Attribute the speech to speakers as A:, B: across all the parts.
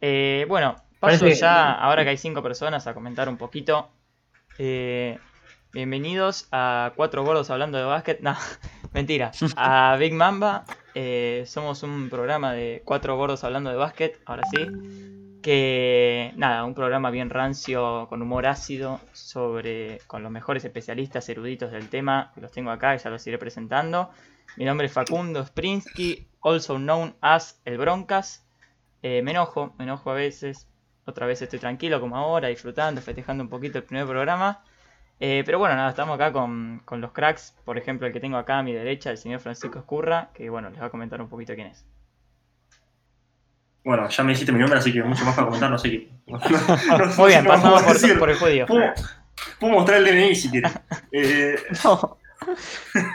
A: Eh, bueno, paso
B: Parece-
A: ya, ahora que hay cinco personas, a comentar un poquito. Eh, bienvenidos a Cuatro Gordos Hablando de Básquet. No, mentira. A Big Mamba. Eh, somos un programa de Cuatro Gordos Hablando de Básquet, ahora sí. Que, nada, un programa bien rancio, con humor ácido, sobre con los mejores especialistas eruditos del tema. Los tengo acá y ya los iré presentando. Mi nombre es Facundo Sprinsky, also known as El Broncas. Eh, me enojo, me enojo a veces. Otra vez estoy tranquilo como ahora, disfrutando, festejando un poquito el primer programa. Eh, pero bueno, nada, estamos acá con, con los cracks. Por ejemplo, el que tengo acá a mi derecha, el señor Francisco Escurra, que bueno, les va a comentar un poquito quién es.
B: Bueno, ya me dijiste mi nombre, así que mucho más para comentar, no sé qué. no- no sé
A: Muy bien,
B: qué más
A: pasamos
B: puedo
A: por,
B: decir.
A: por el judío.
B: Puedo, puedo mostrar el DNI si quieres. Eh,
C: No.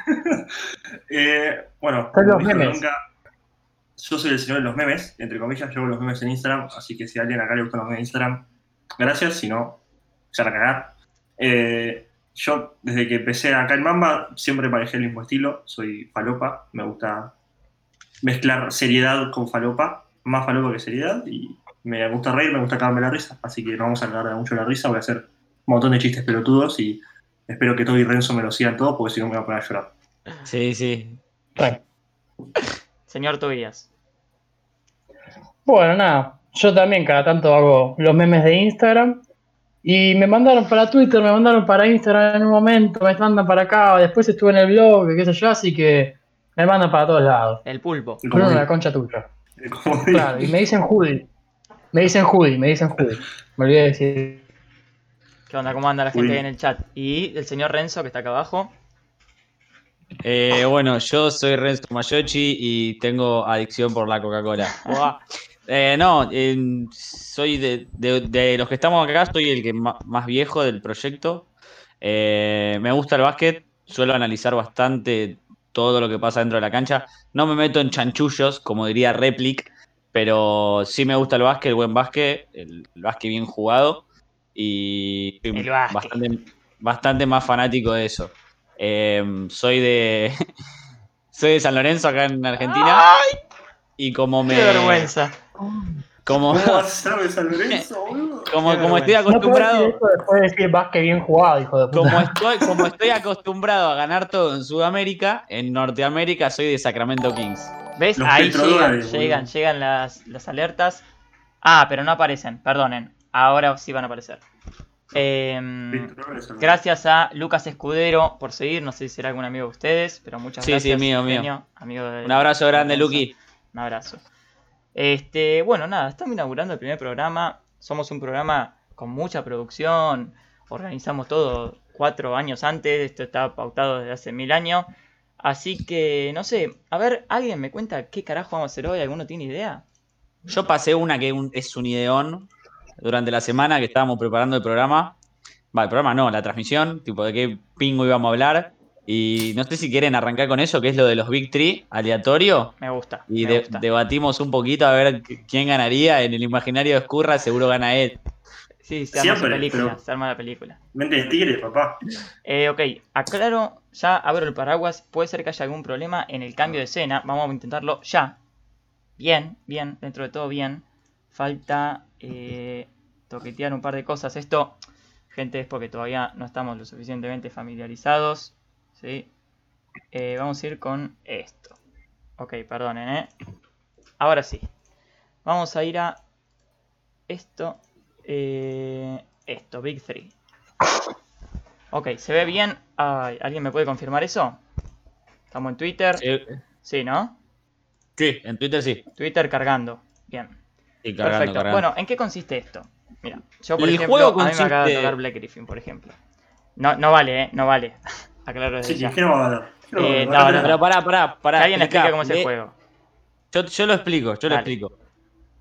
B: eh, bueno,
C: Son los
B: como dije,
C: memes.
B: nunca- yo soy el señor de los memes, entre comillas, llevo los memes en Instagram, así que si a alguien acá le gustan los memes en Instagram, gracias, si no, ya la cagar. Eh, yo, desde que empecé acá en Mamba, siempre manejé el mismo estilo, soy falopa, me gusta mezclar seriedad con falopa, más falopa que seriedad, y me gusta reír, me gusta cagarme la risa, así que no vamos a cagar mucho la risa, voy a hacer un montón de chistes pelotudos y espero que todo y Renzo me lo sigan todos, porque si no me voy a poner a llorar.
D: Sí, sí.
A: Señor Tobías.
E: Bueno, nada, yo también cada tanto hago los memes de Instagram. Y me mandaron para Twitter, me mandaron para Instagram en un momento, me mandan para acá, después estuve en el blog, qué sé yo, así que me mandan para todos lados.
A: El pulpo.
B: Y
E: Bruno,
B: como-
E: la concha tuya.
B: como dije,
E: Claro, y me dicen Judy. Me dicen Judy, me dicen Judy. Me olvidé de decir.
A: ¿Qué onda? ¿Cómo anda la gente
B: Uy.
A: ahí en el chat? Y el señor Renzo, que está acá abajo.
D: Eh, bueno, yo soy Renzo Mayochi y tengo adicción por la Coca-Cola. Buah. Eh, no, em, soy de, de- de los que estamos acá, soy el que ma- más viejo del proyecto. Eh, me gusta el básquet, suelo analizar bastante todo lo que pasa dentro de la cancha. No me meto en chanchullos, como diría Replic, pero sí me gusta el básquet, el buen básquet, el, el básquet bien jugado. Y soy
A: El básquet.
D: bastante, bastante más fanático de eso. Eh, soy de. soy de San Lorenzo acá en Argentina. Y como me.
A: Ah, ¡Qué vergüenza!
D: Como,
B: ¿Cómo sabes al Renzo, boludo?
D: como,
A: Qué
E: No
D: como estoy
E: puedes decir
D: acostumbrado.
E: eso después de decir vas que bien jugado, hijo de puta.
D: Como estoy, como estoy acostumbrado a ganar todo en Sudamérica, en Norteamérica soy de Sacramento Kings.
A: ¿Ves?
B: Los
A: Ahí llegan,
B: petrodólares,
A: llegan,
B: boludo.
A: llegan las, las alertas. Ah, pero no aparecen, perdonen. Ahora sí van a aparecer. Em,
B: Listo, no eres al Renzo.
A: gracias a Lucas Escudero por seguir. No sé si será algún amigo de ustedes, pero muchas
D: Sí, sí,
A: gracias.
D: mío, mío.
A: genio, amigo de-
D: Un abrazo grande,
A: Lorenzo.
D: Luqui.
A: Un abrazo. Este, bueno, nada, estamos inaugurando el primer programa. Somos un programa con mucha producción. Organizamos todo cuatro años antes. Esto estaba pautado desde hace mil años. Así que, no sé, a ver, ¿alguien me cuenta qué carajo vamos a hacer hoy? ¿Alguno tiene idea?
D: Yo pasé una que un- es un ideón durante la semana que estábamos preparando el programa. Va, el programa no, la transmisión, tipo de qué pingo íbamos a hablar. Y no sé si quieren arrancar con eso, que es lo de los Big Three aleatorio.
A: Me gusta.
D: Y
A: me
D: de-
A: gusta.
D: debatimos un poquito a ver qu- quién ganaría. En el imaginario de Escurra seguro gana él.
A: Sí, se arma su
B: Siempre,
A: película.
B: pero-
A: Se arma la película.
B: Mente de tigre, papá.
A: Eh, ok, aclaro, ya abro el paraguas. Puede ser que haya algún problema en el cambio de escena. Vamos a intentarlo ya. Bien, bien, dentro de todo bien. Falta eh, toquetear un par de cosas. Esto, gente, es porque todavía no estamos lo suficientemente familiarizados. ¿sí? Eh, vamos a ir con esto. Ok, perdonen, ¿eh? Ahora sí. Vamos a ir a esto. eh, esto, Big 3. Ok, ¿se ve bien? Ay, ¿Alguien me puede confirmar eso? Estamos en Twitter. Sí,
D: Eh,
A: ¿no?
D: Sí, en Twitter sí.
A: Twitter cargando. Bien.
D: Sí, cargando,
A: Perfecto.
D: cargando.
A: Bueno, ¿en qué consiste esto? Mira, yo por
D: El
A: ejemplo,
D: juego
A: a mí me acaba de
D: consiste-
A: tocar Black Griffin, por ejemplo. No, no vale, ¿eh? No vale. Aclaro desde
B: Sí,
A: ya.
B: ¿qué no va a dar? ¿Qué no va a
A: Eh,
B: dar?
A: no,
B: Ahora
A: no,
B: te la-
D: Pero pará, pará,
A: Que
D: pará.
A: alguien explica
D: explicá,
A: cómo es
D: lee-
A: el juego.
D: Yo, yo lo explico, yo lo
A: Dale.
D: explico.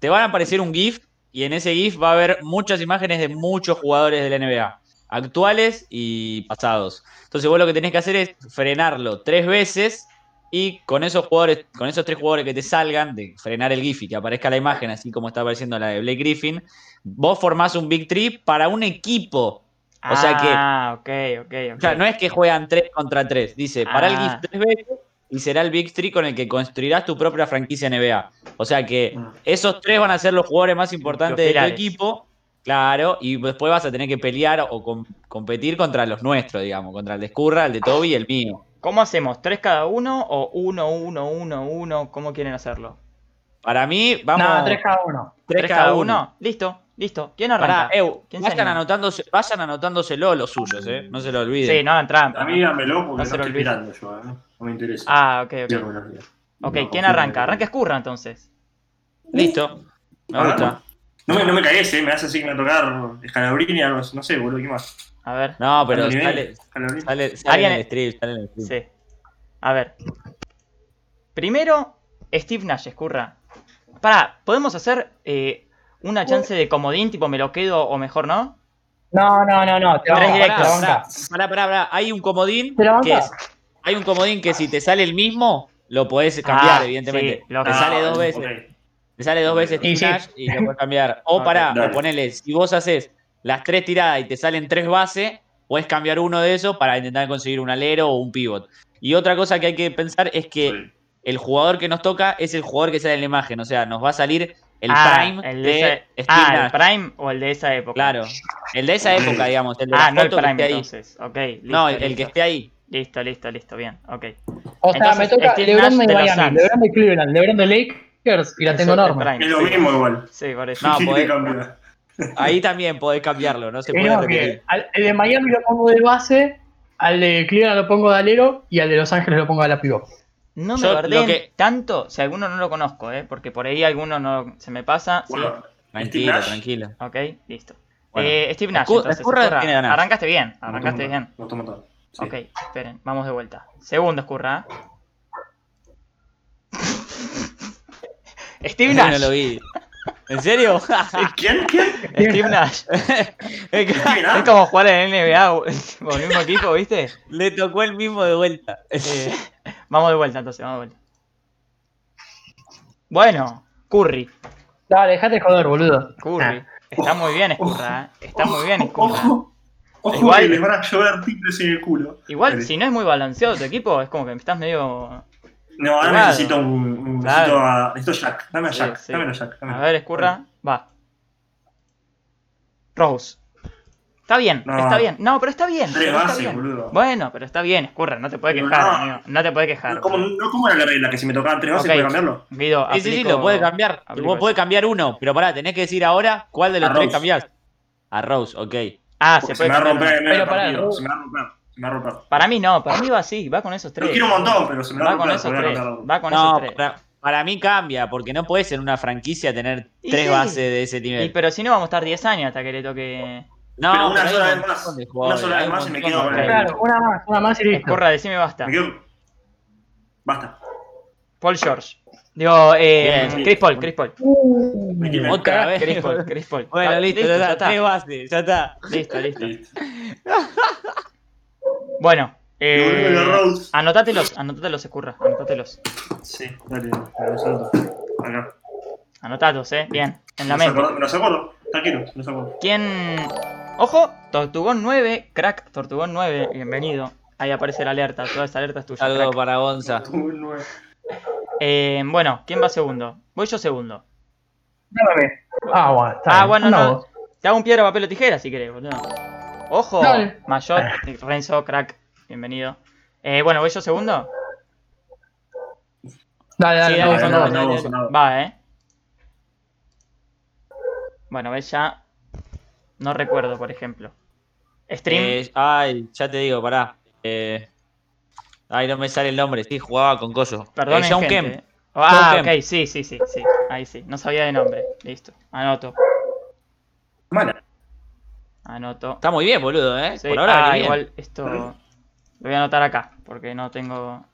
D: Te van a aparecer un GIF y en ese GIF va a haber muchas imágenes de muchos jugadores de la NBA, actuales y pasados. Entonces vos lo que tenés que hacer es frenarlo tres veces y con esos jugadores, con esos tres jugadores que te salgan, de frenar el GIF y que aparezca la imagen, así como está apareciendo la de Blake Griffin, vos formás un Big Tree para un equipo. O sea que-
A: Ah, ok, ok, ok.
D: O sea, no es que juegan tres contra tres, dice, para el
A: Ah.
D: GIF tres veces. y será el Big Three con el que construirás tu propia franquicia NBA. O sea que esos tres van a ser los jugadores más importantes
A: Los
D: de tu
A: pilares.
D: equipo, claro, y después vas a tener que pelear o com- competir contra los nuestros, digamos, contra el de Escurra, el de Toby y el mío.
A: ¿Cómo hacemos? ¿Tres cada uno o uno, uno, uno, uno? ¿Cómo quieren hacerlo?
D: Para mí, vamos.
E: Nada, tres cada uno.
D: tres
A: ¿Tres cada uno? Listo, listo. ¿Quién
D: Pará, eh,
A: arranca?
D: Eu,
A: ¿Quién se
D: vayan,
A: anima?
D: anotándose, vayan anotándoselo los suyos, ¿eh? No se lo olviden.
A: Sí, no hagan
B: A
A: trampa.
B: mí dámelo porque
A: No
B: no,
A: se lo
B: estoy
A: olvide.
B: mirando yo, ¿eh? No me interesa.
A: Ah, ok, ok.
B: Quiero que me lo diga.
A: Ok,
B: No,
A: ¿quién
B: confío en
A: arranca?
B: él.
A: Arranca Escurra entonces.
D: Listo. Me
B: Ah,
D: gusta.
B: No me, no me cagues, ¿eh? Me hace así que me va a tocar Escalabrini, algo así, no sé, boludo, ¿qué más?
A: A ver,
D: No, pero
B: Tanto nivel,
D: sale,
B: Scalabrini.
D: sale, sale
A: Alguien-
D: en el stream, sale en el stream.
A: sí. A ver. Primero, Steve Nash, Escurra. Pará, ¿podemos hacer eh, una chance de comodín, tipo me lo quedo o mejor no?
E: No, no, no, no. Te
A: Tres
E: vamos a
A: directos.
D: Pará, pará, pará. Hay un comodín
E: ¿Te la
D: que
E: bancas?
D: es- Hay un comodín que si te sale el mismo, lo podés cambiar,
A: Ah,
D: evidentemente.
A: sí, lo
D: te
A: que-
D: sale
B: Ah,
D: dos veces.
B: ok.
D: Te sale dos veces
E: Y
D: y,
E: sí.
D: y lo podés cambiar. O
A: Ok,
D: pará,
B: dale.
D: o ponele, si vos haces las tres tiradas y te salen tres bases, podés cambiar uno de esos para intentar conseguir un alero o un pivot. Y otra cosa que hay que pensar es que
B: Sí.
D: el jugador que nos toca es el jugador que sale en la imagen. O sea, nos va a salir el
A: Ah,
D: prime
A: el de
D: de
A: esa-
D: Steve
A: Ah,
D: Nash.
A: el Prime o el de esa época.
D: Claro. El de esa época, digamos. El de la
A: Ah, no el
D: foto que
A: Prime
D: esté ahí.
A: entonces. Ok, listo.
D: no, el, el que
A: listo.
D: esté ahí.
A: Listo, listo, listo, bien. Ok.
E: O sea,
A: Entonces,
E: me toca
A: Steve
E: LeBron
A: Nash
E: de
A: de los
E: Miami,
A: Suns.
E: LeBron de Cleveland, LeBron de Lakers y la
A: Ese
E: tengo
A: es el
E: enorme.
A: Prime,
B: Es lo
A: sí.
B: mismo igual.
A: Sí, por eso.
D: No,
B: Sí, te
D: podés-
B: cambia.
D: Ahí también podés cambiarlo, no se
E: Eh,
D: puede
E: no,
D: repetir.
E: que al- el de Miami lo pongo de base, al de Cleveland lo pongo de alero y al de Los Ángeles lo pongo de la pivot.
A: No me
D: Yo, lo
A: bardeen
D: que-
A: tanto si alguno no lo conozco, ¿eh? Porque por ahí alguno no se me pasa. sí.
B: Bueno, Steve
D: Tranquilo,
B: Nash.
D: tranquilo.
A: Ok, listo.
D: Bueno.
A: Eh, Steve Nash,
D: Escu-
A: entonces,
D: Escurra
A: Escurra,
D: tiene ganas.
A: arrancaste bien,
B: no
A: arrancaste
B: tomo
A: bien.
B: todo, No tomo todo. Sí.
A: Ok, esperen, vamos de vuelta. Segundo, Escurra. Steve
D: Yo no lo
A: Nash.
D: vi. ¿En serio?
B: ¿Quién? ¿Quién?
A: Steve Nash.
D: Es que
A: Es como jugar en NBA con el mismo equipo, ¿viste?
D: Le tocó el mismo de vuelta.
A: Eh, vamos de vuelta entonces, vamos de vuelta. Bueno, Curry.
E: Dale, dejate de joder, boludo.
A: Curry. Está muy bien, Escurra. ¿eh? Está muy bien, Escurra.
B: Ojo, ojo,
A: Igual-
B: que les van a llover triples en el culo.
A: Igual,
B: Dale.
A: si no es muy balanceado tu equipo, es como que estás medio.
B: No, ahora
A: Claro.
B: necesito un. un-
A: Claro.
B: necesito, a, necesito Jack. Dame a Jack.
A: Sí, sí.
B: Dame a Jack. dame.
A: A ver, escurra. Va. Rose. Está bien,
B: No.
A: está bien. No, pero está bien.
B: Tres
A: pero está
B: bases,
A: bien.
B: boludo.
A: Bueno, pero está bien, escurra. No te puedes
B: Pero
A: quejar,
B: no.
A: amigo. No te puedes quejar.
B: No, ¿Cómo, no, ¿Cómo era la regla? Que si me tocaban tres bases,
A: Ok.
B: ¿puedo cambiarlo?
A: Guido,
D: Sí, sí, sí,
A: aplico-
D: lo puede cambiar.
A: aplico
D: Vos
A: eso.
D: podés cambiar uno, pero pará, tenés que decir ahora cuál de los
B: A
D: tres
B: Rose.
D: cambiás. A Rose, ok.
A: Ah,
B: Porque
A: se puede
B: se, me va a
A: cambiar.
B: romper en el
E: Pero pará,
B: partido.
E: no.
B: Se me va a romper. Se me va a romper.
A: Para mí no, para mí va así, va con esos
B: Lo
A: tres.
B: quiero un montón, pero se me va a
A: Va con
B: romper.
A: esos
B: se me va a
A: tres.
B: romper.
A: Va con
D: No,
A: esos tres.
D: para, para mí cambia, porque no podés en una franquicia tener
A: Y
D: tres
A: sí.
D: bases de ese nivel.
A: Y, pero si no, vamos a estar 10 años hasta que le toque.
D: no,
B: pero una
D: hay
B: sola
D: un
B: vez
D: montón
B: más.
D: de
B: Una
D: jugadores,
B: sola vez
D: hay un
B: más y me
D: montón
B: quedo
D: de
B: con el-
D: jugadores.
E: Claro, una más, una más y listo.
A: Escurra, decime basta.
B: Me quedo. Basta.
A: Paul George. Digo, eh,
B: Bien.
A: Chris Paul, Chris Paul.
E: Uh,
B: Me quedo.
D: Otra vez.
A: Chris Paul, Chris Paul.
D: Bueno,
A: Ah,
D: listo, ya está,
A: está.
D: Tres bases, ya está.
A: Listo, listo.
B: Listo.
A: Bueno,
B: Y
A: eh,
B: volvemos a Rose.
A: anótatelos, anótatelos, escurra, anótatelos.
B: Sí, dale. me lo saco. Acá.
A: Anotatos, eh, bien, en la
B: Me los
A: mente.
B: acuerdo- Me los acuerdo. Tranquilo, me los acuerdo.
A: ¿Quién? Ojo, Tortugón 9, crack, Tortugón 9, bienvenido. Ahí aparece la alerta, toda esa alerta es tuya.
D: Saludo
A: crack.
D: para Gonza.
B: Muy nuevo.
A: Eh, bueno, ¿quién va segundo? Voy yo segundo.
E: dame. Ah, bueno, está
A: Ah,
E: bien.
A: bueno,
E: Anda
A: no.
E: vos.
A: Te hago un piedra, papel o tijera si querés, boludo. Ojo,
E: Dale.
A: Mayor, Renzo, crack, bienvenido. Eh, bueno, ¿voy yo segundo?
E: Dale, dale,
D: Sí,
E: dale,
D: dale,
E: dale,
B: no,
E: dale.
B: no,
D: dale.
B: no, no.
A: Va, eh. Bueno, ves ya. No recuerdo, por ejemplo. Stream.
D: Eh, ay, ya te digo, pará. Eh, ay, no me sale el nombre. Sí, jugaba con Coso.
A: Perdón,
D: eh, John
A: gente.
D: Kemp.
A: Ah,
D: John Kemp.
A: ok, sí, sí, sí, sí. Ahí sí. No sabía de nombre. Listo. Anoto.
B: Mala.
A: Anoto.
D: Está muy bien, boludo, ¿eh?
A: Sí.
D: Por ahora,
A: Ah,
D: bien.
A: igual esto. Lo voy a anotar acá, porque no tengo.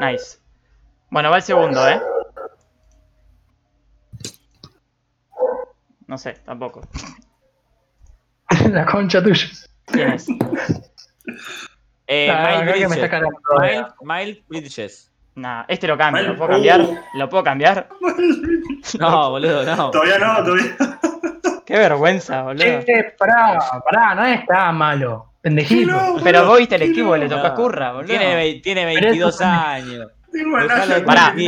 A: Nice. Bueno, va el segundo, ¿eh? No sé, tampoco.
E: La concha tuya.
A: ¿Quién es?
D: Eh,
E: Ah,
D: Miles
E: creo que me
D: Bridges.
E: está eh. cargando.
D: Miles- Miles Bridges.
A: Nah, este lo cambio, ¿lo
B: Bueno,
A: puedo cambiar?
B: uh.
A: ¿Lo puedo cambiar?
D: No, boludo, no.
B: Todavía no, todavía.
A: Qué vergüenza, boludo.
E: Che, pará, pará, no es tan malo. pendejito.
B: No,
A: Pero
B: boludo,
A: vos viste el
B: qué
A: esquivo que le
B: loco.
A: tocó a Curra, boludo.
D: Tiene, ve- tiene
E: Pero
D: 22
E: eso-
D: años.
B: Tengo la
D: Dejalo
B: Naya
A: Pará,
B: con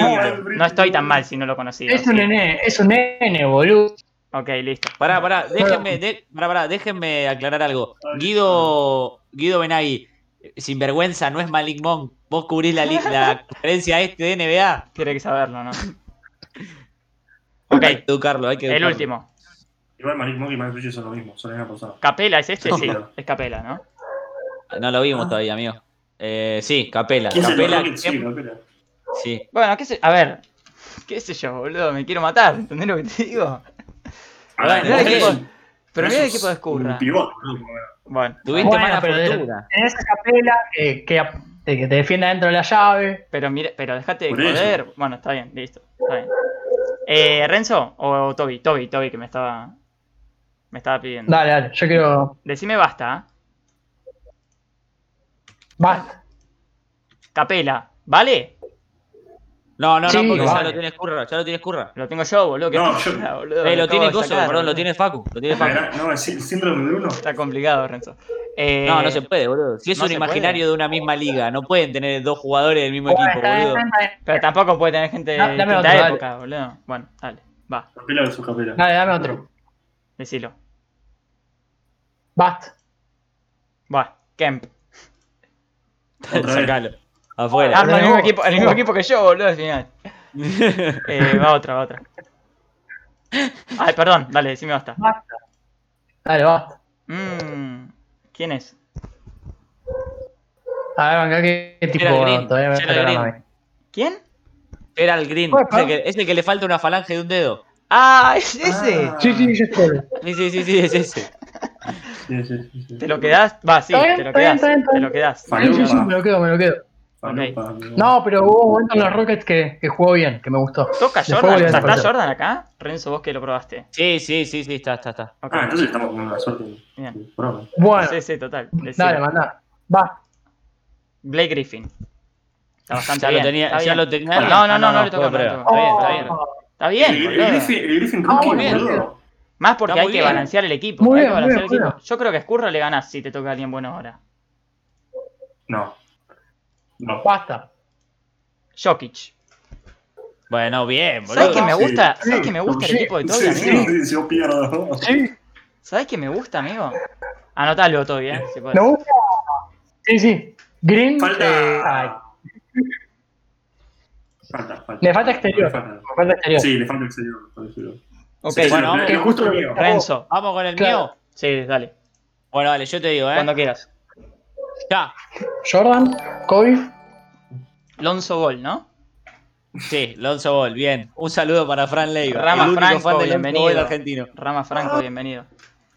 B: el-
A: no estoy tan mal si no lo conocí.
E: Es un
A: sí.
E: nene, es un nene, boludo.
A: Ok, listo.
D: Pará, pará, déjenme, de- pará, pará, déjenme aclarar algo.
B: Ay,
D: Guido, Guido Benagui, sinvergüenza, no es Malik Monk. Vos cubrís la, li- la conferencia este de NBA.
A: Tiene que saberlo, ¿no?
D: Hay que
A: Ok,
D: educarlo, hay que
A: el
D: educarlo.
A: último.
B: Igual Malik Monk y Mike Richards son lo mismo, son la misma persona.
A: ¿Capela es este? Sí,
B: No.
A: es Capela, ¿no?
D: No lo
E: Ah.
D: vimos todavía, amigo. Eh, sí, Capela.
B: ¿Quién es el
D: Capela,
B: Rocket? Sí, Capela.
D: sí.
A: Bueno, qué sé A ver. ¿Qué sé yo, boludo? Me quiero matar. ¿Entendés lo que te digo?
B: Ah,
D: Bueno,
B: no,
A: mirá el
B: es-
A: equipo- Pero
B: eso
A: mira el
B: es
A: equipo de Escurra.
B: Un pivote, boludo.
A: Bueno,
D: Tuviste
E: Bueno,
D: mala
E: pero de-
D: fortuna.
E: Tenés esa capela que, que, te- que te defienda dentro de la llave.
A: pero mira, pero dejate de
B: Por eso.
A: joder. Bueno, está bien, listo. Está bien. Eh, ¿Renzo o Toby? Toby, Toby, que me estaba. Me estaba pidiendo.
E: Dale, dale, yo quiero.
A: Decime basta, ¿eh?
E: Basta.
A: Capela, ¿vale?
D: No, no, no,
E: Sí,
D: porque ya
E: vale.
D: lo tienes curra, ya lo tienes curra.
A: Lo tengo yo, boludo. que
B: No,
A: pasa,
B: yo-
A: boludo,
D: Eh,
A: me
D: lo
A: acabo
D: tiene
A: de
D: Coso,
A: sacar,
D: perdón, lo
A: boludo.
D: tiene Facu. Lo tiene Facu.
B: Era- No, es sí- síndrome de Bruno.
A: Está complicado, Renzo. Eh,
D: No, no se puede, boludo. Si es
A: no
D: un
A: se
D: imaginario de una misma liga, no pueden tener dos jugadores del mismo
E: Bueno,
D: equipo,
E: está bien,
D: boludo.
E: está bien.
A: Pero tampoco puede tener gente
E: Da-
A: de
E: dame
A: distinta
E: otro, dale.
A: época, boludo. Bueno, dale, va,
B: Capela versus Capela.
A: Ah.
E: Dale, dame otro.
A: decilo.
E: Basta.
A: Va, Kemp.
B: Otra vez.
D: Sacalo. Afuera.
E: Ah,
A: Arma el
E: no,
A: mismo,
E: no.
A: equipo, el mismo equipo que yo, boludo, al final. Eh, va otra, va otra. Ay, perdón, dale, decime basta.
E: Basta. Dale, basta.
A: Mm, ¿Quién es?
E: A ver, banca que que tipo.
D: Gerald Green,
E: todavía me
D: Gerald
E: sacaron a
D: Green.
E: mí.
A: ¿Quién?
D: Gerald Green.
E: Bueno,
D: Es el, que, es el que le falta una falange de un dedo.
A: Ah, es ese.
B: Ah,
E: Sí, sí, yo estoy.
D: Sí, sí, sí, sí, es ese.
B: sí, sí, sí, sí.
A: Te lo quedás, va, sí,
E: Está bien,
A: te lo
E: está bien,
A: quedás.
E: está bien, está
A: Te
E: bien.
A: lo quedás.
E: Sí, sí, sí,
B: Falopa.
E: me lo quedo, me lo quedo.
B: Falopa, boludo.
E: No, pero hubo un momento en los Rockets que, que jugó bien, que me gustó.
A: ¿Toca
E: Después voy
A: Jordan?
E: a
A: ¿Está
E: despertar.
A: Jordan acá? Renzo, vos que lo probaste.
D: Sí, sí, sí, sí, está, está, está.
A: Ok,
B: Ah, entonces estamos con una suerte. de-
A: Bien.
B: de broma.
E: Bueno,
A: Sí, sí, total. decilo.
E: dale, mandá. Basta.
A: Blake Griffin. Está bastante
D: Ya lo
A: bien.
D: tenía,
A: está
D: ya
A: bien.
D: lo tenía. Ah,
A: No, no, no, no le toca,
D: puedo
A: no le
D: creer.
A: toca.
D: Está bien, está bien.
E: Oh,
A: Está
B: El,
A: bien,
B: el
A: boludo.
B: Griffin, el Griffin
E: Ah,
B: Rookie,
E: muy bien.
B: boludo.
A: Más porque
D: Está
A: hay
D: muy
A: que
D: bien.
A: balancear el equipo.
E: Muy
A: hay que
E: bien, muy
A: balancear
E: bien,
A: el
E: muy
A: equipo. Yo creo que a Escurra le ganás si te toca alguien bueno ahora.
B: No. No.
E: Basta.
A: Jokic.
D: Bueno, bien,
A: ¿Sabes
D: boludo.
A: que me
B: Sí.
A: gusta? ¿Sabes que me gusta el
E: Sí,
A: equipo de Toby,
B: Sí, sí,
A: amigo?
B: sí, sí, yo pierdo.
E: Sí,
A: ¿Sabes que me gusta, amigo? Anotalo, Toby, eh. si podés.
E: me gusta. Sí, sí. Green. eh, ay,
B: Falta. Falta, falta.
E: le falta exterior.
B: Le falta.
E: Me falta exterior.
B: Sí, le falta exterior. le falta exterior.
A: Ok,
B: Sí,
D: bueno,
B: sí,
D: vamos.
B: le- le gusta lo mío.
A: Renzo.
D: Vamos con el
E: Claro.
D: mío.
A: Sí, dale.
D: Eh. Bueno, dale, yo te digo,
A: Cuando
D: eh.
A: quieras.
D: Ya.
E: Jordan, Kobe.
A: Lonzo Ball, ¿no?
D: Sí, Lonzo Ball, bien. Un saludo para Fran Leiva,
A: Rama
D: el único
A: Franco,
D: fan del Lonzo
A: bienvenido.
D: Ball argentino.
A: Rama Franco,
E: Ah.
A: bienvenido.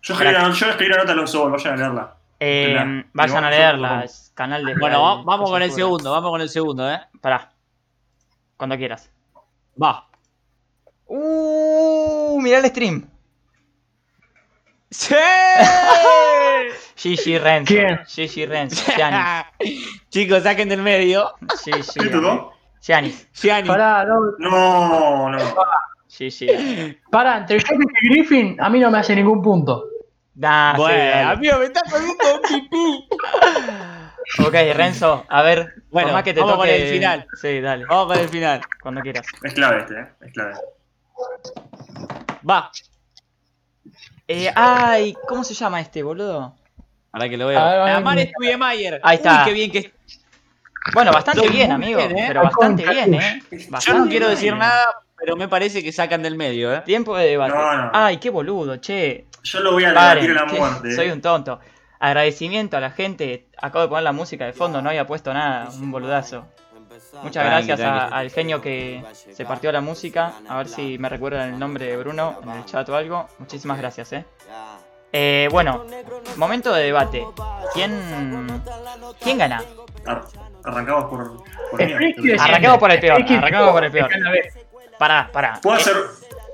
B: Yo escribí una- yo escribí una nota a Alonso Ball, vayan a leerla.
A: Eh,
B: Hola.
A: vayan
B: Yo-
A: a
B: yo-
A: leerla, es canal de.
D: Bueno, va-
A: Cosas
D: vamos con el
A: Escurra.
D: segundo, vamos con el segundo, eh.
A: Pará. Cuando quieras.
D: Va.
A: Uh, mirá el stream.
D: ¡Sí!
A: Gigi Renzo.
E: ¿Quién?
A: Gigi Renzo. Giannis.
D: Chicos, saquen del medio.
A: Gigi.
B: ¿Qué
A: amigo.
B: tocó?
A: Giannis.
D: Gianni.
E: Pará, no,
B: No, no.
A: Gigi.
E: pará, entre Jokic y Griffin, a mí no me hace ningún punto.
A: Nah, sí,
D: bueno,
A: dale.
D: amigo, me estás perdiendo un pipí.
A: Ok, Renzo, a ver.
D: Bueno,
A: por más que te
D: vamos con
A: toque-
D: el final.
A: Sí, dale,
D: Vamos para el final.
A: cuando quieras.
B: Es clave este, ¿eh? Es clave.
D: Va.
A: Eh, ay, ¿cómo se llama este, boludo?
D: Ahora que lo veo.
E: A ver,
D: Amares
E: vamos.
D: Amar Stuyemayer.
A: Ahí está.
D: Uy, qué bien que.
A: Bueno, bastante
D: Muy
A: bien, amigo.
D: bien, ¿eh?
A: Pero bastante
E: Con
A: bien, ¿eh?
D: Yo no
A: Bastante
D: quiero
A: bien.
D: decir nada, pero me parece que sacan del medio, ¿eh?
A: Tiempo de debate.
B: No, no.
A: Ay, qué boludo, che.
B: Yo lo voy a debatir
A: Paren,
B: a la
A: que
B: muerte. eh.
A: soy un tonto. Agradecimiento a la gente. Acabo de poner la música de fondo, no había puesto nada. Un boludazo. Muchas
D: Tranqui,
A: gracias a-
D: tranqui.
A: al genio que se partió la música. A ver si me recuerdan el nombre de Bruno en el chat o algo. Muchísimas gracias, eh. Eh, bueno, momento de debate. ¿Quién, quién gana?
B: Ar- Arrancamos por, por
E: Es
B: mí.
E: frisky,
A: Arranquemos por el peor,
E: Es que-
A: arranquemos por el peor.
E: es que a la vez.
A: Pará, pará.
B: Puedo
A: Eh,
B: hacer,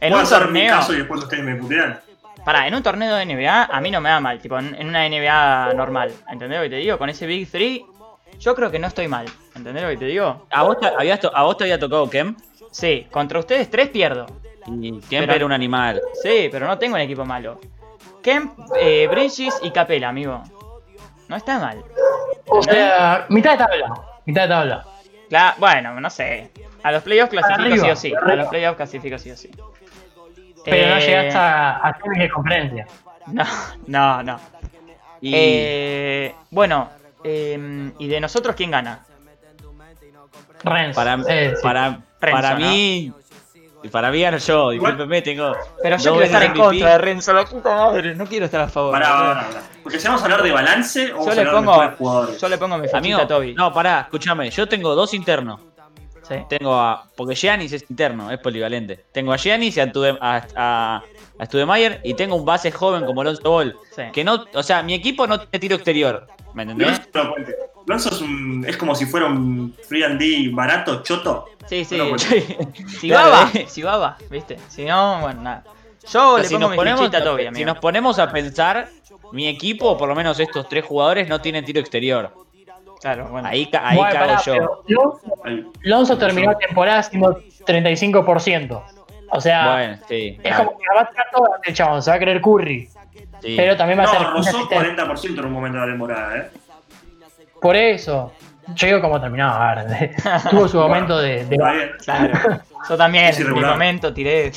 A: en
B: puedo
A: un
B: hacer mi
A: torneo-
B: caso y después ustedes me putean.
A: Pará, en un torneo de NBA a mí no me va mal, tipo en en una NBA normal. ¿Entendés lo que te digo? Con ese Big 3 yo creo que no estoy mal. ¿Entendés lo que te digo?
D: ¿A vos, te, habías to- a vos te había tocado Kem?
A: Sí, contra ustedes tres pierdo.
D: Y Kem
A: Pero-
D: era un animal.
A: Sí, pero no tengo un equipo malo. Kemp, eh, Bridges y Capela, amigo. No está mal.
E: O sea, mitad de tabla. Mitad de tabla.
A: Cla- bueno, no sé. A los playoffs clasifico
E: Arriba,
A: sí o sí. A
E: arriba.
A: los playoffs clasifico sí o sí.
E: Pero no
A: Eh,
E: llegaste a, a semis de conferencia.
A: No, no, no.
D: Y
A: Eh, bueno, eh, ¿y de nosotros quién gana?
E: Renzo.
D: para,
E: eh, sí.
D: para,
A: Renzo,
D: para
A: ¿no?
D: mí. Para mí gano yo, discúlpeme, tengo.
A: Pero yo
D: dos
A: quiero estar en
D: veces MVP.
A: contra de Renzo, la puta madre. No quiero estar a favor.
B: Pará,
A: boludo.
B: pará, pará, pará. Porque si vamos a hablar de balance o vamos
A: Yo
B: a
A: le
B: hablar
A: pongo,
B: de mejores jugadores.
A: yo le pongo mi fichita
D: Amigo,
A: a Toby.
D: no, pará, escúchame. Yo tengo dos internos.
A: Sí.
D: Tengo a. Porque Giannis es interno, es polivalente. Tengo a Giannis y a, Tude- a, a, a Studemeyer y tengo un base joven como Alonso Ball.
A: Sí.
D: Que no, o sea, mi equipo no tiene tiro exterior. ¿Me entendés?
B: Lonzo no cuente. Lonzo es, un- es como si fuera un free and D barato, choto.
A: Sí, sí.
B: Bueno,
A: Si
D: Claro,
A: va, va.
D: eh.
A: Si va, va. ¿Viste? Si no, bueno, nada. Yo
D: O sea,
A: le
D: si,
A: pongo
D: nos
A: mi
D: ponemos,
A: fichita a Toby,
D: si
A: amigo.
D: nos ponemos a pensar, mi equipo, por lo menos estos tres jugadores, no tienen tiro exterior.
A: Claro, bueno.
D: Ahí, ca- ahí
E: Bueno,
D: cago
E: pará,
D: yo.
E: pero Lonzo,
B: Ahí.
E: Lonzo terminó la temporada haciendo 35%. O sea,
D: Bueno, sí.
E: es
D: claro,
E: como que va a tirar todo el chabón, se va a creer Curry.
D: sí.
E: Pero también va a ser.
B: No, rozó 40% en un momento de la temporada, ¿eh?
E: Por eso. Yo digo como terminaba ahora. Tuvo su momento de. de-
B: Está bien.
A: Claro. Yo también,
B: Es
A: en mi
B: irregular.
A: momento tiré.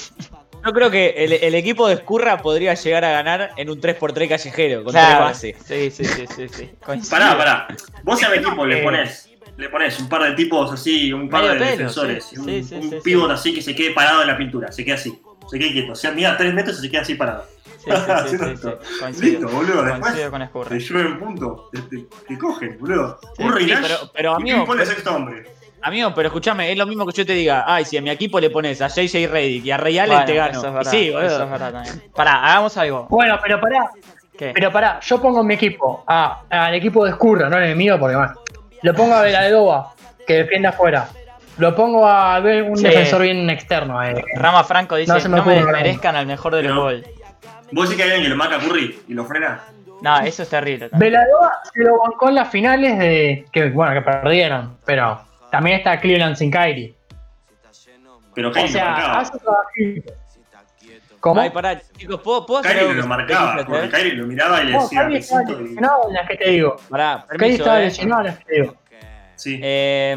D: Yo creo que el, el equipo de Escurra podría llegar a ganar en un 3x3 callejero, con tres
A: Claro.
D: bases.
A: Sí, sí, sí, sí, sí. Coincido.
B: Pará, pará. Vos a mi equipo le ponés, le ponés un par de tipos así, un
A: eh,
B: par
A: Medio
B: de
A: pelo,
B: defensores,
A: sí,
B: un,
A: sí, sí,
B: un
A: sí,
B: pivot así que se quede parado en la pintura, se quede así, se quede quieto. O sea, mira tres metros y se queda así parado.
A: Sí, sí, sí, sí, sí.
B: Listo,
A: Coincido.
B: boludo. Después
A: Coincido con Escurra.
B: te llueven puntos, te, te- te cogen, boludo.
A: Sí,
B: Un
D: sí,
B: relax
D: pero- pero,
B: y
D: amigo,
B: Pim
A: pues-
B: pone
D: pero-
B: sexto este hombre.
D: Amigo, pero escúchame, es lo mismo que yo te diga. Ay, si a mi equipo le pones a JJ Redick y a Ray Allen,
A: Bueno,
D: te gano.
A: eso es
D: Y
A: verdad,
D: sí, boludo.
A: eso es verdad también. Pará, hagamos algo.
E: Bueno, pero pará.
A: ¿Qué?
E: Pero pará, yo pongo en mi equipo a- al equipo de Escurra, no en el mío, porque bueno. Lo pongo a Doba, que defiende afuera. Lo pongo a ver un
A: Sí.
E: defensor bien externo. eh.
A: Rama Franco dice,
E: No
A: no,
E: se me
A: me
E: ocurre,
A: desmerezcan al mejor de los
B: Pero-
A: gol.
B: ¿Vos decís que hay alguien que lo marca a Curry y lo frena?
A: No, eso es terrible. también.
E: Veladova se lo bancó en las finales de. que bueno, que perdieron, pero también está Cleveland sin Kyrie.
B: Pero
E: O
B: Kyrie lo
E: sea,
B: marcaba.
E: hace trabajito. ¿Cómo?
D: Ay, pará, chicos, ¿puedo, puedo hacer
B: Kyrie
D: algo ¿eh?
B: lo
D: que-
B: marcaba,
D: que-
B: porque
A: ¿eh?
B: Kyrie lo miraba y le
E: No,
B: decía
E: Kyrie estaba
B: besito y-
E: lesionado en las que te digo.
D: Pará,
E: Kyrie
D: permiso,
E: estaba
D: eh.
E: lesionado en las que te digo.
B: Sí.
D: Eh,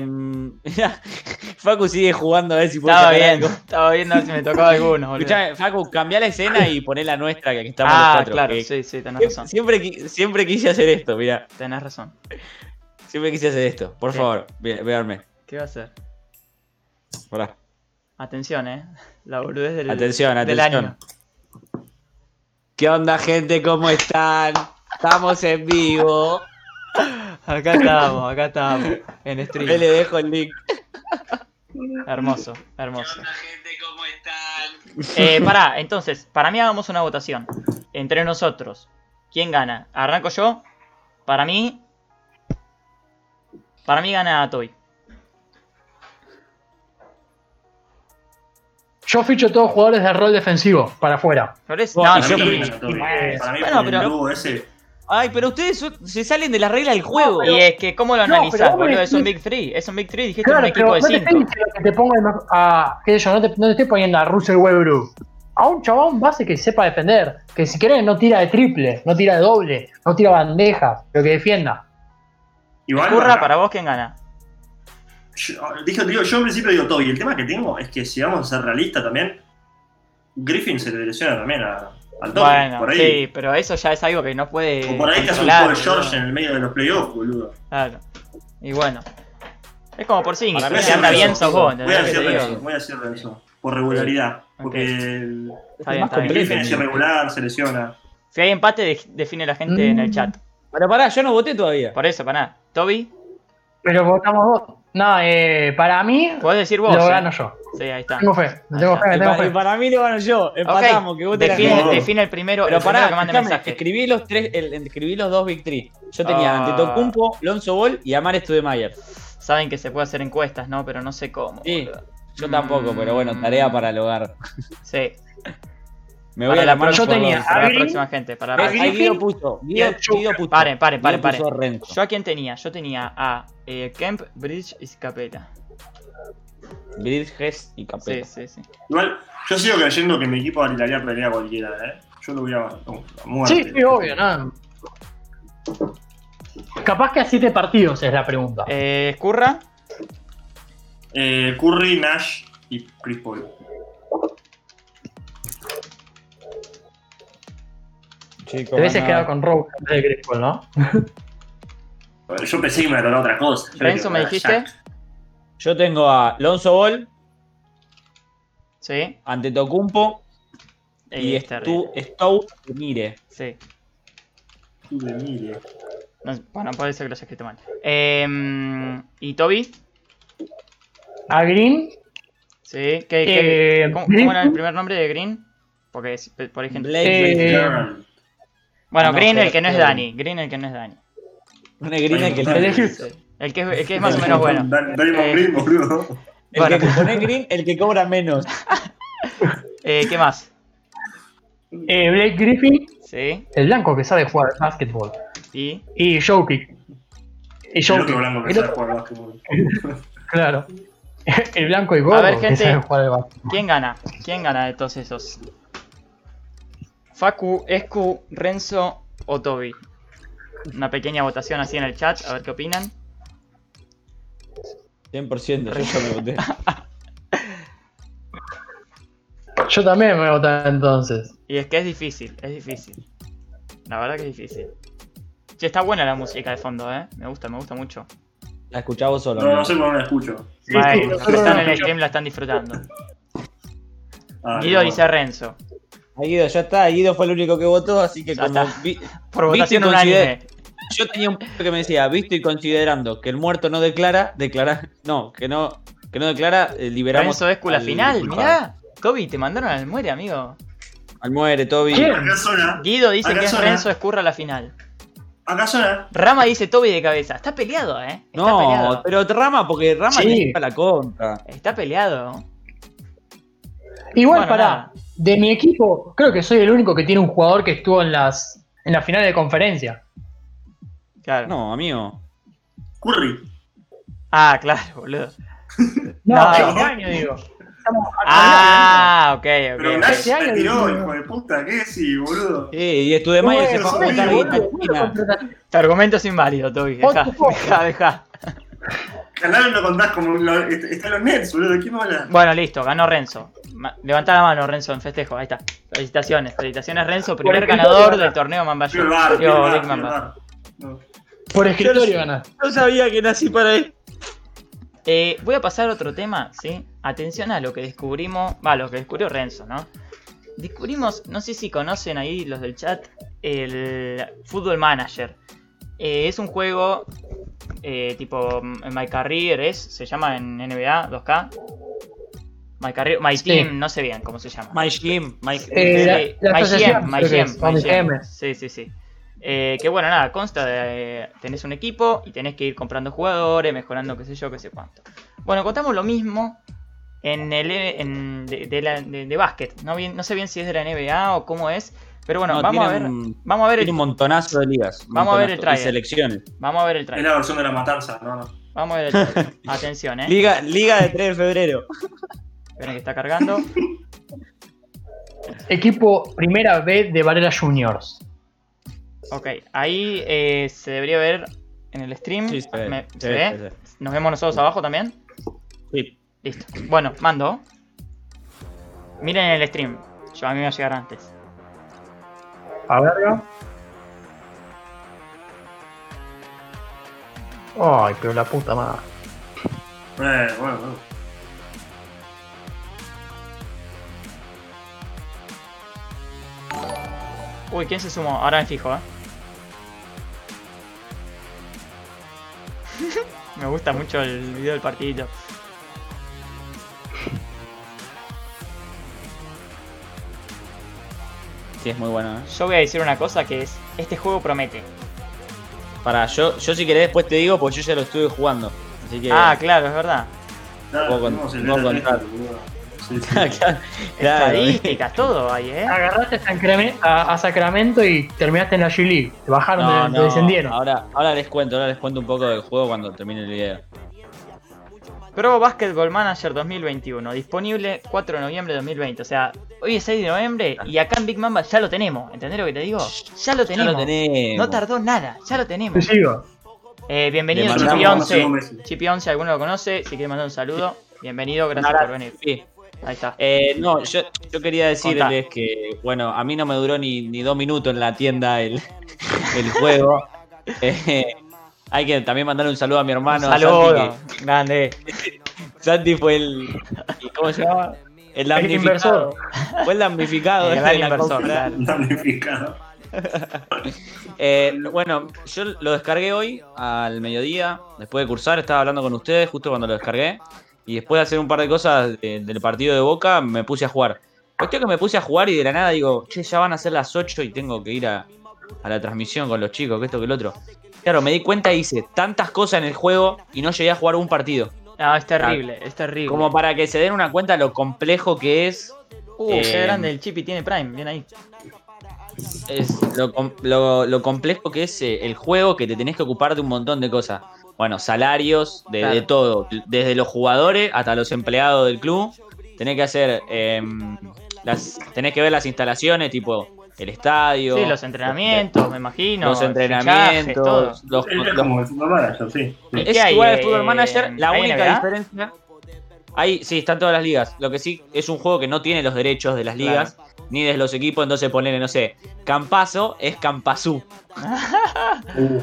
D: Facu sigue jugando a ver si puede
A: Estaba
D: sacar
A: bien,
D: algo.
A: estaba viendo si me tocaba alguno, boludo.
D: Escuchame, Facu, cambiá la escena y poné la nuestra, que aquí estamos
A: ah,
D: los cuatro.
A: claro,
D: que-
A: sí, sí, tenés
D: sie-
A: razón.
D: siempre, qui- siempre quise hacer esto, mira.
A: Tenés razón.
D: Siempre quise hacer esto. Por
A: ¿Qué?
D: favor, ve- veanme.
A: ¿Qué va a hacer?
D: Pará.
A: Atención, eh. La boludez del,
D: Atención,
A: del
D: atención.
A: año.
D: ¿Qué onda, gente? ¿Cómo están? Estamos en vivo.
A: Acá estamos, acá estamos. En stream.
D: Ahí le dejo el link.
A: Hermoso, hermoso. Eh, pará, entonces, para mí hagamos una votación. Entre nosotros. ¿Quién gana? ¿Arranco yo? Para mí. Para mí gana Toy.
E: Yo ficho todos jugadores de rol defensivo para afuera.
A: ¿No les?
D: Bueno,
A: No,
D: y
B: Para
A: sí.
B: mí
D: yo-
B: también, Toby.
E: eh,
B: Para mí
A: bueno,
B: con el
A: pero-
B: dúo ese.
D: Ay, pero ustedes son- se salen de la regla del juego.
A: Y es que, ¿cómo lo
E: No, pero
A: analizás,
E: vos me
A: boludo? Es un
E: decís-
A: Big Three. Es un Big Three, dijiste
E: Claro,
A: un
E: pero
A: Este equipo
E: no
A: de
E: te estoy
A: 5.
E: diciendo que te ponga el mejor- a, qué sé yo, no te, no te estoy poniendo a Russell Westbrook. A un chabón base que sepa defender, que si querés no tira de triple, no tira de doble, no tira bandejas, pero que defienda.
B: Igual,
A: Curra,
B: para-
A: para vos, ¿quién gana?
B: Yo, dije, digo, yo en principio digo Toby. El tema que tengo es que si vamos a ser realistas también, Griffin se le lesiona también a, al Toby.
A: Bueno,
B: por
A: sí,
B: ahí.
A: pero eso ya es algo que no puede.
B: o por ahí te hace un
A: controlar,
B: juego de
A: boludo.
B: George ¿eh? en el medio de los playoffs, boludo.
A: Claro. Y bueno. Es como por sí.
D: Para mí
A: Si
D: sí,
A: anda
B: pero-
A: bien, sos vos.
B: Voy a
A: ¿entendés lo
B: decir
A: que te
B: eso,
A: digo?
B: voy a decir eso. Por regularidad. Porque el-
A: Está bien, está bien.
B: Griffin es irregular, se lesiona.
A: Si hay empate, de- define la gente
E: Mm.
A: en el chat.
D: Pero pará, yo no voté todavía.
A: Por eso, para nada. Toby,
E: Pero votamos vos. No, eh, para mí
A: podés decir vos.
E: lo
A: eh?
E: gano yo.
A: Sí, ahí está.
E: Tengo fe,
A: Ahí
E: tengo
A: está.
E: fe,
D: Y
E: tengo
D: para, y
E: fe.
D: para mí lo gano yo. Empatamos,
A: Ok,
D: que vote la
A: define,
B: gana.
A: define el primero,
D: Pero
A: el primero
D: pará,
A: que mande mensaje.
D: escúchame, escribí los tres, el- escribí los dos Big Three. Yo tenía
A: Ah.
D: Antetokounmpo, Lonzo Ball y Amar Studemayer.
A: Saben que se puede hacer encuestas, ¿no? Pero no sé cómo.
D: Sí,
A: boludo. Mm.
D: yo tampoco, pero bueno, tarea para el hogar.
A: Sí,
D: Me voy
A: Para
D: a
A: la
D: la mano
A: próxima-
E: yo tenía
A: para la
E: Agri,
A: próxima gente. Para
E: Agri,
A: Renzo.
D: Ahí Guido puso, Guido,
E: el Joker.
D: Guido puso.
A: Paren, paren, paren,
D: Guido puso
A: paren.
D: Renzo.
A: Yo a quién tenía? Yo tenía a eh, Kemp, Bridge y Scapeta.
D: Bridges y Capel.
A: Sí, sí, sí.
B: Igual, yo sigo creyendo que mi equipo alquilaría pelea a cualquiera, ¿eh? Yo lo voy a. a muerte.
E: Sí, sí, obvio, nada. Capaz que a siete partidos es la pregunta.
A: Eh, Escurra,
B: Eh, Curry, Nash y Chris Paul.
E: Te hubieses quedado con Rowe en vez de Chris Paul, ¿no?
B: Yo pensé que me acordaba otra cosa. Yo
A: Renzo, ¿me
B: era
A: dijiste?
B: Shaq.
D: Yo tengo a Lonzo Ball,
A: sí.
D: ante Tocumpo y
A: Eh, es terrible.
D: Stu- Stowe Mire.
A: Sí.
B: Tú de mire.
A: No, bueno, puede ser que lo haya escrito mal. Em, ¿Y Toby?
E: A Green,
A: Sí. ¿Qué, qué-
E: Eh,
A: cómo,
E: Green.
A: cómo era el primer nombre de Green? Porque es- por ahí gente-
D: Blake,
E: Eh,
B: Girl.
A: Bueno,
D: no,
A: Green el
D: pero-
A: que no es
D: pero-
A: Dani. Green el que no es Dani.
D: un negrina que
B: Dale.
D: el
A: El que, es- el que es más o menos bueno.
B: Da- Draymond
A: Eh.
B: Green, boludo.
A: Bueno.
D: que pone green, el que cobra menos.
A: Eh, ¿Qué más?
E: eh, Blake Griffin,
A: Sí.
E: el blanco que sabe jugar al básquetbol.
A: Y.
E: Y Jokic. Y
B: El
E: Jokic,
B: otro blanco que
E: El
B: sabe jugar al básquetbol.
E: claro. El blanco y gordo
A: A ver,
E: que
A: gente.
E: sabe jugar al básquetbol.
A: ¿Quién gana? ¿Quién gana de todos esos? Facu, Escu, Renzo o Toby. Una pequeña votación así en el chat, a ver qué opinan.
D: 100%, yo ya me voté.
E: Yo también me voy a votar entonces.
A: Y es que es difícil, es difícil. La verdad que es difícil. Che, está buena la música de fondo, eh. Me gusta, me gusta mucho.
D: La escuchás vos solo.
B: No, no
D: amigo.
B: sé por dónde la escucho.
A: Bueno,
E: sí,
A: los que
E: nosotros
A: están
E: no
A: en el
E: escuchamos.
A: stream la están disfrutando.
B: Ah,
A: Guido
B: no.
A: dice Renzo.
D: Ahí Guido, ya está. Guido fue el único que votó, así que
A: Ya
D: como
A: está.
D: vi-
A: Por
D: Viste,
A: votación unánime.
D: yo tenía un punto que me decía, visto y considerando que el muerto no declara, declara, no, que no, que no declara, eh, liberamos
A: Renzo Escu la
D: al
A: final,
D: culpable.
A: mirá. Toby, te mandaron al muere, amigo.
D: Al muere, Toby.
E: ¿Quién?
B: Acá suena.
A: Guido dice
B: Acá
A: que es
B: suena.
A: Renzo Escurra la final.
B: Acá suena.
A: Rama dice Toby de cabeza. Está peleado, ¿eh? Está
D: No,
A: peleado.
D: pero Rama, porque Rama
E: Sí.
D: le lleva la contra.
A: Está peleado.
E: Igual
A: Bueno,
E: para
A: nada.
E: de mi equipo, creo que soy el único que tiene un jugador que estuvo en las en la final de conferencia.
A: Claro.
D: No, amigo.
B: Curry.
A: Ah, claro, boludo.
E: No,
A: No.
E: este año digo. Estamos
A: Ah, ok,
B: Pero
A: ok.
B: Nash
E: Ese año
B: se tiró,
E: dijo-
B: hijo de puta. ¿Qué decís, boludo?
D: Sí, Eh, y Estudiamayer se fue a
B: Bueno,
D: votar
B: sí,
D: ahí
B: bueno,
D: en la esquina.
A: Tu argumento es inválido, Toby. Deja,
E: Otro.
A: deja, deja.
B: Ganaron lo contás como. lo- est- Están los Nets, boludo. ¿De qué me hablas?
A: Bueno, listo, ganó Renzo. Ma- Levantá la mano, Renzo, en festejo. Ahí está. Felicitaciones, felicitaciones, Renzo, primer
E: Por ejemplo,
A: ganador
E: de-
A: del torneo Mamba
B: Fui al bar, fui al
A: Digo,
B: bar,
A: Big
B: fui al
A: Mamba.
B: bar. No.
E: Por
D: Yo
E: escritorio
D: no-
E: ganas.
D: Yo sabía que nací para él.
A: Eh, voy a pasar a otro tema, ¿sí? Atención a lo que descubrimos, va, lo que descubrió Renzo, ¿no? Descubrimos, no sé si conocen ahí los del chat, el Football Manager. Eh, es un juego eh, tipo mm, My Career, es, se llama en NBA 2K. My Career, My
E: Sí.
A: Team, no sé bien cómo se llama.
D: My Jim, My
E: Eh, la-
A: Sí,
E: la
A: My
E: asociación,
A: Gem, My
E: creo que
A: Gem,
E: es,
A: My
E: Only
A: Gem.
E: M.
A: Sí, sí, sí. Eh, que bueno, nada, consta de. eh, tenés un equipo y tenés que ir comprando jugadores, mejorando qué sé yo, qué sé cuánto. Bueno, contamos lo mismo en el. eh, en- de, de la- de- de básquet. No, bien, no sé bien si es de la NBA o cómo es, pero bueno,
D: No,
A: vamos, a
D: tiene
A: ver,
D: un-
A: vamos a ver.
D: Tiene un
A: el-
D: montonazo de ligas.
A: Vamos a ver
D: montonazo,
A: el trailer.
D: Y selecciones.
A: Vamos a ver el
B: Es
A: trailer.
B: la versión de la matanza, no, no.
A: Vamos a ver el trailer. Atención, eh.
D: Liga, Liga de 3 de febrero.
A: Esperen que está cargando.
E: Equipo Primera B de Varela Juniors.
A: Ok, ahí eh, se debería ver en el stream.
D: Sí, se ve,
A: Me-
D: se
A: ¿se
D: ve,
A: ve? Nos vemos nosotros abajo también.
D: Sí.
A: Listo. Bueno, mando. Miren el stream. Yo a mí me va a llegar antes.
E: A verga. Ay, pero la puta madre.
B: Eh, bueno, bueno.
A: Uy, ¿quién se sumó? Ahora me fijo, eh. me gusta mucho el video del partidito.
D: Sí, es muy bueno. ¿eh?
A: Yo voy a decir una cosa que es, este juego promete.
D: Para, yo, yo si querés después te digo, pues yo ya lo estuve jugando. Así que.
A: Ah, claro, es verdad.
B: Ya,
D: Vos con-
B: tenemos el
D: vos
B: beta
D: con-
B: tester, boludo. Sí, sí.
D: claro.
A: ¿eh?
D: claro.
A: Estadísticas, todo ahí, eh.
E: Agarraste a, San Creme- a- a Sacramento y terminaste en la G League. Te bajaron,
D: No,
E: de- te
D: no,
E: descendieron.
D: Ahora, ahora les cuento, ahora les cuento un poco del juego cuando termine el video.
A: Pro Basketball Manager 2021, disponible 4 de noviembre de 2020. O sea, hoy es 6 de noviembre y acá en Big Mamba ya lo tenemos. ¿Entendés lo que te digo? Ya lo
D: Ya
A: tenemos.
D: lo tenemos.
A: No tardó nada, ya lo tenemos.
E: Exclusivo.
A: Eh, bienvenido,
D: Le
B: mandamos un
A: Chipi11.
B: beso.
A: Chipi11, alguno lo conoce. Si quiere mandar un saludo, bienvenido, gracias
D: Ahora,
A: por venir.
D: sí.
A: Ahí está.
D: Eh, no, yo, yo quería
A: Contá.
D: decirles que, bueno, a mí no me duró ni, ni dos minutos en la tienda el, el juego. Eh, hay que también mandarle un saludo a mi hermano. a Santi,
A: Saludos,
D: que-
A: grande.
D: Santi fue el. ¿Cómo se llama? El
E: El
D: damnificado.
E: inversor.
D: Fue el damnificado.
A: El
D: de
A: gran
D: la
A: inversor,
D: compra.
A: claro.
B: Damnificado.
D: Eh, bueno, yo lo descargué hoy al mediodía, después de cursar, estaba hablando con ustedes justo cuando lo descargué. Y después de hacer un par de cosas de- del partido de Boca, me puse a jugar. Cuestión que me puse a jugar y de la nada digo, che, ya van a ser las 8 y tengo que ir a, a la transmisión con los chicos, que esto, que el otro. Claro, me di cuenta y hice tantas cosas en el juego y no llegué a jugar un partido.
A: No, es terrible, es terrible.
D: Como para que se den una cuenta lo complejo que es
A: Uh, qué
D: eh,
A: grande el Chipi tiene Prime, bien ahí.
D: es lo, com- lo- lo complejo que es eh, el juego, que te tenés que ocupar de un montón de cosas. Bueno, salarios, de,
A: Claro.
D: de todo. Desde los jugadores hasta los empleados del club. Tenés que hacer. em, las, tenés que ver las instalaciones, tipo el estadio.
A: Sí, los entrenamientos, me imagino.
D: Los
A: fichajes, todo.
D: entrenamientos. los-
B: Es
D: los-
B: como el fútbol manager, sí.
A: ¿Y
D: es
A: qué hay,
D: igual al
A: eh,
D: Football Manager. La
A: hay
D: única
A: NBA?
D: diferencia. Ahí sí, están todas las ligas. Lo que sí es un juego que no tiene los derechos de las
A: Claro.
D: ligas ni de los equipos. Entonces ponen, no sé, Campazo es Campazú.
B: Uh,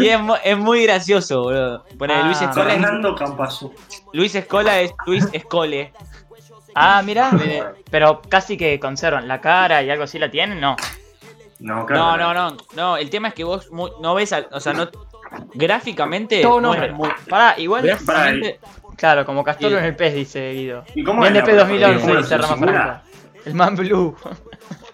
D: Y es, mu- es muy gracioso, boludo. Ponele,
A: Ah.
D: Luis Escola es,
B: Fernando Campazo.
D: Luis Escola es Luis Escole.
A: Ah, mirá. Pero casi que conservan la cara y algo así la tienen, no.
B: No, claro.
D: No, no, no. No, el tema es que vos mu- no ves al- O sea, no. Gráficamente.
A: Todo
D: no es
A: nombre.
D: muy-
A: Pará, igual.
D: gráficamente-
A: Claro, como Castoro
D: Sí.
A: en el PES, dice Guido.
B: ¿Y cómo
A: Bien
B: es
A: DP
B: la-
A: 2011,
B: ¿Cómo
A: dice
B: lo
A: Rama
B: simula?
A: Franca. El Man Blue.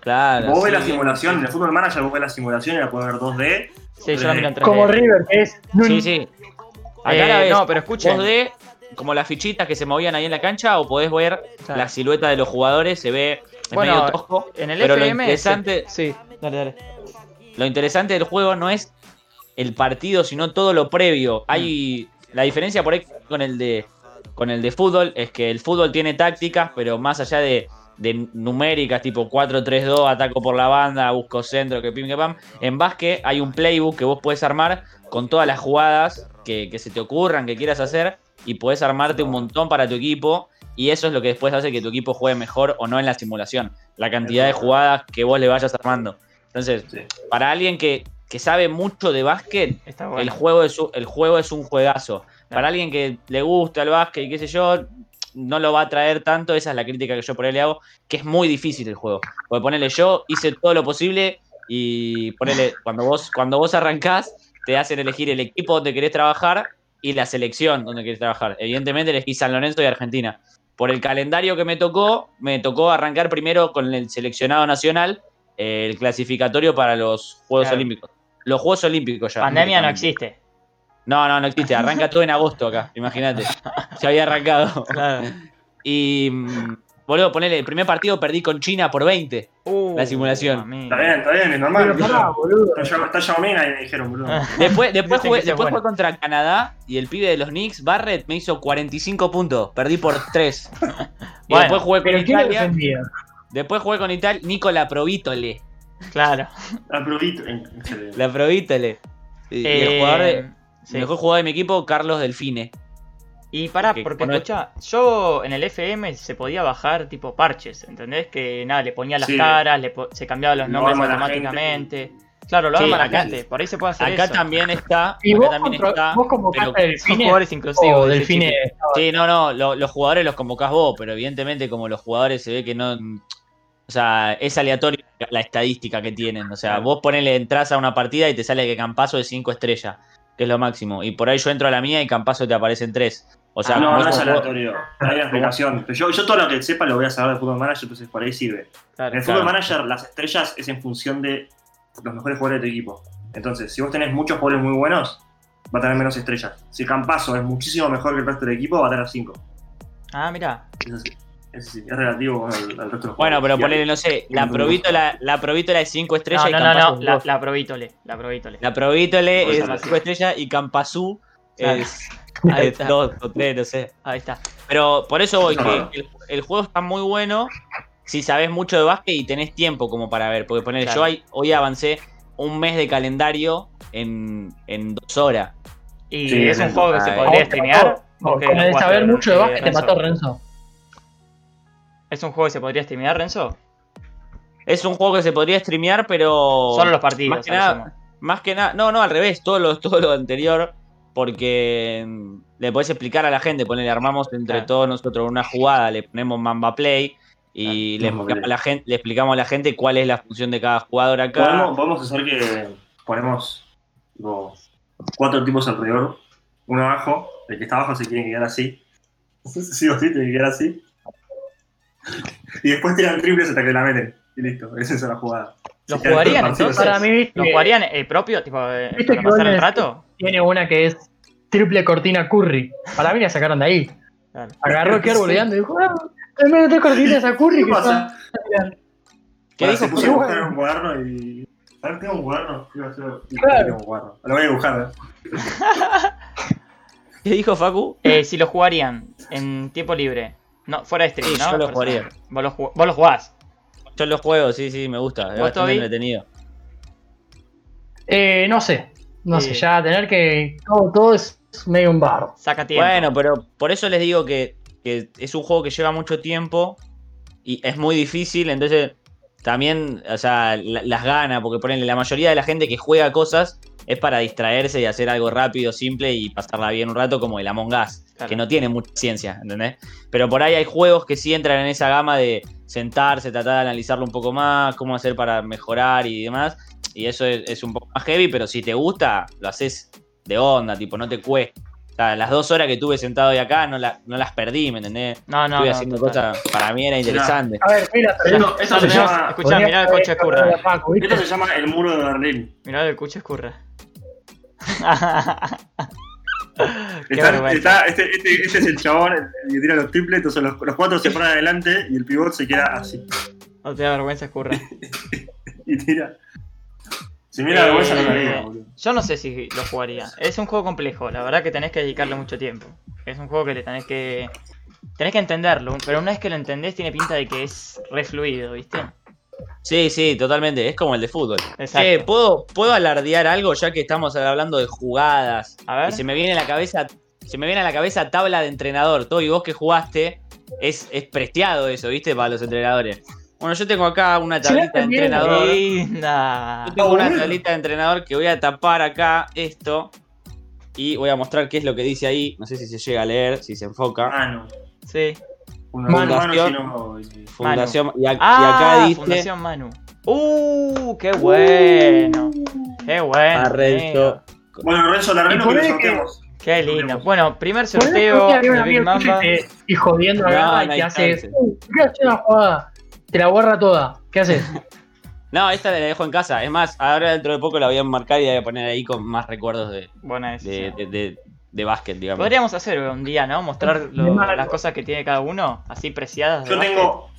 D: Claro.
B: Vos ves
D: sí.
B: la simulación, en el fútbol manager vos ves la simulación y la podés ver 2D.
A: Sí, yo la miro en 3D.
E: Como River, que es.
D: Sí, sí. Acá
A: Eh,
D: la ves
A: no, pero escuchen.
D: 2D, como las fichitas que se movían ahí en la cancha, o podés ver
A: Claro.
D: la silueta de los jugadores, se ve es
A: Bueno,
D: medio tosco.
A: En el
D: pero lo
A: FM.
D: interesante-
A: Sí, dale, dale.
D: Lo interesante del juego no es el partido, sino todo lo previo. Hay
A: Mm.
D: la diferencia por ahí con el de con el de fútbol es que el fútbol tiene tácticas, pero más allá de, de numéricas tipo 4-3-2, ataco por la banda, busco centro, que pim que pam, en básquet hay un playbook que vos puedes armar con todas las jugadas que, que se te ocurran, que quieras hacer y podés armarte un montón para tu equipo y eso es lo que después hace que tu equipo juegue mejor o no en la simulación, la cantidad de jugadas que vos le vayas armando. Entonces,
B: Sí.
D: para alguien que, que sabe mucho de básquet,
A: Está
D: el,
A: bueno. Ah.
D: juego es, un- el juego es un juegazo. Para alguien que le gusta el básquet y qué sé yo, no lo va a traer tanto. Esa es la crítica que yo por ahí le hago, que es muy difícil el juego. Porque ponele, yo hice todo lo posible y ponele, cuando vos, cuando vos arrancás, te hacen elegir el equipo donde querés trabajar y la selección donde querés trabajar. Evidentemente elegí San Lorenzo y Argentina. Por el calendario que me tocó, me tocó arrancar primero con el seleccionado nacional, eh, el clasificatorio para los Juegos
A: Claro.
D: Olímpicos. Los Juegos Olímpicos ya.
A: Pandemia no
D: directamente.
A: existe.
D: No, no, no existe. Arranca todo en agosto acá, imagínate. Ya había arrancado.
A: Claro.
D: Y, mm, boludo, ponele, el primer partido perdí con China por 20.
A: Uh,
D: La simulación.
A: amigo.
B: Está bien, está bien, es normal.
E: Pero pará,
B: boludo.
E: boludo.
B: Está llam- está Xiaomina y me dijeron, boludo.
D: Después, después,
A: Dicen
D: jugué,
A: que ese es
D: después
A: bueno.
D: jugué contra Canadá y el pibe de los Knicks, Barrett, me hizo 45 puntos. Perdí por 3. Y
A: Bueno,
D: después jugué con
E: Pero ¿quién lo
D: Italia.
E: defendía?
D: Después jugué con Italia. Nicola Provitole.
A: Claro.
B: Ah, Aplaudito. Excelente.
D: La Provitole. Y, y el
A: Eh,
D: jugador de-
A: sí.
D: mejor jugador de mi equipo, Carlos Delfine.
A: Y pará,
D: que
A: porque
D: conoce-
A: escuchá, yo en el FM se podía bajar tipo parches, ¿entendés? Que nada, le ponía las
B: Sí.
A: caras, le po- se cambiaban los
B: Lo
A: nombres
B: arma la
A: automáticamente. Claro, lo
D: Sí,
A: arman
D: acá
A: acá, por ahí se puede hacer
D: Acá
A: eso.
D: también está.
E: ¿Y
D: acá
E: vos,
D: también
E: contra-
D: está,
E: vos convocaste
D: pero-
A: Son
E: a Delfine?
A: jugadores
E: o
A: inclusivos. dice
E: Delfine
A: Chiqui.
E: estaba-
D: Sí, no, no, lo- los jugadores los convocás vos, pero evidentemente como los jugadores se ve que no... O sea, es aleatorio la estadística que tienen. O sea, vos ponele, entras a una partida y te sale que Campazo es 5 estrellas, que es lo máximo. Y por ahí yo entro a la mía y Campazo te aparecen 3. O sea,
A: Ah,
B: No,
D: vos
B: no es
D: como-
B: aleatorio. Hay una explicación. Pero yo, yo todo lo que sepa lo voy a saber de Fútbol Manager, entonces por ahí sirve. En
A: Claro.
B: el Fútbol Manager, las estrellas es en función de los mejores jugadores de tu equipo. Entonces, si vos tenés muchos jugadores muy buenos, va a tener menos estrellas. Si Campazo es muchísimo mejor que el resto del equipo, va a tener 5.
A: Ah, mirá.
B: Es así. Es, así. Es relativo al, al resto de los jugadores.
D: Bueno, pero
B: Y-
D: ponele, no sé, la provítola, la provítola es 5 estrellas
A: No,
D: y
A: no, no,
D: Campazzo
A: no,
D: es
A: la,
D: dos.
A: la probítole, la probítole.
D: La Provítole
B: Pues
D: es
B: algo así.
D: 5 estrellas y Campazú
A: Claro.
D: es
A: Ahí está.
D: 2 o 3, no sé.
A: Ahí está.
D: Pero por eso voy,
B: No.
D: que el, el juego está muy bueno si sabes mucho de básquet y tenés tiempo como para ver. Porque poner
A: Claro.
D: yo ahí- hoy avancé un mes de calendario en, en dos horas.
A: Y
B: Sí,
A: es un
B: Renzo.
A: juego que se
D: Ay.
A: podría
E: Vos te
A: streamear.
E: mató. Vos,
A: Ok,
E: con el
A: bueno,
E: saber mucho de
A: sí,
E: básquet te
A: Renzo.
E: mató Renzo.
A: ¿Es un juego que se podría streamear, Renzo?
D: Es un juego que se podría streamear, pero.
A: Solo los partidos.
D: más que
A: a lo
D: nada-
A: sumo.
D: Más que nada, no, no, al revés, todo lo, todo lo anterior, porque mm, le podés explicar a la gente, ponele, armamos entre
A: Claro.
D: todos nosotros una jugada, le ponemos Mamba Play y
B: Claro,
D: le,
B: Mamba
D: explicamos a
B: Play.
D: la gente, le explicamos a la gente cuál es la función de cada jugador acá.
B: Podemos, podemos hacer que ponemos tipo, cuatro tipos alrededor, uno abajo, el que está abajo se tiene que quedar así. Sí o sí, tiene que quedar así. Y después tiran triples hasta que la meten. Y listo, esa es la jugada.
A: ¿Lo
B: Se queda
A: jugarían
B: todo el partido
A: entonces?
B: así.
E: Para mí, viste,
A: ¿Lo jugarían el propio? Tipo, eh,
E: Viste
A: para
E: que
A: pasar
E: vos
A: el
E: le-
A: rato.
E: tiene una que es triple cortina Curry. Para mí la sacaron de ahí.
A: Claro.
E: Agarró el que arboleando y dijo, ah, en vez de tres cortinas a Curry
B: ¿Qué
E: que son-
B: pasa?
D: ¿Qué
B: Ahora
D: dijo?
B: Se puso a
E: Curry?
B: buscar un cuaderno y. A ver, tengo un cuaderno. Iba a hacer-
E: Claro.
B: Tengo un cuaderno. Lo voy a dibujar. ¿eh?
D: ¿Qué dijo Facu?
A: Eh, si lo jugarían en tiempo libre. No, fuera de stream,
D: Sí,
A: ¿no?
D: yo lo
A: Personal.
D: jugaría.
A: Vos lo, ju- vos lo jugás.
D: Yo los juego, sí, sí, me gusta, es
A: ¿Vos,
D: bastante
A: Toby?
D: entretenido.
E: Eh, no sé. No
A: Sí.
E: sé, ya tener que. Todo, todo es medio un barro.
A: Saca tiempo.
D: Bueno, pero por eso les digo que, que es un juego que lleva mucho tiempo y es muy difícil, entonces también, o sea, la- las ganas, porque ponen la mayoría de la gente que juega cosas es para distraerse y hacer algo rápido, simple y pasarla bien un rato como el Among Us,
A: Claro.
D: que no tiene mucha ciencia, ¿entendés? Pero por ahí hay juegos que sí entran en esa gama de sentarse, tratar de analizarlo un poco más, cómo hacer para mejorar y demás. Y eso es, es un poco más heavy, pero si te gusta, lo haces de onda, tipo, no te cuesta. O sea, las dos horas que tuve sentado de acá no, la- no las perdí, ¿me entendés?
A: no, no.
D: Estuve
A: no,
D: haciendo
A: total.
D: cosas, para mí era interesante.
E: A ver, mira, pero
B: Eso, eso se
A: Mirá,
B: llama,
A: Escuchá, mirá el coche escurra.
B: esto se llama el muro de Berlín.
A: Mirá el coche escurra. Qué
B: Está,
A: vergüenza.
B: está- este, este- este es el chabón el que tira los triples, entonces los, los cuatro se paran adelante y el pivot se queda así.
A: No te da vergüenza, escurra.
B: Y tira. Si mira la vergüenza, no la
A: Eh,
B: liga, boludo.
A: Yo no sé si lo jugaría. Es un juego complejo, la verdad que tenés que dedicarle mucho tiempo. Es un juego que le tenés que. Tenés que entenderlo, pero una vez que lo entendés tiene pinta de que es re fluido, ¿viste?
D: Sí, sí, totalmente. Es como el de fútbol.
A: Exacto.
D: Che, ¿puedo, ¿puedo alardear algo ya que estamos hablando de jugadas?
A: A ver.
D: Y se me viene a la cabeza, se me viene a la cabeza tabla de entrenador. Toby, vos que jugaste, es, es preciado eso, ¿viste? Para los entrenadores. Bueno, yo tengo acá una
E: Sí,
D: tablita de
E: también,
D: entrenador.
A: eh. Linda.
D: Yo tengo una
B: bueno.
D: tablita de entrenador que voy a tapar acá esto. Y voy a mostrar qué es lo que dice ahí. No sé si se llega a leer, si se
A: Ah,
D: enfoca.
B: Mano.
A: Sí.
B: Una
E: Mano.
B: mano, si no. eh.
D: Fundación. Y, a- y
A: Ah,
D: acá dice.
A: Fundación Manu. Uh, qué bueno. Qué bueno.
D: Arrecho.
A: amigo.
B: Bueno, Renzo, la
E: Y
B: verdad que
E: ponele
B: lo
E: que-
B: sorteamos.
A: Qué lindo. Bueno, primer sorteo de Big Mamba.
E: Te, y jodiendo
D: No,
E: agarra y
D: no hay
E: te hace.
D: chance.
E: "Uh, ¿Qué haces una jugada? Te la borra toda. ¿Qué haces?
D: No, esta la dejo en casa. Es más, ahora dentro de poco la voy a marcar y la voy a poner ahí con más recuerdos de,
A: Buena
D: de,
A: decisión.
D: de- de- de básquet, digamos.
A: Podríamos hacer un día, ¿no? Mostrar lo-
E: De malo.
A: las cosas que tiene cada uno, así preciadas. de
B: Yo
A: básquet.
B: tengo.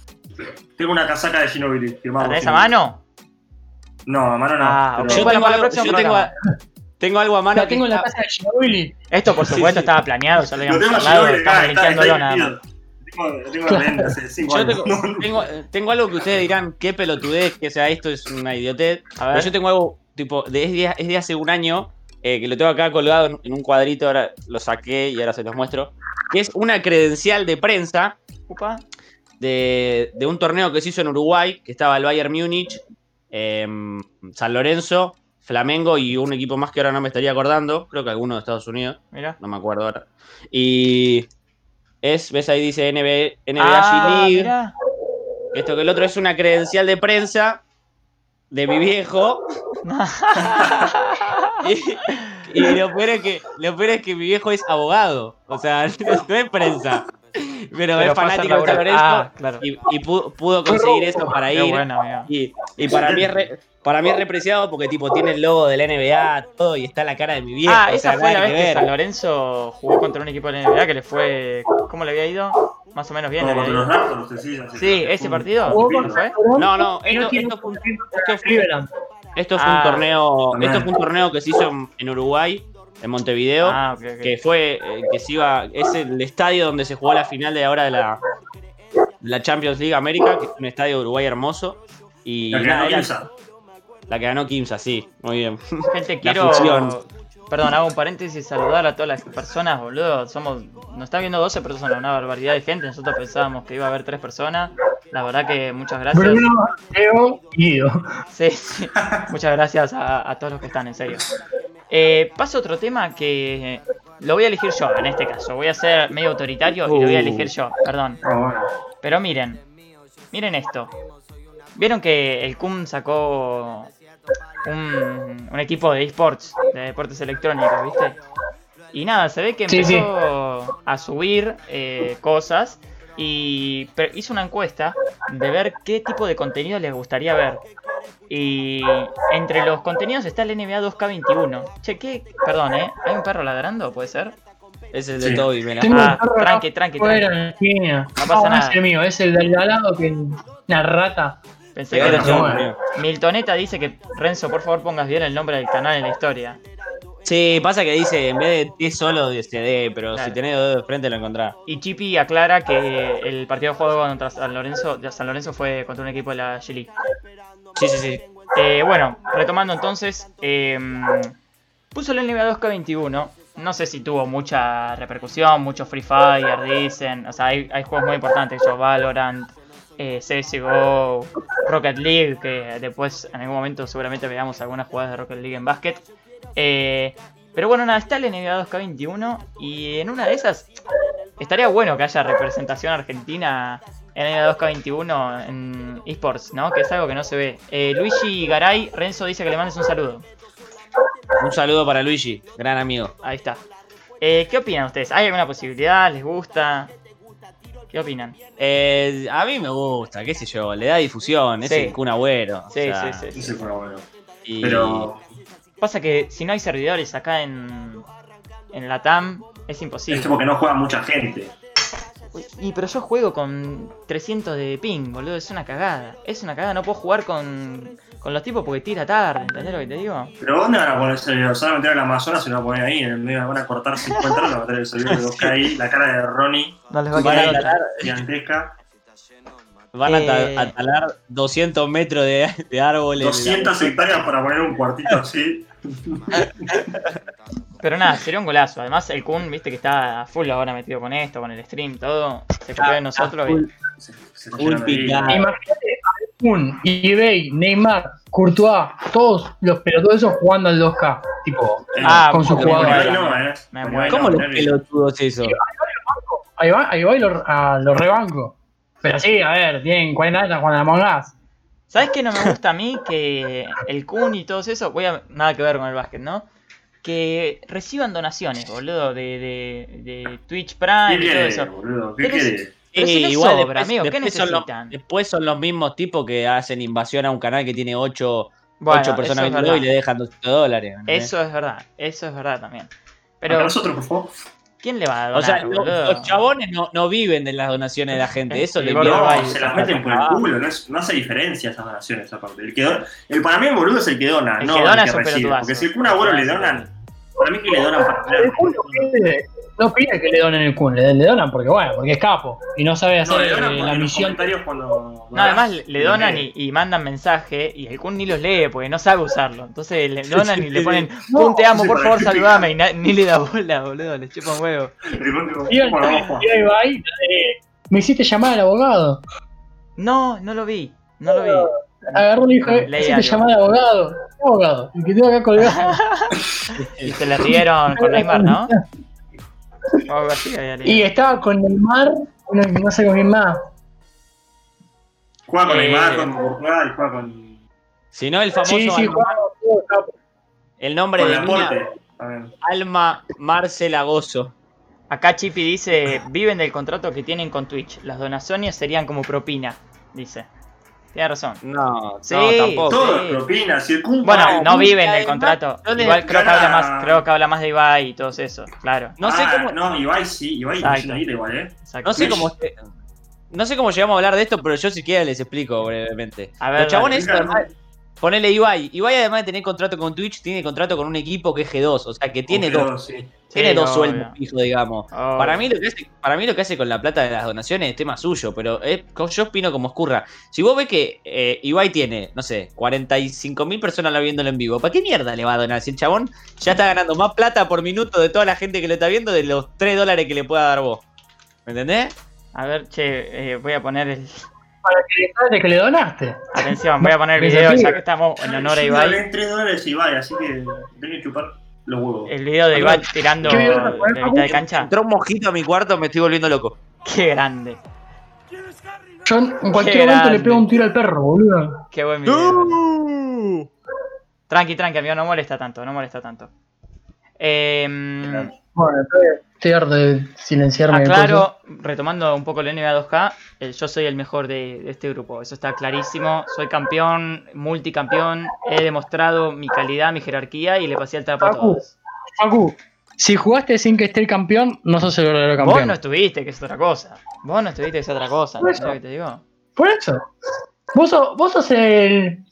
B: Tengo una casaca de Ginobili.
A: ¿La
B: firmada por
A: tenés a
B: Ginobili.
A: mano?
B: No, a mano no.
A: Ah,
B: pero-
A: ok.
D: Yo,
A: Bueno,
D: tengo
A: para el
D: algo,
A: próximo
D: yo tengo,
A: programa.
D: tengo algo a mano
E: La
D: que
E: tengo en la
D: está-
E: casa de Ginobili.
A: Esto, por
D: Sí,
A: supuesto,
D: sí.
A: estaba planeado, ya lo
B: Lo
A: habíamos
B: tengo a
A: hablado,
B: Ginobili acá,
A: estamos
B: está,
A: linkeándolo
B: está
A: nada más.
B: dividido. Tengo, tengo la leyenda hace cinco
D: yo
B: años.
D: tengo, tengo- tengo algo que ustedes dirán, qué pelotudez, que sea esto, es una idiotez.
A: A
D: Pero
A: ver.
D: yo tengo algo, tipo, de, es, de, es de hace un año, eh, que lo tengo acá colgado en, en un cuadrito, ahora lo saqué y ahora se los muestro. Que es una credencial de prensa
A: Upa.
D: de, de un torneo que se hizo en Uruguay, que estaba el Bayern Múnich, eh, San Lorenzo, Flamengo y un equipo más que ahora no me estaría acordando, creo que alguno de Estados Unidos,
A: Mira.
D: no me acuerdo ahora. Y es, ves ahí dice NBA, NBA
A: Ah,
D: G League,
A: mira.
D: esto que el otro es una credencial de prensa de mi viejo. Y, y lo, peor es que, lo peor es que mi viejo es abogado, o sea, no es prensa. Pero, es
A: Pero pasa
D: fanático de
A: laburar.
D: San Lorenzo
A: Ah, claro.
D: y, y pu- pudo conseguir eso para
A: Qué
D: ir.
A: bueno, amigo.
D: Y, y para mí es re- para mí es repreciado porque tipo tiene el logo de la NBA, todo, y está la cara de mi viejo.
A: Ah,
D: o sea,
A: esa fue la
D: nada
A: vez
D: que
A: que
D: ver.
A: San Lorenzo jugó contra un equipo de la NBA que le fue. ¿Cómo le había ido? Más o menos bien. le
B: Como
A: había
B: contra los
A: ido.
B: Raptors, te sigas.
A: Sí, ese partido.
E: Jugó
A: ¿no
E: contra
A: fue?
E: Toronto
D: No, no,
E: y
D: esto-
E: tiene
D: esto
E: un
D: fue-
E: punto
D: esto
E: contra
D: fue-
E: Cleveland.
D: Esto fue un
A: Ah.
D: torneo,
B: También.
D: esto fue un torneo que se hizo en, en Uruguay, en Montevideo,
A: Ah, ok, ok.
D: que fue eh, que se iba es el estadio donde se jugó la final de ahora de la la Champions League América, que es un estadio de Uruguay hermoso y
B: La que
D: nada,
B: ganó
D: era-
B: Bielsa.
D: La que ganó Kimsa, sí. Muy bien.
A: Gente, quiero.
D: fusión.
A: Perdón, hago un paréntesis, saludar a todas las personas, boludo. Somos. Nos está viendo 12 personas, una barbaridad de gente. Nosotros pensábamos que iba a haber 3 personas. La verdad que muchas gracias.
E: Bruno, Leo y Guido.
A: Sí, sí. Muchas gracias a, a todos los que están, en serio. Eh, paso a otro tema que eh, lo voy a elegir yo en este caso. Voy a ser medio autoritario y lo
D: Uh.
A: voy a elegir yo, perdón.
B: Ah, bueno.
A: Pero miren, miren esto. Vieron que el CUM sacó un, un equipo de esports, de deportes electrónicos, ¿viste? Y nada, se ve que
E: Sí,
A: empezó a subir eh, cosas y pre- hizo una encuesta de ver qué tipo de contenido les gustaría ver. Y entre los contenidos está el NBA 2K21. Che, ¿qué? Perdón, ¿eh? ¿Hay un perro ladrando? ¿Puede ser?
D: Ese es el de
B: Sí.
D: Toby, me la-
E: Tengo
A: Ah,
E: un perro
A: tranqui, tranqui,
E: Fuera
A: tranqui.
E: en la esquina.
A: No pasa
E: no
A: nada.
E: es el mío, es el del al lado que una rata.
A: Pensé que
D: Pegale
A: era
D: al
B: Bueno,
D: chabón,
B: bueno.
D: amigo.
A: Miltoneta dice que Renzo, por favor, pongas bien el nombre del canal en la historia.
D: Sí, pasa que dice, en vez de 10 solo, de CD, pero
A: Claro.
D: si tenés dos dedos de frente lo encontrás.
A: Y Chipi aclara que el partido de juego contra San Lorenzo, de San Lorenzo fue contra un equipo de la G-League.
D: Sí, sí, sí.
A: Eh, bueno, retomando entonces, eh, puso el NBA 2K21. No sé si tuvo mucha repercusión, mucho Free Fire, dicen. O sea, hay, hay juegos muy importantes, yo Valorant, eh, CSGO, Rocket League, que después en algún momento seguramente veamos algunas jugadas de Rocket League en básquet. Eh, pero bueno, nada, está el NBA 2K21 y en una de esas estaría bueno que haya representación argentina en NBA 2K21 en esports, ¿no? Que es algo que no se ve. Eh, Luigi Garay, Renzo dice que le mandes un saludo.
D: Un saludo para Luigi, gran amigo.
A: Ahí está. Eh, ¿Qué opinan ustedes? ¿Hay alguna posibilidad? ¿Les gusta? ¿Qué opinan?
D: Eh, a mí me gusta, qué sé yo, le da difusión, es
A: Sí.
D: el Kun Agüero. o
A: Sí,
D: sea,
A: sí, sí, sí.
B: Ese fue bueno.
D: y-
B: Pero
A: Pasa que si no hay servidores acá en, en la TAM, es
B: es que
A: imposible.
B: porque no juega mucha gente.
A: Y pero yo juego con 300 de ping, boludo. Es una cagada. Es una cagada. No puedo jugar con, con los tipos porque tira tarde. ¿Entendés lo que te digo?
B: Pero ¿dónde van a poner el servidor? Se van a meter al Amazonas y lo van a poner ahí. En el medio van a cortar 50 horas, van a meter el servidor de 2K ahí. La cara de Ronnie,
A: No les va a
D: Van a
A: quedar otra.
D: ganar.
B: gigantesca.
D: Van a, ta-
A: Eh.
D: a talar 200 metros de, de árboles.
B: 200 hectáreas para poner un cuartito así.
A: Pero nada, sería un golazo. Además, el Kun, viste que está a full ahora metido con esto, con el stream, todo. Se
D: Ah,
A: copió de nosotros. y-
B: Se, se está
D: Full
B: llenando ahí.
D: picada.
E: Imagínate a un eBay, Neymar, Courtois, todos los pelotudos esos jugando al 2K. Tipo,
B: Eh,
A: Ah,
E: con sus
A: me
E: jugadores.
A: muero.
B: no, eh.
A: Me muero.
B: Pero bueno,
D: ¿Cómo los
B: Terry,
D: pelotudos eso?
E: Ahí va, ahí va y lo, a- lo rebanco. Pero sí, a ver, tienen 40 años cuando la mongás.
A: ¿Sabes qué no me gusta a mí? Que el Kun y todo eso, voy a, nada que ver con el básquet, ¿no? Que reciban donaciones, boludo, de, de, de Twitch Prime y todo
B: ¿Qué quiere,
A: eso.
B: boludo? ¿Qué
A: Pero es-
B: quiere?
A: Pero si
D: Eh,
A: les
D: igual
A: sobra,
D: después-
A: amigo, ¿qué
D: después son los,
A: necesitan?
D: después son los mismos tipos que hacen invasión a un canal que tiene 8,
A: Bueno,
D: personas
A: eso es
D: viendo y
A: verdad.
D: le dejan 200 dólares. ¿no?
A: Eso es verdad, eso es verdad también.
B: Pero...
A: Pero,
B: nosotros, por favor.
A: ¿quién le va a
D: O
A: donar,
D: sea, lo-
A: boludo?
D: los chabones no, no viven de las donaciones de la gente. Eso
A: Sí,
D: le
A: gordo,
D: viene-
A: vaya.
B: No, se las meten por el culo, no, es- no hace diferencia esas donaciones aparte. El que don- el, para mí el boludo es el que dona,
A: El
B: no
A: que dona
B: el
A: es
B: que
A: un
B: recibe.
A: pelotudazo.
B: Porque si un abuelo le donan, para mí que le donan para
E: El Kun no pide- no pide que le donen el Kun, le, le donan porque bueno, porque es capo. Y no sabe hacer
B: No, le
E: eh,
B: donan
E: la
B: porque en los
E: misión.
B: comentarios cuando.
A: No, además le
B: lo
A: donan y,
B: lee.
A: y mandan mensaje y el Kun ni los lee porque no sabe usarlo. Entonces le donan y le ponen,
E: No,
A: Kun te amo,
B: sí,
A: por
B: por
A: favor
B: ahí.
A: saludame y na- ni le da bola, boludo, le chupa un huevo.
B: Le ponen como,
E: Y ahí
B: bueno, vamos, Juan.
E: va ahí, eh, me hiciste llamar al abogado.
A: No, no lo vi, no lo vi.
E: Agarró y dijo, eh, me
A: Leí
E: hiciste
A: algo.
E: llamar al abogado. ¿Qué abogado? El que tengo acá colgado.
A: Y se le rieron con Neymar, ¿no? O algo así había leído.
E: Y estaba con Neymar, no, no sé con quién más.
B: Juega con
A: Eh.
B: Neymar, con Portugal, juega con.
D: Si no, el famoso
E: Sí, sí,
D: Alma-
E: jugaba todo capo.
D: el nombre
B: Con
D: de
B: la
D: mina,
B: porte. también.
D: Alma Marcela Gozo.
A: Acá Chippy dice, viven del contrato que tienen con Twitch. Las donaciones serían como propina, dice. Tiene razón.
D: No,
A: Sí.
D: no, tampoco.
B: Todo
A: sí.
B: es propina, si el cum-
A: Bueno, no viven del
D: además,
A: contrato.
D: no le-
A: Igual creo que habla
B: Claro.
A: más, creo que habla más de Ibai y todo eso, claro.
D: No sé
B: Ah,
D: cómo,
B: No, Ibai sí, Ibai
A: Exacto.
B: es una guita igual, ¿eh?
A: exacto.
D: no sé cómo. No sé cómo llegamos a hablar de esto, pero yo siquiera les explico brevemente.
A: A ver,
D: Los chabones,
B: dale.
D: además, ponele Ibai. Ibai, además de tener contrato con Twitch, tiene contrato con un equipo que es G2, o sea, que tiene
B: Pero
D: dos.
B: sí.
D: Tiene
A: Sí,
D: dos
A: obvio.
D: sueldos fijos, digamos.
A: Obvio.
D: Para, mí lo que hace, para mí lo que hace con la plata de las donaciones es tema suyo, pero es- co- yo opino como escurra. Si vos ves que eh, Ibai tiene, no sé, 45 mil personas la viéndolo en vivo, ¿para qué mierda le va a donar? Si el chabón ya está ganando más plata por minuto de toda la gente que lo está viendo de los 3 dólares que le pueda dar vos. ¿Me entendés?
A: A ver, che, eh, voy a poner el.
E: Para que le sabes que le donaste.
A: Atención, voy a poner el
E: Mis
A: video ya
E: amigos.
A: que estamos en honor a
B: Yo
A: Ibai.
B: gané 3 dólares Ibai, así que tenía que chupar los huevos.
A: El video de Ibai tirando
E: ¿Qué
A: de
E: video vas a poner,
A: mitad de cancha.
D: Ah. Entró un mojito a mi cuarto, me estoy volviendo loco.
A: Qué grande.
E: Yo en
A: Qué
E: cualquier momento
A: grande.
E: le pego un tiro al perro, boludo.
A: Qué
D: Eh,
A: buen video. Tranqui, tranqui, amigo, no molesta tanto, no molesta tanto. Eh,
E: Bueno, entonces estoy harto de silenciarme.
A: Ah,
E: entonces.
A: aclaro, retomando un poco el NBA 2K, eh, yo soy el mejor de, de este grupo, eso está clarísimo. Soy campeón, multicampeón, he demostrado mi calidad, mi jerarquía y le pasé el trapo a todos.
E: Facu, si jugaste sin que esté el campeón, no sos el verdadero
A: Vos
E: campeón.
A: no estuviste, que es otra cosa. Vos no estuviste, que es otra cosa. ¿entendés
E: Eso.
A: lo que te digo?
E: Por eso. Vos sos, vos sos el,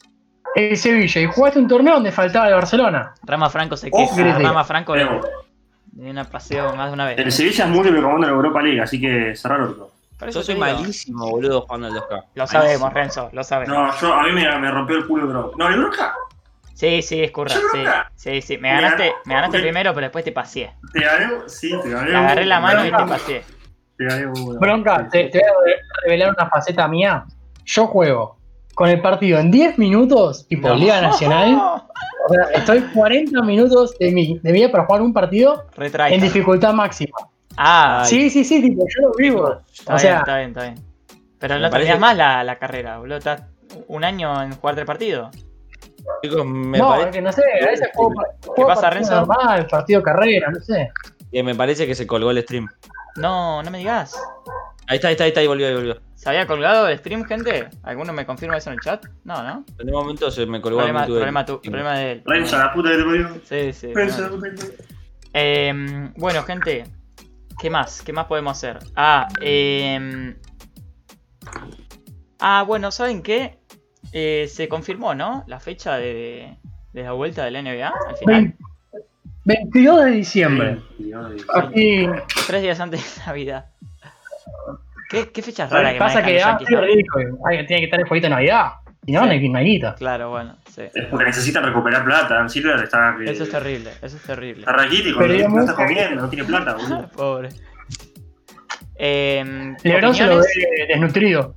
E: el Sevilla y jugaste un torneo donde faltaba el Barcelona.
A: Rama Franco se
B: Ojo,
A: queja.
E: Grecia.
A: Rama Franco le
B: Pero
A: le dio una paseo más de una
B: el
A: vez.
B: Sevilla es muy recomendable en la Europa League, así que cerrar otro.
A: Por eso te
D: Yo soy
A: digo.
D: malísimo, boludo, jugando al 2K.
A: Lo sabemos,
D: Malísimo.
A: Renzo, lo sabemos.
B: No, yo, a mí me, me rompió el culo el Bronca. No, el Bronca
A: Sí, sí, escurra,
B: Yo
A: sí.
B: nunca-
A: Sí, sí. Me
B: Me
A: ganaste,
B: gan-
A: me ganaste
B: me-
A: primero, pero después te pasé.
B: te gané, sí, te gané.
A: Te agarré la mano y te
B: Bronca,
A: pasé.
B: Te gané, boludo.
E: Bronca, te, te voy a revelar una faceta mía. Yo juego con el partido en 10 minutos, tipo
A: No.
E: Liga Nacional.
A: Oh,
E: O sea, estoy 40 minutos de mi, de mi vida para jugar un partido
A: Retrae.
E: en dificultad máxima.
A: Ah,
E: Sí, sí, sí, tipo, yo lo vivo.
A: Está
E: O
A: bien,
E: sea,
A: está bien, está bien. Pero
D: Me
A: no
D: parece-
A: terminás más la, la carrera, boludo. Estás un año en jugar tres partidos.
D: Chicos, me
E: no,
D: parece-
E: es que no sé, a veces juego, juego
A: ¿Qué pasa,
E: partido
A: Renzo?
E: normal, partido carrera, no sé.
D: Eh, me parece que se colgó el stream.
A: No, no me digas.
D: Ahí está, ahí está, ahí está, ahí volvió, ahí volvió.
A: ¿Se había colgado el stream, gente? ¿Alguno me confirma eso en el chat? No, ¿no?
D: En un momento se me colgó
A: Problema,
D: el YouTube.
A: problema, tu, problema de él.
B: Renzo, la puta que te parió.
A: Sí, Ah, sí.
B: Renzo, la
A: problema-
B: puta que te parió.
A: Em, bueno, gente. ¿Qué más? ¿Qué más podemos hacer? Ah, em, ah bueno, ¿saben qué? Eh, se confirmó, ¿no? La fecha de, de la vuelta del NBA al final.
E: 22 de diciembre. Aquí
A: Tres días antes de Navidad. ¿Qué, qué fecha
E: Lo
A: rara
E: que
A: que
E: pasa
A: manejan
E: que
A: los
E: ah,
A: Yankees,
E: sí,
A: ¿no?
E: ridículo. Ay, tiene que estar el jueguito de Navidad. Si no,
A: Sí.
E: no hay no hay guita.
A: Claro, bueno, sí.
B: Es porque necesitan recuperar plata. En Silver está. que-
A: Eso es terrible, eso es terrible.
B: Está raquítico,
E: Pero
B: no,
E: digamos-
B: no está comiendo, no tiene plata, boludo.
A: Pobre. Em,
E: Lebron se lo
A: opiniones.
E: ve desnutrido.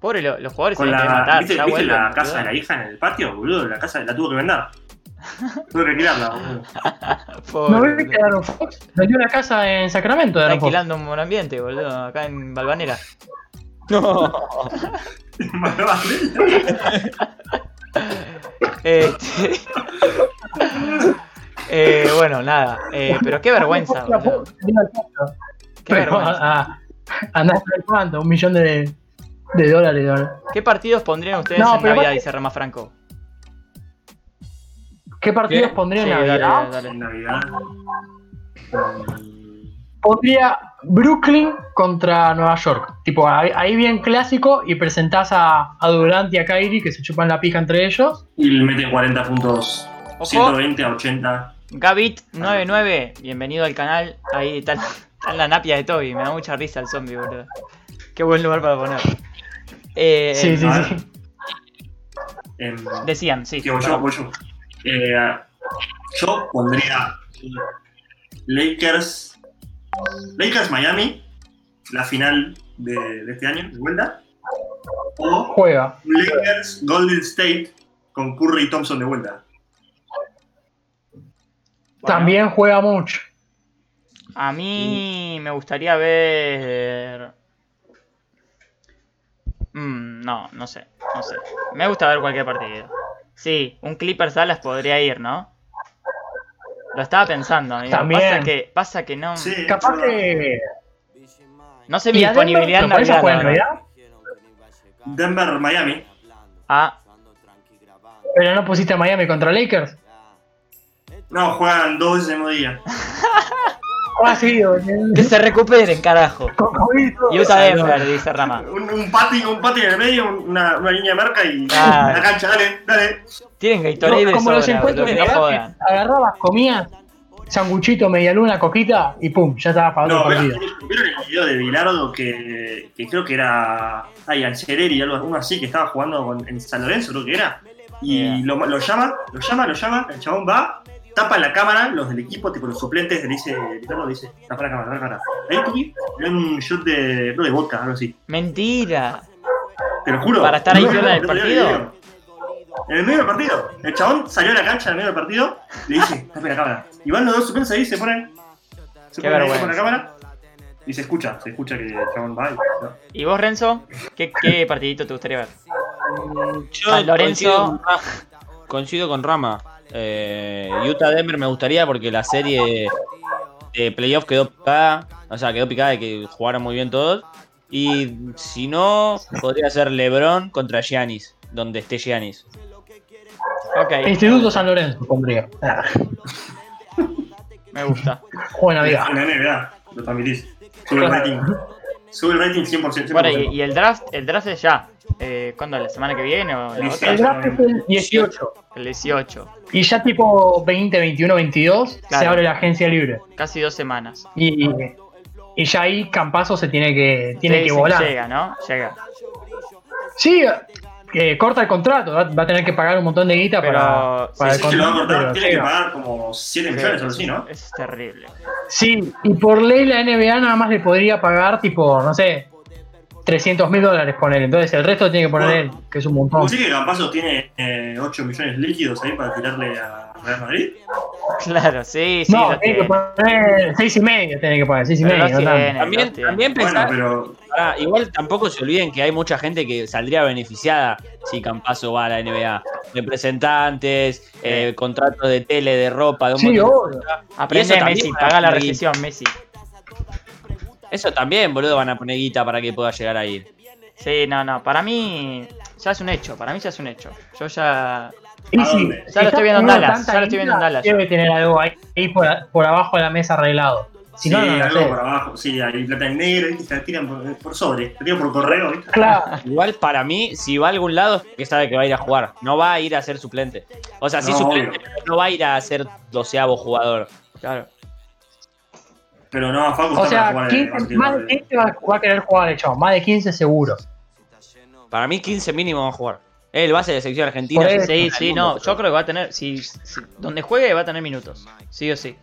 A: Pobre, lo- los jugadores
B: Con
A: se van a querer
B: la,
A: matar.
B: ¿Viste,
A: ya
B: viste
A: vuelven,
B: la
A: boludo.
B: casa de la hija en el patio, boludo? La casa la tuvo que vender. Tuve que alquilarla, boludo.
A: Pobre,
E: ¿No ves
A: boludo.
E: que Aaron Fox vendió una casa en Sacramento de
A: Está
E: Aaron Fox?
A: alquilando un buen ambiente, boludo, acá en Balvanera.
D: No.
A: Este... Eh, bueno, nada. Eh, pero qué vergüenza,
E: La
A: boludo.
E: Fox vendió la casa.
A: Qué
E: Pero
A: vergüenza.
E: a, a, andás a ver cuánto, un millón de, de dólares. ¿no?
A: ¿Qué partidos pondrían ustedes
E: No,
A: en
E: pero
A: Navidad?
E: aparte-
A: Dice Rama Franco.
E: ¿Qué partidos pondría
A: Sí,
E: en
A: dale,
E: Navidad?
A: dale, dale.
B: En Navidad. mm,
E: Pondría Brooklyn contra Nueva York. Tipo, ahí, ahí bien clásico y presentás a, a Durant y a Kyrie que se chupan la pija entre ellos.
B: Y le meten 40 puntos.
A: Ojo.
B: 120 a 80.
A: Gavit99, bienvenido al canal. Ahí está, está en la napia de Toby. Me da mucha risa el zombie, boludo. Qué buen lugar para poner. Eh,
E: sí, sí,
B: a ver.
E: sí.
B: em,
A: Decían, sí.
B: que voy yo,
A: perdón.
B: voy yo. Eh, yo pondría Lakers. Lakers Miami, la final de, de este año, de vuelta. O
E: Juega.
B: Lakers Golden State con Curry y Thompson de vuelta.
A: Bueno.
E: También juega mucho.
A: A mí me gustaría ver. Mm, no, no sé, no sé. Me gusta ver cualquier partido. Sí, un Clippers Dallas podría ir, ¿no? Lo estaba pensando, amigo.
E: También.
A: Pasa que, pasa que no.
B: Sí,
E: Mm, Capaz
B: yo-
E: que.
A: No sé mi
E: ¿Y a Denver?
A: disponibilidad en
E: ¿Lo ponés a
A: Navidad.
E: jugar en
A: la verdad.
E: Navidad?
B: Denver Miami.
A: Ah,
E: Pero no pusiste a Miami contra Lakers.
B: No, juegan dos veces el mismo día.
E: Ah, sí, boludo.
A: que se recuperen, carajo.
E: Con COVID, todo.
A: Y usa Denver, dice Rama.
B: Un, un pati, un pati en el medio, una, una línea de marca y
A: Ah.
B: la cancha, dale, dale.
A: Tienen Gatorade
E: Como
A: de
E: los
A: sobra,
E: encuentros
A: boludo,
E: de
A: no
E: básquet,
A: jodan.
E: agarrabas, comías sanguchito, medialuna, coquita y pum, ya estaba para
B: No,
E: otro
B: vieron
E: partido.
B: vieron el video de Bilardo que, que creo que era. Ay, Anceleri, algo uno así, que estaba jugando con- en San Lorenzo, creo que era. Y
A: Yeah.
B: lo, lo llama, lo llama, lo llama, el chabón va, tapa la cámara, los del equipo, tipo los suplentes, le dice, Bilardo le dice, tapa la cámara, tapa la cámara. Ahí tuki, le dan un shot de, creo de vodka, algo así.
A: Mentira.
B: Te lo juro.
A: ¿Para estar ahí
B: No, no,
A: piola
B: no,
A: del
B: no te
A: partido?
B: digo el video. En el medio del partido. El chabón salió a la cancha en el medio del partido, le dice, tapa la cámara. Y van los dos suplentes ahí, se ponen. Se
A: Qué
B: ponen ahí, se
A: vergüenza.
B: ponen la cámara. Y se escucha, se escucha que el chabón va y. ¿no?
A: ¿Y vos, Renzo? ¿Qué, qué partidito te gustaría ver?
D: Yo
A: San Lorenzo.
D: Coincido con Rama. Coincido con Rama. Eh, Utah Denver me gustaría porque la serie de playoff quedó picada. O sea, quedó picada de que jugaron muy bien todos. Y si no, podría ser LeBron contra Giannis, donde esté Giannis.
A: Ok,
E: Instituto San Lorenzo, pondría. Ah,
A: me gusta.
E: buena
B: En
E: vida.
B: la NBA, lo transmitís. Sube el rating. Sube el rating 100%. 100%.
A: Bueno, y, y el draft, el draft es ya. Eh, ¿Cuándo? ¿La semana que viene o la otra?
E: El draft es el 18.
A: El 18.
E: Y ya tipo 20, 21, 22 se
A: Claro.
E: abre la agencia libre.
A: Casi dos semanas.
E: Y, y ya ahí Campazo se tiene que,
A: Ustedes
E: tiene que
A: dicen
E: volar.
A: Llega, ¿no? Llega.
E: Sí, eh, corta el contrato, va, va a tener que pagar un montón de guita
A: Pero-
E: para, para
B: Sí,
E: el
B: sí, lo va a
E: contrato.
B: cortar.
E: pero
B: Tiene que
E: llega.
B: pagar como 7 millones o algo así, ¿no?
A: Eso es terrible.
E: Sí, y por ley la NBA nada más le podría pagar tipo, no sé, 300 mil dólares poner. Entonces el resto tiene que poner él,
B: Bueno.
E: que es un montón.
B: ¿Vos sí que Campazo tiene 8 millones líquidos ahí para tirarle a Real Madrid?
A: Claro, sí, sí.
E: no,
A: lo
E: tiene que
A: tiene.
E: poner 6 y medio, tiene que poner 6 y
A: Pero
E: medio.
A: lo
E: no tanto.
A: tiene,
D: También,
A: lo tiene.
D: también
B: Bueno,
D: pensar,
B: pero
D: pará, igual tampoco se olviden que hay mucha gente que saldría beneficiada si Campazo va a la NBA. Representantes, eh, contratos de tele, de ropa, de un
E: Sí,
D: montón de
E: obvio.
D: Y
A: Aprende
D: eso
A: Messi,
D: también
A: paga la
D: para seguir.
A: recesión, Messi.
D: Eso también, boludo, van a poner guita para que pueda llegar ahí.
A: Sí, no, no. Para mí ya es un hecho. Para mí ya es un hecho. Yo ya.
E: Y
B: ¿A
E: sí,
B: dónde?
E: si
A: Ya lo estoy
E: está
A: viendo en
E: poniendo
A: Dallas,
E: tanta
A: ya lo estoy viendo en
E: guita,
A: Dallas.
E: Debe tener algo ahí, ahí por, a- por abajo de la mesa arreglado. Si
B: sí,
E: no, no, no
B: algo
E: sé.
B: para abajo. Sí, hay plata en negro, ¿viste? la tiran por, eh, por sobre, la tiran por correo, ¿viste?
E: Claro,
D: Igual para mí, si va a algún lado, es que sabe que va a ir a jugar. No va a ir a ser suplente. O sea, sí
B: No,
D: suplente,
B: obvio.
D: pero no va a ir a ser doceavo jugador.
A: Claro.
B: Pero no, Facu está
E: o
B: para
E: sea,
B: jugar
E: 15, más de 15 va, va a querer jugar el chabón, más de 15 seguro.
D: Para mí, 15 mínimo va a jugar. Él va a ser de selección argentina.
E: Por
D: se
E: eso.
D: saca
A: Sí,
D: del
A: sí,
D: mundo,
A: no. Yo creo que va a tener. Si, si- donde juegue va a tener minutos. Sí o sí.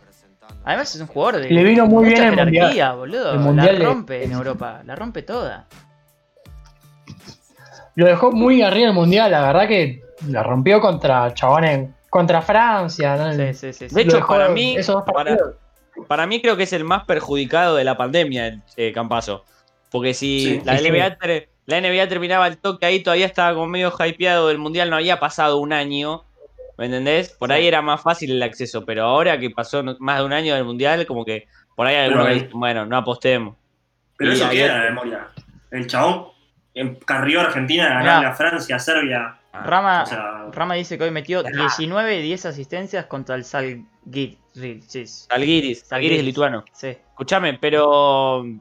A: Además es un jugador de.
E: Le vino muy
A: mucha
E: bien el
A: jerarquía,
E: mundial.
A: boludo.
E: El mundial
A: la
E: de-
A: rompe en Europa. La rompe toda.
E: Lo dejó muy arriba el mundial, la verdad que la rompió contra chabones, contra Francia. ¿no?
A: Sí, sí, sí. sí.
D: De
E: Lo
D: hecho,
E: dejó
D: para mí-
E: esos dos
D: para-
E: partidos.
D: Para mí, creo que es el más perjudicado de la pandemia, el eh, Campazo. Porque si
B: Sí,
D: la,
E: sí,
D: NBA ter- la NBA terminaba el toque ahí, todavía estaba como medio hypeado del mundial, no había pasado un año. ¿Me entendés? Por ahí era más fácil el acceso, pero ahora que pasó no- más de un año del mundial, como que por ahí algunos
B: Pero ahí-
D: dicen, bueno, no apostemos.
B: Pero
D: Y
B: eso
D: ahí-
B: queda en la memoria. El chabón encarrió a Argentina a ganarle a Francia, a Serbia.
A: Rama,
B: O sea,
A: Rama dice que hoy metió 19 y 10 asistencias contra el Salgiris.
D: Salguiris, Salguiris
A: Salguiris.
D: lituano.
A: Sí.
D: Escuchame, pero mm,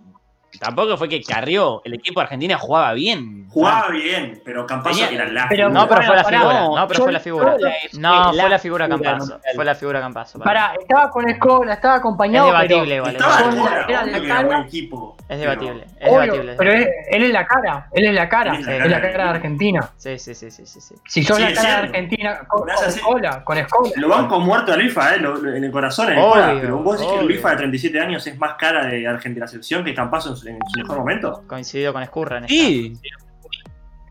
D: tampoco fue que carrió. El equipo argentino jugaba bien.
B: jugaba bien, pero Campazo
D: Tenía-
B: que era la
E: Ah. pero-
A: No, pero fue la
E: Pará,
A: figura.
D: no,
A: No, pero
E: yo-
A: fue la figura.
E: yo-
A: No, fue la figura
D: figura
A: Campazo.
D: mundial.
A: Fue la figura Campazo.
E: Pará, estaba con Escola, estaba acompañado.
A: Es debatible,
E: pero-
A: vale.
B: Estaba
E: Era
B: en bola,
E: de
B: obvio que era
E: cara.
B: buen equipo.
A: Es
B: pero-
A: debatible. Es
E: Obvio,
A: debatible.
E: pero él, él es la cara, él es la cara,
B: Él es
E: es
B: la
E: la
B: cara
E: cara,
B: del
E: de
B: equipo.
E: Argentina.
A: Sí, sí, sí, sí, sí, sí.
E: Si sos
B: Sí,
E: la
B: es
E: cara de
B: cierto.
E: Argentina, con,
B: Me hace
E: con
B: así.
E: Escola, con Escola.
B: Lo banco muerto a Luifa, eh, lo- en el corazón, en el
A: Obvio,
B: corazón. Pero vos decís que
A: obvio.
B: Luifa de 37 años es más cara de Argentina Selección que Campazo en su, en su mejor momento.
A: Coincidido con Escurra en esta.
D: Ah, Sí,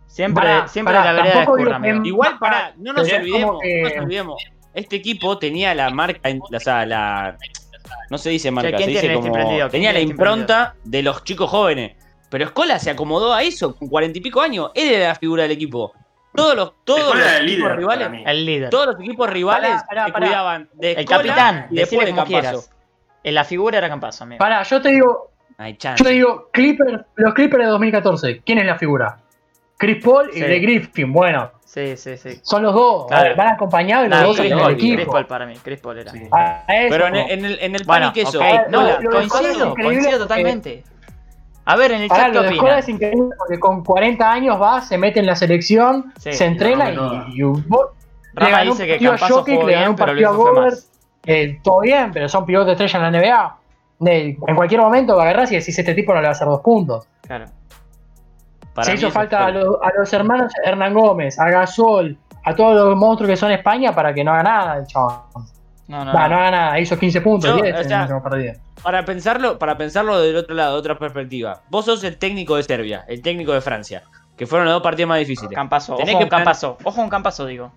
A: Siempre,
E: Pará,
A: siempre
E: pará,
A: la vereda de
E: tampoco
A: Escurra,
E: digo que-
A: amigo.
D: Igual para, no
E: Pero
D: nos
E: es como
D: olvidemos,
E: que-
D: no nos olvidemos. Este equipo tenía la marca, en- o sea, la no se dice marca, se
A: ¿quién
D: dice
A: tiene este
D: como
A: prendido? ¿Quién
D: tenía la
A: tiene este
D: impronta de los chicos jóvenes. Pero Escola se acomodó a eso con cuarenta y pico años. Él era la figura del equipo. Todos los, todos
B: Escola
D: los
B: era el
D: equipos
B: líder.
D: rivales,
B: para mí.
A: El líder.
D: todos los equipos rivales
E: Pará, pará,
D: se
E: pará.
D: cuidaban de
A: El
D: Escola
A: capitán.
D: y después
A: Decirle
D: de
A: como
D: Campazo.
A: quieras. En la figura era Campazo, amigo.
E: Pará, yo te digo,
D: No hay chance.
E: yo te digo, Clipper, los Clippers de 2014, ¿quién es la figura? Chris Paul y
A: Sí.
E: Blake Griffin, bueno,
A: Sí, sí, sí.
E: son los dos,
A: Claro.
E: van acompañados y los
A: Nada,
E: dos
A: Chris
E: en
D: Paul,
E: el
A: Paul, Chris
E: equipo.
A: Paul para mí. Chris Paul era.
B: Sí.
E: A- a eso.
D: Pero en el, en el, en el
A: Bueno,
D: panic eso.
A: ok,
E: Ahora,
A: no,
E: lo- lo de Escola es
A: coincido,
E: increíble
A: coincido
E: porque-
A: totalmente. A ver, en el
E: Pará,
A: chat, ¿qué
E: lo de Escola
A: opinan?
E: es increíble porque con 40 años va, se mete en la selección,
A: Sí,
E: se entrena
B: no, no.
E: y, y un-
A: Rama
E: ganó un
A: dice que
E: partido a
A: Campazo
E: Jokic,
A: jugó
E: le ganó
A: bien,
E: un
A: pero
E: partido
A: Luis
E: a
A: fue
E: Gobert.
A: más.
E: eh, todo bien, pero son pivotes estrella en la NBA. De- en cualquier momento agarrás y decís, este tipo no le va a hacer dos puntos.
A: Claro.
D: Para
E: Se
D: mí
E: hizo
D: eso
E: falta
D: fue-
E: a, lo- a los hermanos Hernán Gómez, a Gasol, a todos los monstruos que son España para que no haga nada el chabón.
A: No, no,
E: Va, no
A: no.
E: haga nada, hizo 15 puntos,
D: Yo,
E: 10
D: o sea,
E: en el último partido.
D: Para pensarlo, para pensarlo del otro lado, de otra perspectiva. Vos sos el técnico de Serbia, el técnico de Francia, que fueron los dos partidos más difíciles.
A: Campazo, ojo
D: Tenés
A: con
D: que plan-
A: Campazo, ojo con Campazo, digo.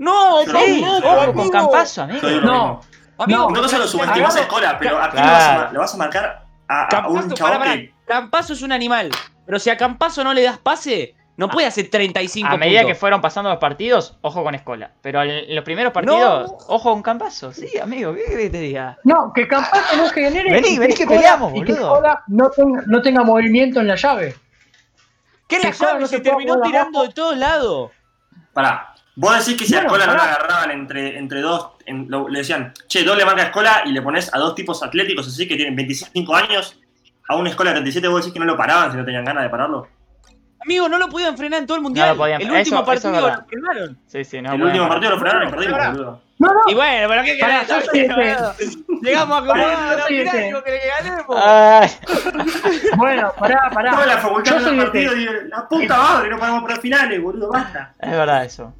D: No,
B: Sí,
D: Pablo,
B: no,
D: no,
A: Ojo
B: Amigo.
A: con Campazo, amigo.
B: Yo digo lo
E: No. No,
B: mismo. No te solo subestimas a Escola, pero aquí
A: Claro.
B: lo, vas a, ma- lo vas a marcar a, a un
D: Campazo, pará,
B: chabón
D: pará.
B: que.
D: Campazo es un animal. Pero si a Campazo no le das pase, no puede hacer 35
A: A medida que
D: puntos.
A: fueron pasando los partidos, ojo con Escola. Pero en los primeros partidos,
D: No.
A: ojo con Campazo. Sí, amigo, ¿qué querés que te diga?
E: No, que Campazo no genere.
A: Vení,
E: y
A: vení que
E: Escola-
A: peleamos,
E: y que
A: boludo.
E: Escola no, tenga, no tenga movimiento en la llave.
D: ¿Qué la
E: que Escola
D: llave
E: no
D: se
E: se puede
D: terminó
E: jugar
D: tirando
E: abajo.
D: de todos lados?
B: Pará. Vos decís que si a
E: Bueno,
B: Escola no lo
E: pará.
B: agarraban entre, entre dos, en- lo- le decían, che, doble marca a Escola y le pones a dos tipos atléticos así que tienen 25 años, a un Escola de 37, vos decís que no lo paraban si no tenían ganas de pararlo.
D: Amigo, no lo podían frenar en todo el mundial.
A: No lo podían-
D: el
A: eso- eso
D: último
A: es
D: partido
A: verdad.
D: lo frenaron.
A: Sí, sí, no.
B: el
A: Ah, bueno,
B: último
A: para-
B: partido lo frenaron y
D: Pará,
B: perdimos,
D: pará.
B: boludo.
E: No, no.
D: Y bueno, pero ¿qué
E: Pará,
D: querés?
E: yo sí,
D: boludo? Llegamos a
E: Pará,
D: Comodoro,
E: yo sí,
D: mirá,
E: sí.
D: digo que le ganemos.
A: Ay,
E: Bueno, pará, pará.
B: Estaba en la facultad
E: Yo
B: viendo
E: soy
B: el
E: de- este.
B: partido y digo, la puta madre, no pagamos para finales, boludo, basta.
A: es verdad eso.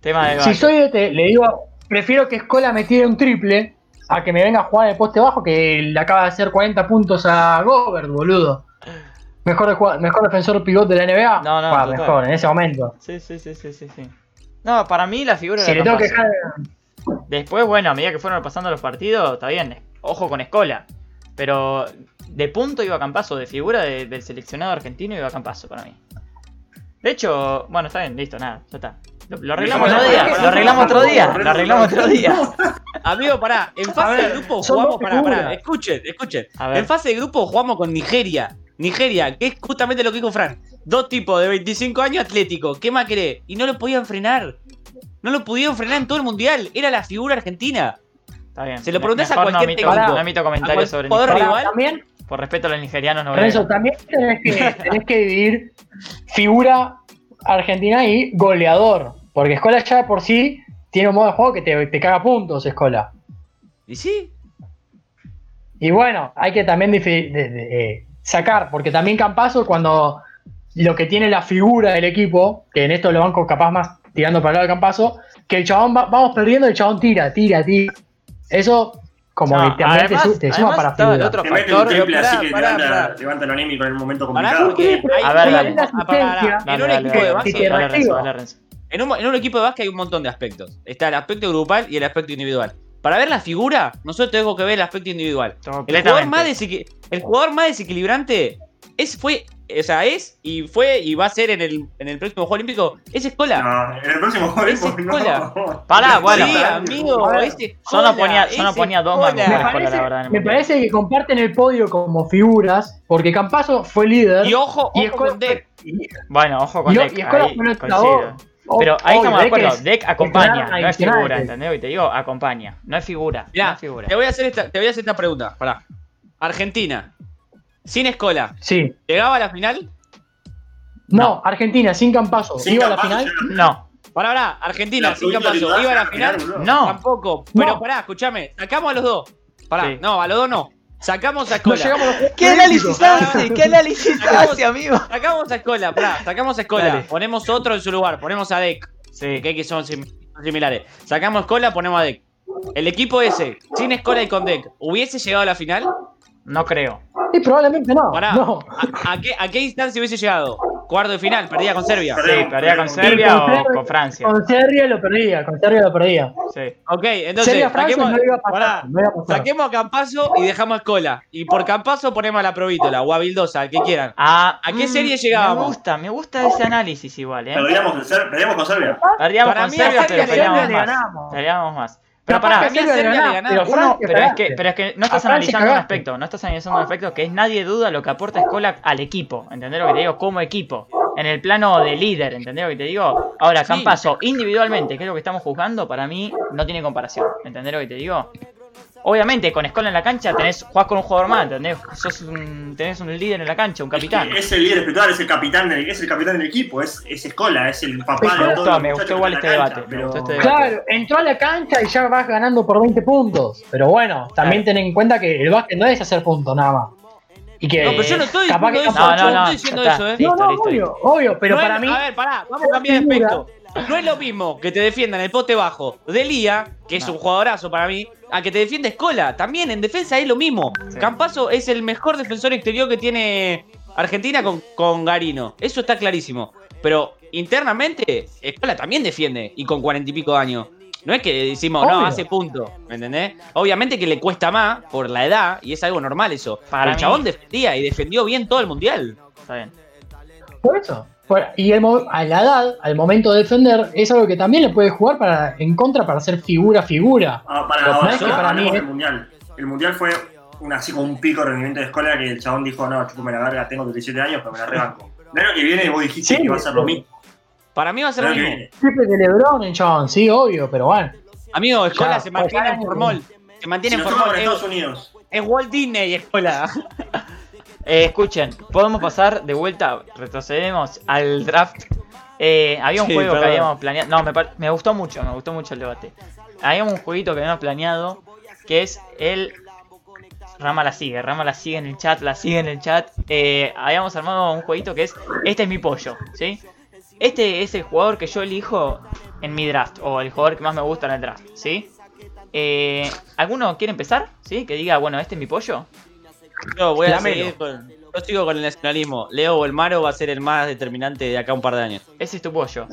A: Tema de
E: Si soy DT, le digo, prefiero que Escola me tire un triple a que me venga a jugar en el poste bajo que le acaba de hacer 40 puntos a Gobert, boludo. Mejor, jugad- mejor defensor pivote de la NBA.
A: No, no,
E: Va,
A: total.
E: mejor, en ese momento.
A: Sí, sí, sí, sí, sí, sí. No, para mí la figura
E: Si
A: era
E: le tengo que
A: Campazzo.
E: dejar.
A: Después, bueno, a medida que fueron pasando los partidos, está bien, ojo con Escola. Pero de punto iba Campazo, de figura de- del seleccionado argentino iba Campazo para mí. De hecho, bueno, está bien, listo, nada, ya está. Lo, lo arreglamos otro día, lo arreglamos otro día, lo arreglamos otro día.
D: Amigo, pará, en fase
E: ver,
D: de grupo
E: son
D: jugamos,
E: dos
D: pará, pará,
E: figuras.
D: escuchen, escuchen.
A: A ver.
D: En fase de grupo jugamos con Nigeria. Nigeria, que es justamente lo que dijo Fran. Dos tipos de 25 años atlético, ¿qué más querés? Y no lo podían frenar. No lo pudieron frenar en todo el mundial. Era la figura argentina.
A: Está bien.
D: Se lo preguntás a
A: Mejor
D: cualquier
A: no emito,
E: técnico.
A: no emito
D: A cual-
A: comentarios sobre
D: poder-
A: Nigeria.
E: Pará,
D: rival.
E: También,
A: Por respeto a los nigerianos, no voy a-
E: Renzo, también tenés que, tenés que dividir figura argentina y goleador. Porque Escola ya de por sí tiene un modo de juego que te, te caga puntos, Escola.
D: ¿Y sí?
E: Y bueno, hay que también difi- de- de- eh, sacar, porque también Campazo cuando lo que tiene la figura del equipo, que en esto lo banco capaz más tirando para el lado de Campazo, que el chabón va- vamos perdiendo, el chabón tira, tira, tira. Eso como
A: No,
E: que también te, su- te suma
A: además
E: para
A: estaba el
E: figura.
A: otro
B: Te mete un
A: factor.
B: triple,
D: Pará,
B: así que
D: pará,
B: levanta,
D: pará.
B: levanta lo anímico en un momento
D: Pará,
B: complicado.
D: porque hay-
A: A ver,
D: hay-
A: dale.
D: pará, pará.
A: Dale,
D: En un
A: dale,
D: equipo de
A: dale, Renzo, dale,
E: básquet
A: Renzo,
E: reactiva.
A: dale, Renzo.
D: En un, en un equipo de básquet hay un montón de aspectos. Está el aspecto grupal y el aspecto individual. Para ver la figura, nosotros tenemos que ver el aspecto individual. El jugador más,
A: Completamente.
D: desequi- el jugador más desequilibrante es, fue, eh, o sea, es y fue y va a ser en el, en el próximo Juego Olímpico. Es Escola.
B: No, en el próximo
D: Ese
B: juego
D: cola.
B: no.
A: Pará, bueno.
D: sí,
B: pará.
D: amigo,
E: Bueno,
D: es
A: yo no
D: Escola,
A: ponía- yo no
D: es
A: ponía dos
D: Escola.
A: manos.
E: Me
A: Escola, la verdad, en
E: parece,
A: el
E: me
A: mundial.
E: parece que comparten el podio como figuras, porque Campazo fue líder
D: Y ojo,
E: y
D: ojo con
E: Escola
D: Deck.
E: y-
A: Bueno, ojo con
E: y-
A: Deck.
E: y Escola
A: ahí
E: fue el
A: coincido.
E: octavo.
A: Pero ahí
E: Obvio,
A: estamos de
E: Deck
A: acuerdo.
E: es-
A: Deck acompaña,
E: titular
A: no es
E: adicional,
A: figura,
E: Deck.
A: ¿entendés? Y te digo, acompaña. No es figura. no
D: Mirá,
A: es figura.
D: te voy, a hacer esta, te voy a hacer esta pregunta. Pará. Argentina, sin Escola,
E: Sí.
D: ¿llegaba a la final?
E: No,
A: No.
E: Argentina, sin Campazo.
B: Sin
E: ¿Iba a la
B: Campazo
E: final?
B: llega-
A: No,
D: Pará, pará, Argentina,
B: la
D: sin
B: tuviste
D: Campazo,
B: olvidada,
D: ¿iba a la
B: final,
D: final?
B: boludo.
A: no.
D: Tampoco.
E: No.
D: Pero pará, escúchame, sacamos a los dos. Pará,
A: Sí.
D: no, a los dos no. Sacamos a
E: No
D: Escola.
E: llegamos a los
A: ¿Qué análisis hace? ¿Qué análisis
D: Sacamos-
A: hace, amigo?
D: Sacamos a Escola, pará, sacamos a Escola.
A: Dale.
D: Ponemos otro en su lugar, ponemos a Deck.
A: Sí,
D: que que son sim- son similares. Sacamos Escola, ponemos a Deck. El equipo ese, sin Escola y con Deck, ¿hubiese llegado a la final?
A: no creo.
E: Y probablemente no.
D: Pará,
E: No.
D: ¿A, a qué, a qué instancia hubiese llegado? Cuarto de final, perdida con Serbia.
B: Perdí.
A: Sí, perdía con
B: Y con
A: Serbia o
E: Serbia-
A: con Francia.
E: Con Serbia lo perdía, con Serbia lo perdía.
A: Sí.
D: Ok, entonces
E: Serbia Francia
D: saquemos,
E: no iba a pasar.
D: pará,
E: no iba a pasar.
D: saquemos a Campazo y dejamos a Escola. Y por Campazo ponemos a la Provítola o a Bildosa, al que quieran.
A: Ah,
D: ¿A qué
A: mm,
D: serie llegábamos?
A: Me gusta, me gusta ese análisis igual, ¿eh?
B: Perdíamos con Ser- perdíamos con Serbia.
A: Perdíamos
D: Para
A: con
D: mí a
A: Serbia,
D: Serbia
A: pero
D: le
A: peleamos
E: ganamos.
A: más. Peleamos más. Pero pará,
E: Capaz
D: a mí a
E: Serbia
D: Serbia le
E: ganaba,
D: ganaba.
E: pero
D: Uno,
E: Francia
A: Pero es,
E: cagaste.
A: que, pero es que no estás
E: A Francia
A: analizando un
E: cagaste.
A: aspecto, no estás analizando un aspecto que es nadie duda lo que aporta Escola al equipo, ¿entendés lo que te digo? Como equipo, en el plano de líder, ¿entendés lo que te digo? Ahora,
D: Sí.
A: Campazo, individualmente, que es lo que estamos juzgando, para mí no tiene comparación, ¿entendés lo que te digo? Obviamente, con Escola en la cancha tenés, jugás con un jugador más, ¿entendés? Sos un- tenés un líder en la cancha, un capitán.
B: Es, que es el líder espiritual, es el capitán del, es el capitán del equipo, es, es Escola, es el papá
A: Me
B: de
A: gustó,
B: todos los
A: me
B: muchachos
A: gustó
B: que
A: igual
B: están en la
A: este
B: cancha,
A: debate, me gustó este debate.
E: Claro, entró a la cancha y ya vas ganando por 20 puntos. Pero bueno, también ten en cuenta que el básquet no es hacer puntos nada más. Y que
D: No, pero yo no estoy
E: capaz
D: diciendo
E: que
D: eso.
E: capaz-
A: No, no,
D: yo no
A: no,
D: estoy diciendo
A: ya
D: eso,
A: está.
D: ¿eh?
A: Listo,
E: No, no,
A: listo,
E: obvio, obvio, pero
D: No es-
E: para mí.
D: A ver, pará, vamos a cambiar de aspecto. No es lo mismo que te defiendan el pote bajo de Lía, que es
A: No.
D: un jugadorazo para mí, a que te defienda Escola. También en defensa es lo mismo.
A: Sí.
D: Campazo es el mejor defensor exterior que tiene Argentina con, con Garino. Eso está clarísimo. Pero internamente, Escola también defiende y con cuarenta y pico de años. No es que decimos, no,
E: Obvio.
D: hace punto, ¿me entendés? Obviamente que le cuesta más por la edad y es algo normal eso.
A: Para
D: Pero el
A: mí-
D: chabón defendía y defendió bien todo el mundial.
A: Está bien.
E: Por eso. Por- y el mo- a la edad, al momento de defender, es algo que también le puede jugar para, en contra para hacer figura a figura.
B: Ah, para
E: Lo
B: ahora,
E: que pasa es que para mí
B: hablemos
E: es-
B: del mundial. El mundial fue un, así como un pico de rendimiento de escuela que el chabón dijo, no, chupo me la verga, tengo 37 años, pero me la rebanco. El año que viene vos dijiste
E: Sí,
B: que va a ser lo mismo.
D: Para mí va a ser
B: El
D: lo
B: año que
D: mismo.
B: viene.
E: Triple de Lebron en John, sí, obvio, pero bueno.
D: Amigo, Escola
E: Ya,
D: se mantiene
E: ojalá.
D: en formol. Se mantiene
B: Si
D: en
B: nos toca
D: formol.
B: con Estados
D: Es,
B: Unidos.
D: es Walt Disney, Escola.
A: Eh, escuchen, podemos pasar de vuelta, retrocedemos al draft. Eh, había un
D: Sí,
A: juego que
D: perdón.
A: habíamos planeado. No, me, par- me gustó mucho, me gustó mucho el debate. Habíamos un jueguito que habíamos planeado que es el. Rama la sigue, Rama la sigue en el chat, la sigue en el chat. Eh, habíamos armado un jueguito que es Este es mi pollo, ¿sí? Este es el jugador que yo elijo en mi draft, o el jugador que más me gusta en el draft, ¿sí? Eh, ¿Alguno quiere empezar? ¿Sí? Que diga, bueno, este es mi pollo.
D: Yo voy a
E: Lamelo.
D: seguir con. Yo sigo con el nacionalismo. Leo Bolmaro va a ser el más determinante de acá a un par de años.
A: Ese es tu pollo.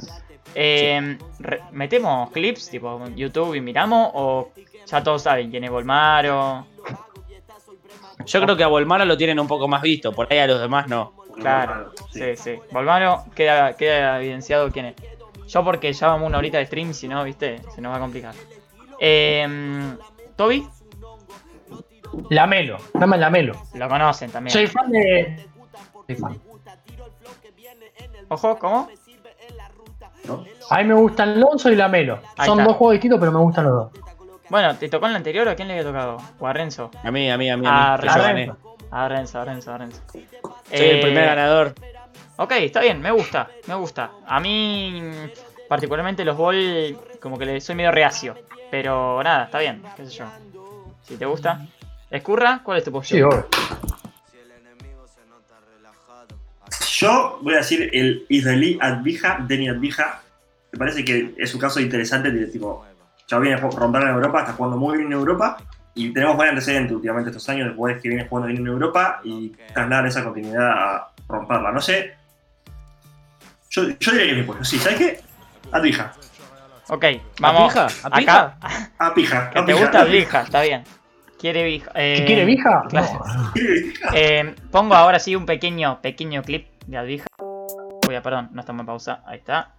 A: Eh, re- ¿Metemos clips tipo en YouTube y miramos? ¿O ya todos saben quién es Volmaro?
D: Yo creo que a Bolmaro lo tienen un poco más visto, por ahí a los demás no.
A: Claro, sí,
B: Sí.
A: sí. Volmaro queda, queda evidenciado quién es. Yo porque ya vamos una horita de stream, si no, viste, se nos va a complicar. Eh, Toby,
E: Lamelo, dame Lamelo.
A: lo conocen también.
E: Soy fan de. soy fan.
A: Ojo, ¿cómo?
B: ¿no?
E: A mí me gustan Lonzo y Lamelo.
A: Ahí
E: Son
A: está.
E: dos juegos distintos, pero me gustan los dos.
A: Bueno, ¿te tocó en la anterior o a quién le había tocado? ¿O a Renzo?
D: A mí, a mí, a mí.
A: Ah,
D: A mí. que yo
A: Renzo.
D: gané.
A: A Renzo, a Renzo, a Renzo.
D: Soy el
A: Eh,
D: primer ganador.
A: Ok, está bien, me gusta, me gusta. A mí, mm, particularmente los bol, como que le soy medio reacio. Pero nada, está bien, qué sé yo. Si te gusta. Escurra, ¿cuál es tu
E: Sí,
A: posición?
E: obvio.
B: Yo voy a decir el israelí Advija, Denny Advija. Me parece que es un caso interesante de tipo, ya viene a romper en Europa, está jugando muy bien en Europa. Y tenemos buen antecedente últimamente estos años de jugadores que vienen jugando bien en Europa y trasladar esa continuidad a romperla. No sé. Yo, yo diría que es mi puesto. Sí, ¿sabes qué? Advija.
A: Ok, vamos.
D: pija? ¿A
A: Acá,
B: A pija.
A: que te gusta Vija, está bien. Quiere Vija. eh,
E: ¿Que quiere Vija?
A: claro.
E: No.
A: Eh, pongo ahora sí un pequeño, pequeño clip de Advija. Uy, ah, perdón, no estamos en pausa. Ahí está.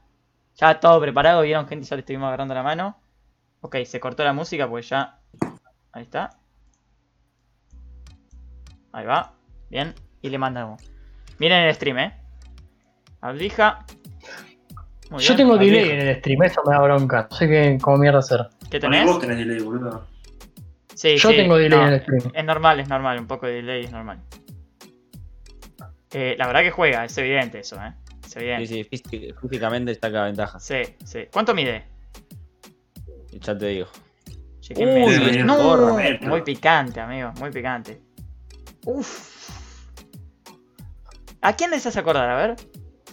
A: Ya todo preparado, vieron gente, ya le estuvimos agarrando la mano. Ok, se cortó la música porque ya. Ahí está. Ahí va. Bien. Y le mandamos. Miren el stream, eh. Advija. Muy
E: Yo
A: bien,
E: tengo
A: Advija.
E: delay en el stream, eso me da bronca. No sé qué, cómo mierda hacer.
A: ¿Qué
B: Tenés?
A: tenés?
B: Vos tenés delay, boludo.
A: Sí,
E: Yo
A: sí,
E: tengo delay
A: no,
E: en el stream.
A: Es normal, es normal, un poco de delay es normal. Eh, la verdad que juega, es evidente eso, ¿eh? Es
D: Sí,
A: evidente.
D: sí, físi- físicamente saca ventajas.
A: Sí, sí. ¿Cuánto mide?
D: Ya te digo.
A: Chequenme.
D: Uy,
A: Eh,
B: el
A: no,
B: gorro, metro.
A: muy picante, amigo, muy picante. Uf. ¿A quién les hace acordar? A ver.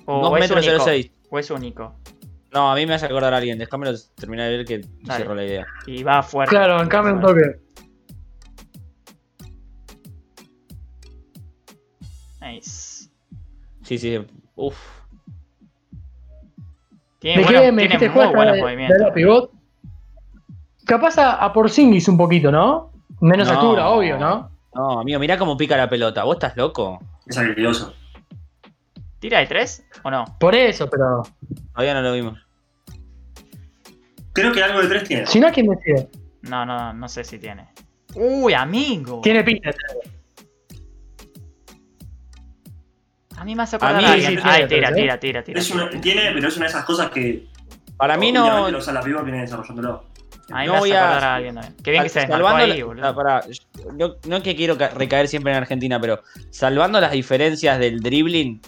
A: ¿O
D: 2
A: Oh, es
D: metros
A: único?
D: 06.
A: ¿O es único?
D: No, a mí me hace acordar a alguien. Déjamelo terminar de ver que cierro la idea.
A: Y va fuerte.
E: Claro, bancame un toque.
A: Nice.
D: Sí, sí. Uf.
A: Tiene,
E: ¿De
A: buenos-
E: qué
A: tiene
E: me dijiste
A: muy
E: juega
A: buenos
E: de, de
A: movimientos.
E: la pivot? Capaz a, a Porzingis un poquito, ¿no? Menos
D: No.
E: altura, obvio, ¿no?
D: No, amigo, mirá cómo pica la pelota. ¿Vos estás loco?
B: Es agridioso.
A: ¿Tira de tres o no?
E: Por eso, pero.
D: Todavía no lo vimos.
B: Creo que algo de tres tiene.
E: Si no, ¿quién me sigue?
A: No, no, no sé si tiene. Uy, amigo.
E: Tiene pinta.
A: A mí me hace acordar
D: A
A: a,
D: mí
A: alguien.
E: sí, sí,
A: Ay,
E: sí,
A: tira,
E: sí.
A: tira, tira, tira.
B: Es una, tiene, pero es una de esas cosas que
D: Para mí
B: últimamente
D: no.
B: Los alapivos vienen desarrollándolo.
A: Ahí
D: No
A: me
D: voy
A: hace
D: a-
A: acordar a alguien también. Qué bien que se desmarcó
D: Salvando
A: ahí,
D: la-
A: boludo.
D: Ah, pará, yo- no, no es que quiero ca- recaer siempre en Argentina, pero salvando las diferencias del dribbling,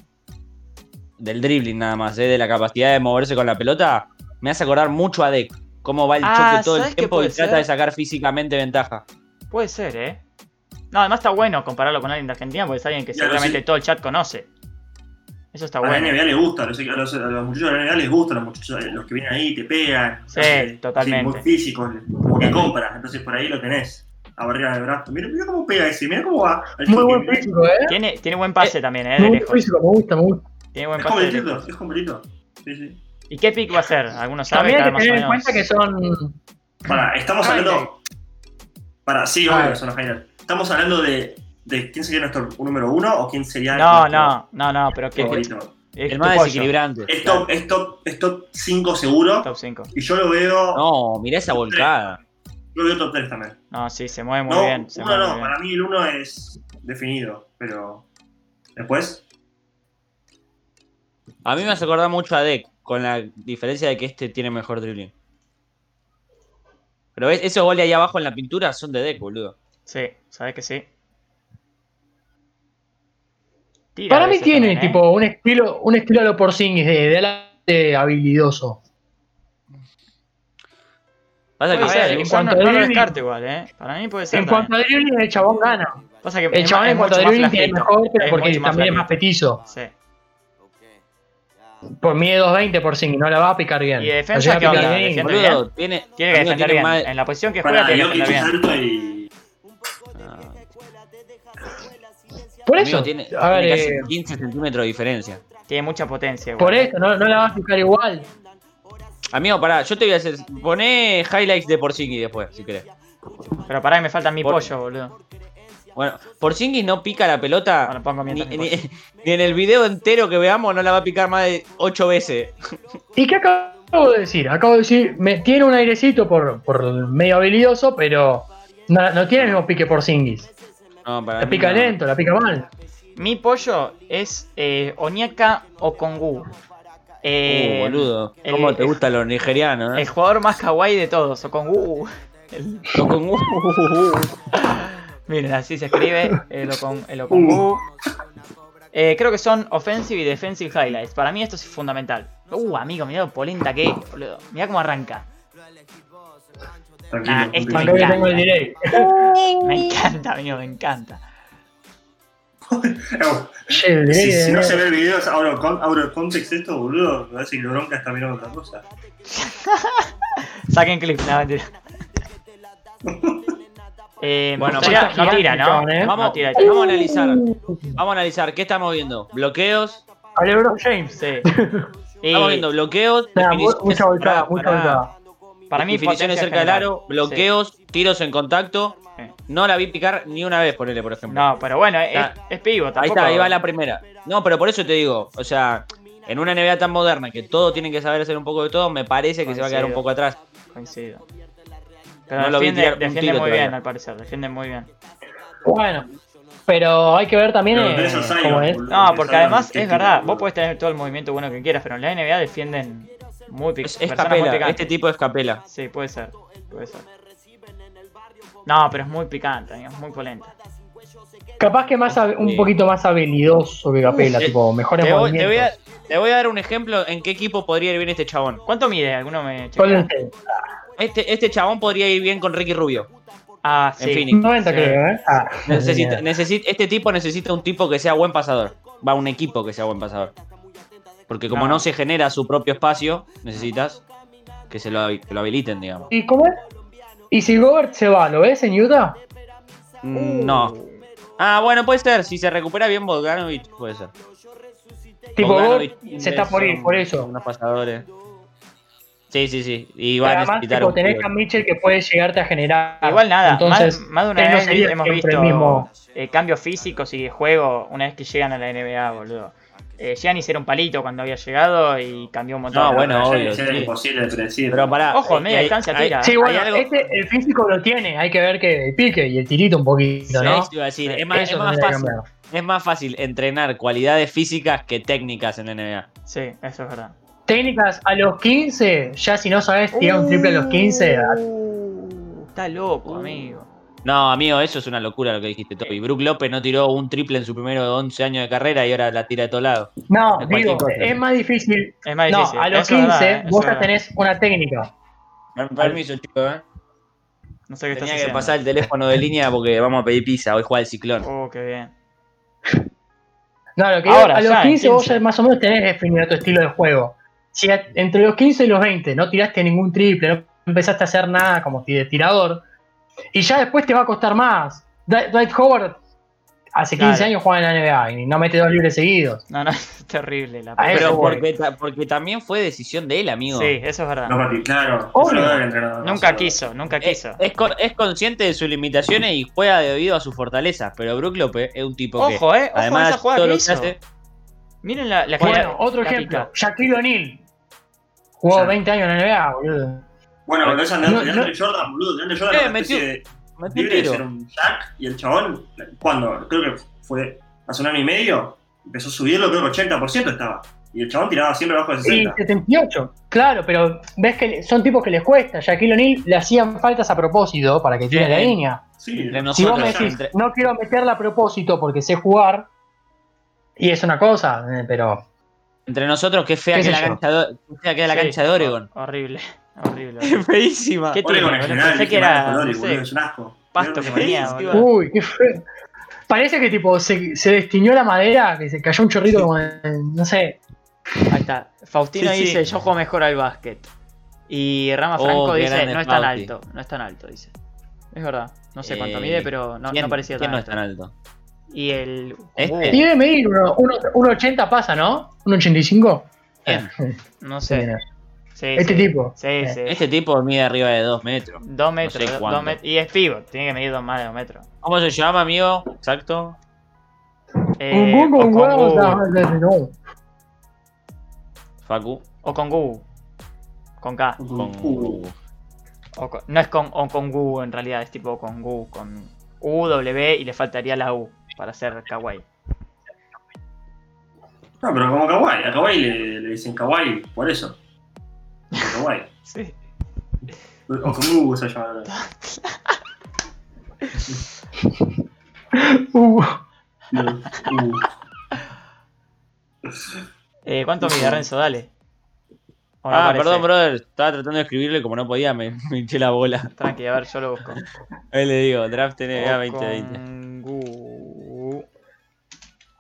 D: del dribbling nada más, eh, de la capacidad de moverse con la pelota, me hace acordar mucho a Deck. Cómo va el
A: Ah,
D: choque todo
A: ¿sabés
D: el
A: qué
D: tiempo y
A: puede
D: trata
A: ser?
D: de sacar físicamente ventaja.
A: Puede ser, ¿eh? No, además está bueno compararlo con alguien de Argentina porque es alguien que
B: Claro,
A: seguramente
B: sí.
A: todo el chat conoce. Eso está
B: A la
A: bueno.
B: NBA les gusta, a los, a los- a los muchachos de la NBA les gusta, los muchachos, los que vienen ahí te pegan,
A: Sí,
B: hacen-
A: totalmente.
B: hacen muy físicos, como que compras, entonces por ahí lo tenés, a barriga de brazo. Mira, mira cómo pega ese, mira cómo va. al
E: Muy
B: choque,
E: buen
B: mirá.
E: físico, ¿eh?
A: Tiene, tiene buen pase también, ¿eh? De
E: Muy buen
A: lejos.
E: físico, me gusta, me gusta.
A: Tiene buen
B: Es
A: pase de lejos.
B: completito, es completito. Sí, sí.
A: ¿Y qué pick va a ser? ¿Alguno sabe?
E: También hay
A: Cada
E: que
A: más o
E: tener en
A: menos.
E: cuenta que son.
B: Para, estamos
E: Ay,
B: hablando. Para, sí,
E: Ay.
B: obvio, son los final. Estamos hablando de, de quién sería nuestro número uno o quién sería
A: No,
B: nuestro
A: no, no, no, pero que, que-
B: favorito.
A: es tu
D: El más
A: pollo.
D: desequilibrante.
B: Es top, es top, es top 5 seguro.
A: Top 5.
B: Y yo lo veo.
D: No, mirá esa volcada.
B: Yo lo veo top 3 también.
A: No, sí, se mueve muy
B: no,
A: bien. Se
B: uno
A: mueve
B: no,
A: muy bien.
B: para mí el uno es definido, pero. Después.
D: A mí me hace acordar mucho a Deck, con la diferencia de que este tiene mejor dribbling. Pero ves, esos goles ahí abajo en la pintura son de Deck, boludo.
A: Sí, sabes que sí. Tira
E: Para
A: a
E: mí
A: veces
E: tiene
A: también, ¿eh?
E: tipo un estilo, un estilo a lo Porzingis de, de alante habilidoso.
D: Pasa que
A: Puede ser,
E: A ver,
D: sí,
E: en
A: yo
E: cuanto
A: no,
E: a
A: no lo
E: dribbling-
A: descarto igual, ¿eh? Para mí puede ser.
E: En
A: también.
E: cuanto a dribbling, el chabón gana.
A: Pasa que
E: El
A: es
E: chabón
A: más-
E: en
A: es
E: cuanto a
A: mucho más
E: dribbling tiene
A: flaquito,
E: mejor, pero
A: es
E: porque
A: mucho más
E: también es más
A: flaquito.
E: petizo.
A: Sí.
E: Por mí es 2.20 por sí, no la va a picar bien.
A: ¿Y de defensa
E: La llega a
A: qué
E: picar
A: onda?
E: bien.
A: ¿Defiende
D: boludo, tiene,
A: Tiene que
D: amigo,
A: defender
D: tiene
A: bien.
D: más-
A: En la posición que juega
B: Para
A: tiene que
B: Jokic
A: defender
B: es
A: bien.
B: alto y.
D: Ah.
E: Ah. Por
D: Amigo,
E: eso,
D: tiene,
E: a ver,
D: tiene
E: eh,
D: casi 15 centímetros de diferencia.
A: Tiene mucha potencia igual. ¿eh?
E: por eso, no, no la va a picar igual.
D: Amigo, pará, yo te voy a hacer. Poné highlights de Porzingis después, si querés.
A: Pero pará que me falta mi
D: Por-
A: pollo, boludo.
D: Bueno, Porzingis no pica la pelota.
A: Bueno, pongo
D: ni,
A: mientras mi
D: ni-
A: pollo.
D: ni en el video entero que veamos no la va a picar más de 8 veces.
E: ¿Y qué acabo de decir? Acabo de decir, me, tiene un airecito por, por medio habilidoso, pero no, no tiene el mismo pique por Singis.
D: No, para
E: La
D: mí
E: pica
D: no.
E: lento, la pica mal.
A: Mi pollo es eh, Onyeka Okongu. Eh,
D: Uh, boludo.
A: el-
D: ¿Cómo te
A: el-
D: gustan los nigerianos? eh?
A: El jugador más kawaii de todos, Okongu. El-
D: Los con- Uh,
A: Miren, así se escribe el, Okon- el Okongu.
B: Uh.
A: Eh, creo que son offensive y defensive highlights. Para mí esto es fundamental. Uh, amigo, mirá lo polenta que es, boludo. Mirá cómo arranca.
B: Tranquilo.
A: Nah,
B: tranquilo.
A: este-
E: Acá que tengo el delay.
A: Me encanta, amigo, me encanta.
B: Eh,
E: Che, el delay
B: Si, si
E: de-
B: no se ve el video, es out of, con- out of context esto, boludo. Me parece que bronca está mirando otra cosa.
A: Saquen clip, no, mentira. Eh,
D: Bueno,
A: bueno,
D: pues,
A: tira,
E: basta
A: no tira,
E: gigante,
A: ¿no?
E: chabón, ¿eh?
A: No
D: Vamos,
A: tira,
D: vamos a analizar. Vamos a analizar. ¿Qué estamos viendo? ¿Bloqueos?
E: A LeBron James.
A: Sí.
D: Estamos viendo
A: Y
D: bloqueos.
E: Nah, mu-
D: definiciones-
E: mucha volcada,
D: pará,
E: mucha
D: pará.
E: volcada.
A: para mí,
D: definiciones
A: potencia
D: cerca del
A: general.
D: aro, bloqueos, tiros en contacto.
A: Sí.
D: No la vi picar ni una vez, ponele, por ejemplo.
A: No, pero bueno, es,
D: Está-
A: es pivo,
D: ahí
A: tampoco.
D: está, ahí va la primera. No, pero por eso te digo, o sea, en una NBA tan moderna que todos tienen que saber hacer un poco de todo, me parece que se va a quedar un
A: Coincido.
D: poco atrás.
A: Coincido. Pero
D: No lo vi
A: defiende,
D: tirar un
A: defiende
D: tiro
A: muy
D: todavía.
A: bien, al parecer, defiende muy bien.
E: Bueno, pero hay que ver también
B: Pero
E: eh,
B: tenés a Zion,
E: cómo es.
B: boludo,
A: No,
B: tenés
A: porque
B: a Zion,
A: además
B: que
A: es
B: tira,
A: verdad,
B: boludo.
A: vos podés tener todo el movimiento bueno que quieras, pero en la NBA defienden muy pic-
D: Es, es
A: personas muy
D: capela,
A: picantes.
D: este tipo es capela.
A: Sí, puede ser, puede ser. No, pero es muy picante, amigo, es muy polenta.
E: Capaz que más hab- un
D: Sí.
E: poquito más habilidoso que Capela,
D: Sí.
E: tipo, mejores
D: Te voy, te voy a,
E: movimientos.
D: te voy a dar un ejemplo en qué equipo podría ir bien este chabón.
A: ¿Cuánto mide? ¿Alguno me chequea?
E: Golden State,
D: Este, este chabón podría ir bien con Ricky Rubio.
A: Ah, sí.
D: En Phoenix.
E: 90
A: Sí.
E: creo, ¿eh? Ah,
D: Necesita,
E: mira.
D: necesi- este tipo necesita un tipo que sea buen pasador. Va a un equipo que sea buen pasador. Porque como
A: Claro.
D: no se genera su propio espacio, necesitas que se lo, habi- que lo habiliten, digamos.
E: ¿Y cómo es? ¿Y si Gobert se va, lo ves en Utah?
D: Mm, No. Ah, bueno, puede ser. Si se recupera bien Bogdanovich, puede ser.
E: Tipo,
D: Bogdanovich,
E: Gobert se está por ir,
D: son
E: por eso.
D: Unos pasadores. Sí, sí, sí. Y va a
E: Además,
D: necesitar
E: tipo,
D: un
E: tenés a
D: tiro.
E: Mitchell que puede llegarte a generar.
A: Igual nada,
E: Entonces,
A: más, más de
E: él
A: una
E: no
A: vez
E: sería
A: hemos
E: siempre
A: visto
E: el mismo.
A: eh, cambios físicos y de juego una vez que llegan a la NBA, boludo. Eh, Giannis era un palito cuando había llegado y cambió un montón.
D: No,
B: Pero
D: bueno,
B: ya-
D: obvio,
B: ya
D: sí.
B: Era imposible de predecir.
D: Pero pará.
A: Ojo,
D: eh,
A: media
D: eh,
A: distancia
D: hay-
A: tira.
E: Sí,
D: hay
E: bueno,
D: algo-
E: este, el físico lo tiene, hay que ver que el pique y el tirito un poquito,
D: Sí,
E: ¿no?
D: eso iba a decir.
A: Sí,
D: Es más, es
E: Eso
D: más
E: tendría que
D: fácil,
E: cambiar.
D: es más fácil entrenar cualidades físicas que técnicas en la NBA.
A: Sí, eso es verdad.
D: Uh.
A: Uh.
E: Técnicas a los 15, ya si no sabes tirar un triple a los 15, a-
A: Está loco, amigo.
D: No, amigo, eso es una locura lo que dijiste, Toby. Brook López no tiró un triple en su primero 11 años de carrera y ahora la tira de todos lados.
E: No,
D: Es cualquier
E: digo,
D: cosa.
E: es más difícil.
A: Es más
E: No,
A: difícil.
E: a los
A: Eso
E: 15
A: es verdad, eh, eso
E: vos
A: es
E: ya
A: verdad.
E: tenés una técnica.
D: Per- Permiso, chicos. ¿eh?
A: No sé qué estás
D: Tenía que
A: haciendo.
D: pasar el teléfono de línea porque vamos a pedir pizza. Hoy juega el ciclón.
A: Oh, qué bien.
E: No, lo que
A: Ahora,
E: a los
A: ya, en
E: 15, vos
A: 15.
E: ya más o menos tenés definido tu estilo de juego. Si a- entre los 15 y los 20 no tiraste ningún triple, no empezaste a hacer nada como ti- de tirador, y ya después te va a costar más. Dri- Dwight Howard hace 15
A: Claro.
E: años juega en la NBA y no mete dos libres seguidos.
A: No, no, es terrible la
E: A
A: puta.
E: eso
D: Pero
E: voy.
D: porque, ta- porque también fue decisión de él, amigo. Eh,
A: Sí, eso es verdad.
B: No, Mati, claro.
E: Obvio.
B: solo del entrenador,
A: nunca
B: solo.
A: quiso, nunca
D: Es,
A: quiso.
D: es con- es consciente de sus limitaciones y juega debido a sus fortalezas. Pero Brook López es un tipo que.
A: Ojo, eh. Ojo a
D: Además,
A: esa jugada
D: todo
A: que
D: lo
A: hizo.
D: hace-
A: Miren la, la
E: Bueno,
A: la-
E: otro
A: la pica.
E: ejemplo, Shaquille O'Neal. Jugó
B: Ya.
E: 20 años en la NBA, boludo.
B: Bueno, pero es Andrés
E: No,
B: Andrés Jordan, boludo. Andrés Jordan
D: Eh,
B: era una
D: metió-
B: especie de
D: Mete un
B: libre de
D: tiro.
B: ser un Jack y el chabón, cuando creo que fue hace un año y medio, empezó a subirlo, creo que 80% estaba. Y el chabón tiraba siempre abajo de
E: Y
B: 60.
E: 78. Claro, pero ves que son tipos que les cuesta. Shaquille O'Neal le hacían faltas a propósito para que tire la
D: Sí.
E: línea.
B: Sí,
D: Entre
E: Si vos
D: nosotros.
E: me decís,
D: entre-
E: no quiero meterla a propósito porque sé jugar, y es una cosa, eh, pero
D: Entre nosotros, qué fea
E: ¿Qué
D: que
E: sé
D: la
E: yo?
D: cancha de, qué fea que era la
A: Sí, Oh,
D: cancha de Oregon.
A: Horrible, horrible.
D: Es
A: horrible.
D: feísima.
A: ¿Qué tiene?
B: Oregon en
A: boludo?
B: general,
A: Pensé
B: viste,
A: que era
B: malos
A: no
B: colores,
A: sé,
B: boludo, es un asco.
A: pasto que
B: Creo
A: ponía,
B: sí,
A: boludo.
E: uy, qué feo. Parece que tipo se, se destiñó la madera, que se cayó un chorrito como de- no sé.
A: Ahí está. Faustino
D: Sí, sí.
A: dice, yo juego mejor al básquet. Y Rama
D: Oh,
A: Franco
D: qué
A: dice,
D: grande
A: no es tan
D: Fausti.
A: alto, no es tan alto, dice. Es verdad, no sé cuánto
D: Eh,
A: mide, pero no,
D: ¿Quién-
A: no parecía tan
D: quién no es
A: alto.
D: tan alto?
A: Y el...
D: Este.
E: Y debe medir uno- uno- un 80 pasa, ¿no? ¿Un 85?
D: Bien.
A: No sé. Sí,
E: Este
A: sí.
E: tipo.
A: Sí, sí.
D: Este tipo mide arriba de 2 metros.
A: Dos metros.
D: sé
A: dos-
D: cuánto.
A: dos met- y es pivot, tiene que medir dos más de dos metros.
D: ¿Cómo se llama, amigo? Exacto.
A: Eh,
E: Un buco,
A: o,
E: un
A: con
E: huevo,
A: Gu,
E: no, no, no.
D: Facu.
A: o con Gu. Con K.
D: Con...
B: Uh,
A: o con- no es con, o con Gu en realidad, es tipo con Gu. Con U, W y le faltaría la U para ser kawaii.
B: No, pero como Kawhi, a Kawhi le, le dicen Kawhi por eso. Por Kawhi.
A: Sí.
B: O como Hugo se llama.
E: Uh,
B: No, Hugo.
A: Eh, ¿Cuánto mide Renzo? Dale. O no
D: Ah,
A: aparece.
D: perdón, brother. Estaba tratando de escribirle como no podía, me, me hinché la bola.
A: Tranqui, a ver, yo lo busco.
D: Ahí le digo, draft NBA
A: O
D: 2020.
A: con Gu.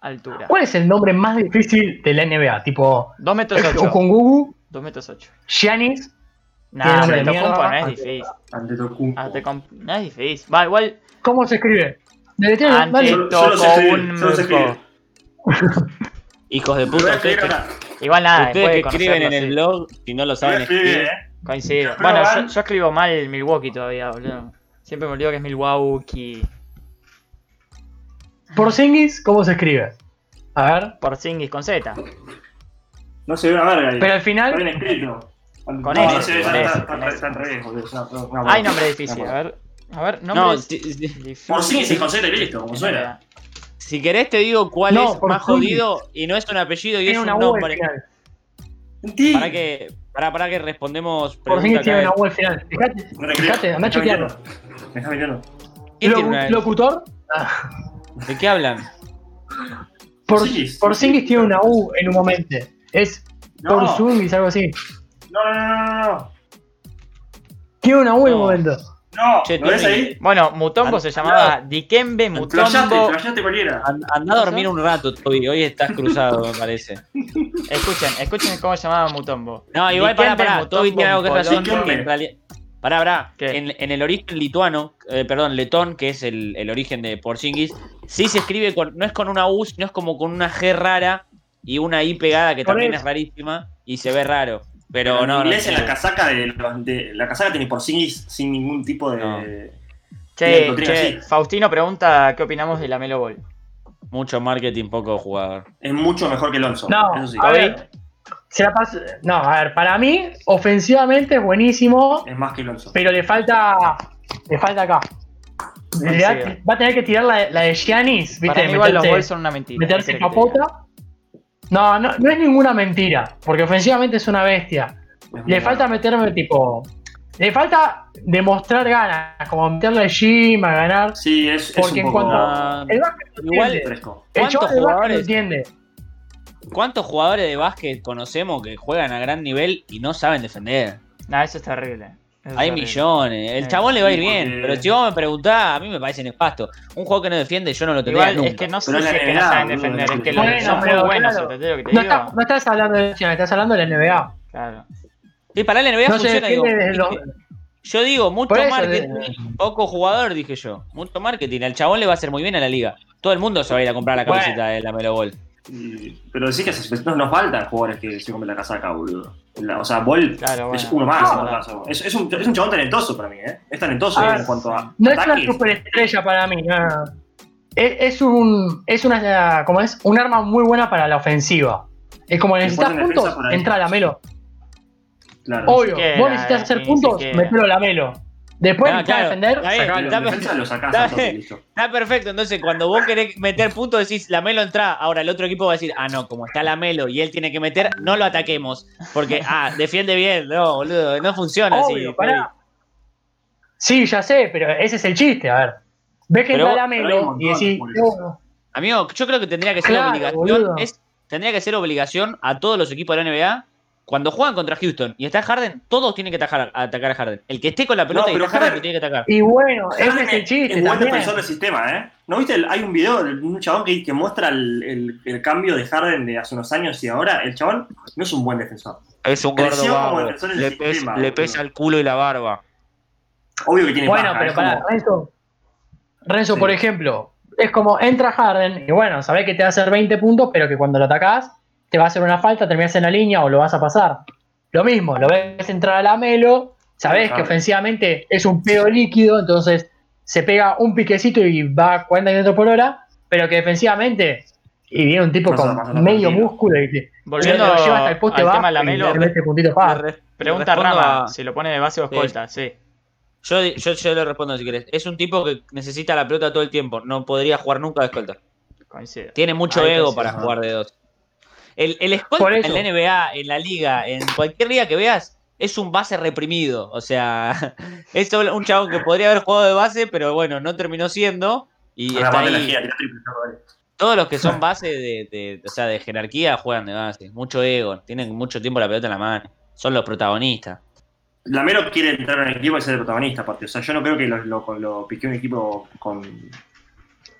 A: Altura.
E: ¿Cuál es el nombre más difícil de la NBA? Tipo,
A: 2 metros 8.
E: con Gugu,
A: 2 metros 8.
E: Giannis.
A: Nah,
E: hombre de
A: Antetokounmpo
E: mierda.
A: no es difícil.
D: Ah,
B: Antetokounmpo.
A: Antetokounmpo no es difícil. Va, igual
E: ¿Cómo se escribe? Debe tener-
A: Ante-
E: dale.
B: Yo, yo lo sé escribir, yo lo sé
A: Antetokounmpo.
B: escribir.
D: Hijos de
B: Lo voy a
D: puta, ustedes
B: escribir
D: que,
B: ahora.
A: Igual
E: Ah,
A: nada,
D: ustedes
A: después
D: que
A: de
D: escriben en
A: conocerlo,
D: el
A: sí.
D: blog, si no lo
B: Lo voy a
D: saben
B: escribir,
D: escribir.
B: eh.
A: Coincido.
B: Pero
A: Bueno, yo,
B: van-
A: yo escribo mal Milwaukee todavía, boludo. Siempre me olvido que es Milwaukee.
E: Porzingis, ¿cómo se escribe? A ver.
A: Porzingis con
B: Ah,
A: Z.
B: No se ve una verga ahí.
E: Pero al
B: Está
E: final,
B: bien escrito.
A: Con
B: no,
A: S,
B: no se ve,
A: con
B: está-
A: S,
B: está-
A: con
B: está-
A: S.
B: está al revés, boludo. No, no, no,
A: Hay
B: no.
A: nombre difícil,
B: No,
A: a ver. A ver,
D: No,
A: nombres
D: si, si-
A: difíciles.
B: Ah, Porzingis es con Z y listo, como
A: en
B: suena.
A: realidad.
D: si querés te digo cuál
E: No,
D: es
E: por
D: más
E: Juli.
D: jodido y no es un apellido y es
E: tiene
D: un
E: una U al
D: nombre.
E: final.
B: Mentí.
D: Para que, para, para que respondemos pregunta
E: Porzingis tiene
D: acá.
E: una U al final. Fijate,
B: No te creo.
E: fíjate, andá
B: Me está
E: chequeando.
B: mintiendo. Me está mintiendo.
D: ¿Quién
E: Lo-
D: tiene una-
E: locutor.
D: ¿De qué hablan?
E: Por,
B: Porzingis.
E: Porzingis tiene una U en un momento. Es
B: No.
E: Porzungis, algo así.
B: No, no, no, no, no.
E: Tiene una U en un
D: No.
E: momento.
B: No,
D: Che,
B: ¿lo ves
D: Tommy.
B: ahí?
A: Bueno, Mutombo se llamaba Dikembe
B: Flashaste,
A: Mutombo.
B: flashaste cualquiera.
D: An- Andá a dormir un rato, Toby. Hoy estás cruzado, me parece.
A: Escuchen, escuchen cómo se llamaba Mutombo.
D: No, igual
A: Dikembe
D: para, para. Toby tiene algo que
A: Mutombo,
D: razón.
B: Polonio.
D: porque en realidad- Pará, pará.
A: ¿Qué?
D: En, en el origen lituano, eh, perdón, letón, que es el, el origen de Porzingis, sí se escribe con. No es con una U, sino es como con una G rara y una I pegada que
E: Por
D: también
E: eso.
D: es rarísima y se ve raro. Pero,
B: Pero en
D: no, no.
B: inglés en
D: no.
B: la casaca de, los- de- la casaca tiene Porzingis sin ningún tipo de
D: No.
A: Che,
B: Lo tiene
A: che,
B: así.
A: Faustino pregunta qué opinamos de la Melo Ball.
D: Mucho marketing, poco jugador.
B: es mucho mejor que Alonso.
E: No,
B: eso sí.
E: a ver. Se la paso- No, a ver, para mí, ofensivamente es buenísimo,
B: Es más que Alonso.
E: pero le falta. Le falta acá. Le da-
A: Sí.
E: va a tener que tirar la, la de Giannis, ¿viste?
A: Para mí igual los
E: Meterte-
A: Bulls son una mentira. ¿qué
E: meterse en
A: querés que te diga?
E: capota. No, no, no es ninguna mentira, porque ofensivamente es una bestia. Le falta meterme tipo Le falta demostrar ganas, como meterle al gym a ganar.
B: Sí, es, es
E: Porque
B: un
E: en
B: poco
D: Ah,
E: El básquet no
D: Igual-
E: entiende.
B: fresco.
E: El
D: ¿Cuántos
E: chaval del básquet no
D: jugadores?
E: entiende.
D: ¿Cuántos jugadores de básquet conocemos que juegan a gran nivel y no saben defender?
A: Nah, eso es terrible. Eso es
D: Hay
A: terrible.
D: millones. El
A: Sí.
D: chabón le va a ir
B: Sí,
D: bien,
B: porque-
D: pero si vos me preguntás, a mí me parece nefasto. Un juego que no defiende, yo no lo tendría
A: Igual
D: nunca.
A: es que no sé
B: Pero
A: si
B: es la
A: es que no
B: NBA,
A: saben
B: boludo,
A: defender, es que
B: la
A: los
B: NBA.
A: son muy
E: Bueno,
A: buenos,
E: claro.
A: ¿entendés lo que te
E: No,
A: digo?
E: está- no estás hablando de China, estás hablando de la NBA.
A: Claro.
D: Sí, para la NBA
E: No se
D: funciona.
E: defiende
D: digo,
E: desde los.
D: Yo digo, mucho
E: Por eso,
D: marketing,
E: de-
D: poco jugador, dije yo. Mucho marketing. Al chabón le va a hacer muy bien a la liga. Todo el mundo se va a ir a comprar la
A: Bueno.
D: camiseta de la Melo Ball.
B: Y- pero sí que se- no nos faltan jugadores que se comen la casaca, boludo. La- o sea, Bol
A: Claro,
B: es
A: bueno.
B: uno más.
A: Ah,
B: en todo
A: bueno.
B: caso. Es, es un, es un chabón talentoso para mí, ¿eh? Es talentoso
E: Ah,
B: en cuanto a.
E: No es una
B: ataques.
E: superestrella para mí, no, no. Es, es un. Es una. ¿Cómo es? Un arma muy buena para la ofensiva. Es como necesitas
B: Después en
E: puntos,
B: defensa por ahí.
E: entra a la Melo.
B: Claro.
E: Obvio.
A: siquiera, eh,
E: Vos necesitas hacer
A: ni
E: puntos,
A: siquiera.
E: metelo a la Melo. Después
D: Ah,
E: necesitas
D: claro.
E: defender.
D: Ahí
B: Sacalo,
D: Dame-
B: en defensa lo sacás,
D: dame-
B: entonces, listo.
D: Está perfecto. Entonces, cuando vos querés meter puntos, decís, la Melo entra. Ahora el otro equipo va a decir, ah, no, como está la Melo y él tiene que meter, no lo ataquemos. Porque, ah, defiende bien. No, boludo, no funciona
E: Obvio,
D: así.
E: pará. Sí, ya sé, pero ese es el chiste, a ver. Ves que
D: Pero
E: entra
D: vos-
E: la
B: pero hay un
E: Melo
B: montón
E: y decís.
B: de jugadores.
E: "Oh,
D: Amigo, yo creo que tendría que ser
E: Claro, boludo.
D: obligación. es- tendría que ser obligación a todos los equipos de la NBA. Cuando juegan contra Houston y está Harden, todos tienen que atajar, atacar a Harden. El que esté con la pelota y
B: pero
D: está Harden,
B: Harden-
D: lo tiene que atacar.
E: Y bueno, ese
B: Harden
E: es el chiste.
B: un buen
E: también.
B: defensor del sistema, ¿eh? ¿No viste? el- hay un video de un chabón que, que muestra el, el- el cambio de Harden de hace unos años y ahora. El chabón no es un buen defensor.
C: Es un gordo
B: Creció como
C: vago.
B: defensor del
C: Le, pes-
B: sistema,
C: le
B: boludo.
C: pesa el culo y la barba.
B: Obvio que tiene
E: Bueno,
B: paja,
E: pero
B: es
E: para
B: como-
E: Renzo, Renzo
B: Sí.
E: por ejemplo, es como entra Harden y bueno, sabés que te va a hacer 20 puntos, pero que cuando lo atacás te va a hacer una falta, terminás en la línea o lo vas a pasar. Lo mismo, lo ves entrar a la Melo, sabés
B: Ajá.
E: que ofensivamente es un pedo líquido, entonces se pega un piquecito y va a 40 kilómetros por hora, pero que defensivamente y viene un tipo
B: Pasa,
E: con
B: pasa, pasa,
E: medio
B: tranquilo.
E: músculo y te
A: Volviendo
E: lo lleva hasta el poste
A: al
E: bajo
A: tema
E: y
A: Lamelo,
E: le mete puntito
D: Le
E: fácil.
D: res-
A: pregunta
D: le respondo
A: Rama
D: a-
A: si lo pone de base o escolta, sí.
D: Yo, yo, yo le respondo si querés. Es un tipo que necesita la pelota todo el tiempo. No podría jugar nunca de escolta.
A: coincido.
D: Tiene mucho
A: Ahí
D: ego
A: coincido,
D: para
B: ¿no?
D: jugar de dos. El, el
E: Por
D: escolta
E: eso.
D: en la NBA, en la liga, en cualquier liga que veas, es un base reprimido. O sea, es solo un chabón que podría haber jugado de base, pero bueno, no terminó siendo. Y
B: Ahora,
D: está
B: guarda la
D: ahí.
B: gira, tira triple, no, vale.
D: Todos los que son base de, de- o sea, de jerarquía juegan de base. Mucho ego. Tienen mucho tiempo la pelota en la mano. Son los protagonistas.
B: Lamelo quiere entrar en el equipo y ser el protagonista, aparte. O sea, yo no creo que lo, lo, lo pique un equipo con.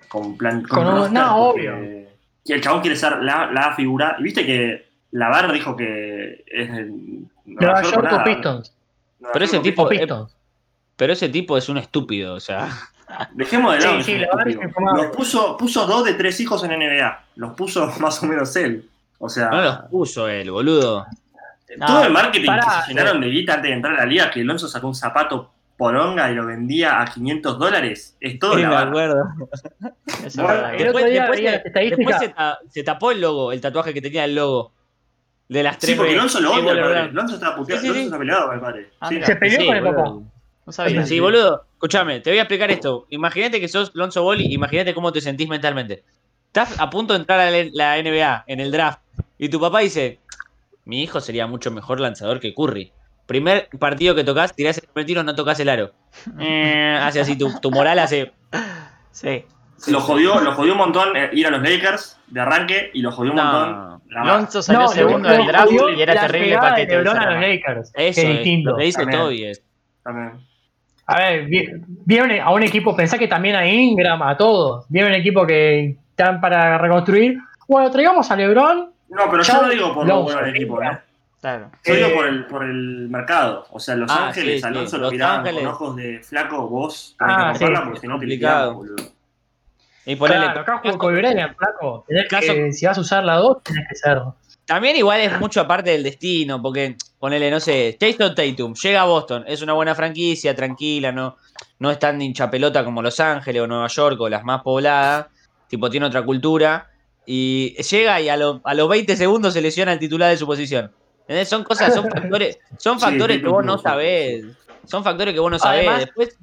B: con plan.
E: Con un-
B: roster,
E: no,
B: porque-
E: obvio.
B: Y el chabón quiere ser la, la figura. Y viste que la barra dijo que es. el-
E: Nueva
B: York,
E: York o
B: nada.
E: Pistons,
B: Nueva
D: Pero
B: York
D: ese
B: o
D: tipo-
E: o
B: Pistons.
A: eh,
E: Pistons.
D: Pero ese tipo es un estúpido. O sea,
B: Dejemos de
E: Sí,
B: lado. que
E: sí,
B: es un
E: la verdad
B: estúpido.
E: es que fue mal.
B: Los puso, puso dos de tres hijos en NBA. Los puso más o menos él. O sea,
D: no los puso él, boludo.
B: todo
A: Ah. No,
B: el marketing que
E: pará,
B: se llenaron de guita antes de entrar a la liga, que Alonso sacó un zapato poronga y lo vendía a 500 dólares, es todo
D: Sí,
B: la
D: me
B: barra.
D: acuerdo.
A: Eso
B: Bueno,
A: es verdad.
E: El otro día veía las estadísticas.
D: después se, ta- se tapó el logo, el tatuaje que tenía el logo. De las tres.
B: Sí, porque Alonso lo
D: Sí,
B: odia,
D: boludo,
B: el padre.
D: boludo.
B: Alonso está puteado,
D: Sí, sí,
B: Alonso
D: sí.
B: está peleado con el padre.
A: Ah,
B: Sí.
A: mira.
E: Se peleó
D: Sí,
E: con el
D: boludo.
E: papá.
A: No sabía.
D: Sí, boludo. Escúchame, te voy a explicar esto. Imagínate que sos Lonzo Ball y imagínate cómo te sentís mentalmente. Estás a punto de entrar a la- la NBA, en el draft, y tu papá dice: Mi hijo sería mucho mejor lanzador que Curry. Primer partido que tocas, tirás el primer tiro, no tocas el aro. Eh, hace así, tu, tu moral hace.
A: Sí.
B: Lo jodió, lo jodió un montón eh, ir a los Lakers de arranque y lo jodió un montón.
D: No.
B: la barra.
A: Lonzo salió
E: No,
A: segundo
E: lo-
A: del
E: lo
A: draft
E: jodió
A: y era
E: la
A: terrible
E: llegada de
A: paquete.
E: LeBron
A: dice
E: a los
A: Rama.
E: Lakers.
D: Eso
E: que
D: es,
E: distinto.
D: lo que dice
B: También.
D: Toby es.
B: También.
E: A ver, vi- vieron a un equipo, pensá que también a Ingram, a todos. Vieron un equipo que están para reconstruir. Bueno, traigamos a LeBron.
B: No, pero yo
E: Chau,
B: no digo por lo
E: Lonzo.
B: bueno del equipo, ¿eh?
A: Claro.
B: Yo digo
E: Eh,
B: por el, por el mercado. O sea, Los
D: Ah,
B: Ángeles,
D: sí,
B: Alonso
D: sí.
B: lo
D: Los
B: miraban
D: Ángeles.
B: con ojos de flaco, vos,
E: Ah,
B: tenés que
E: sí.
B: comprarla porque si no te
D: Complicado.
B: liquidamos, boludo.
D: Y ponele-
E: claro, acá jugó con Brennan, flaco. Tenés que-
D: Caso-
E: si vas a usar la 2, tenés que ser.
D: También igual es mucho aparte del destino, porque ponele, no sé, Jason Tatum llega a Boston, es una buena franquicia, tranquila, no, no es tan hincha pelota como Los Ángeles o Nueva York o las más pobladas, tipo tiene otra cultura, y llega y a, lo- a los 20 segundos se lesiona el titular de su posición. ¿Entendés? Son cosas, son factores, son
B: Sí,
D: factores
B: sí,
D: que vos
B: sí,
D: no
B: sí,
D: sabés, son factores que vos no sabés,
E: Además-
D: después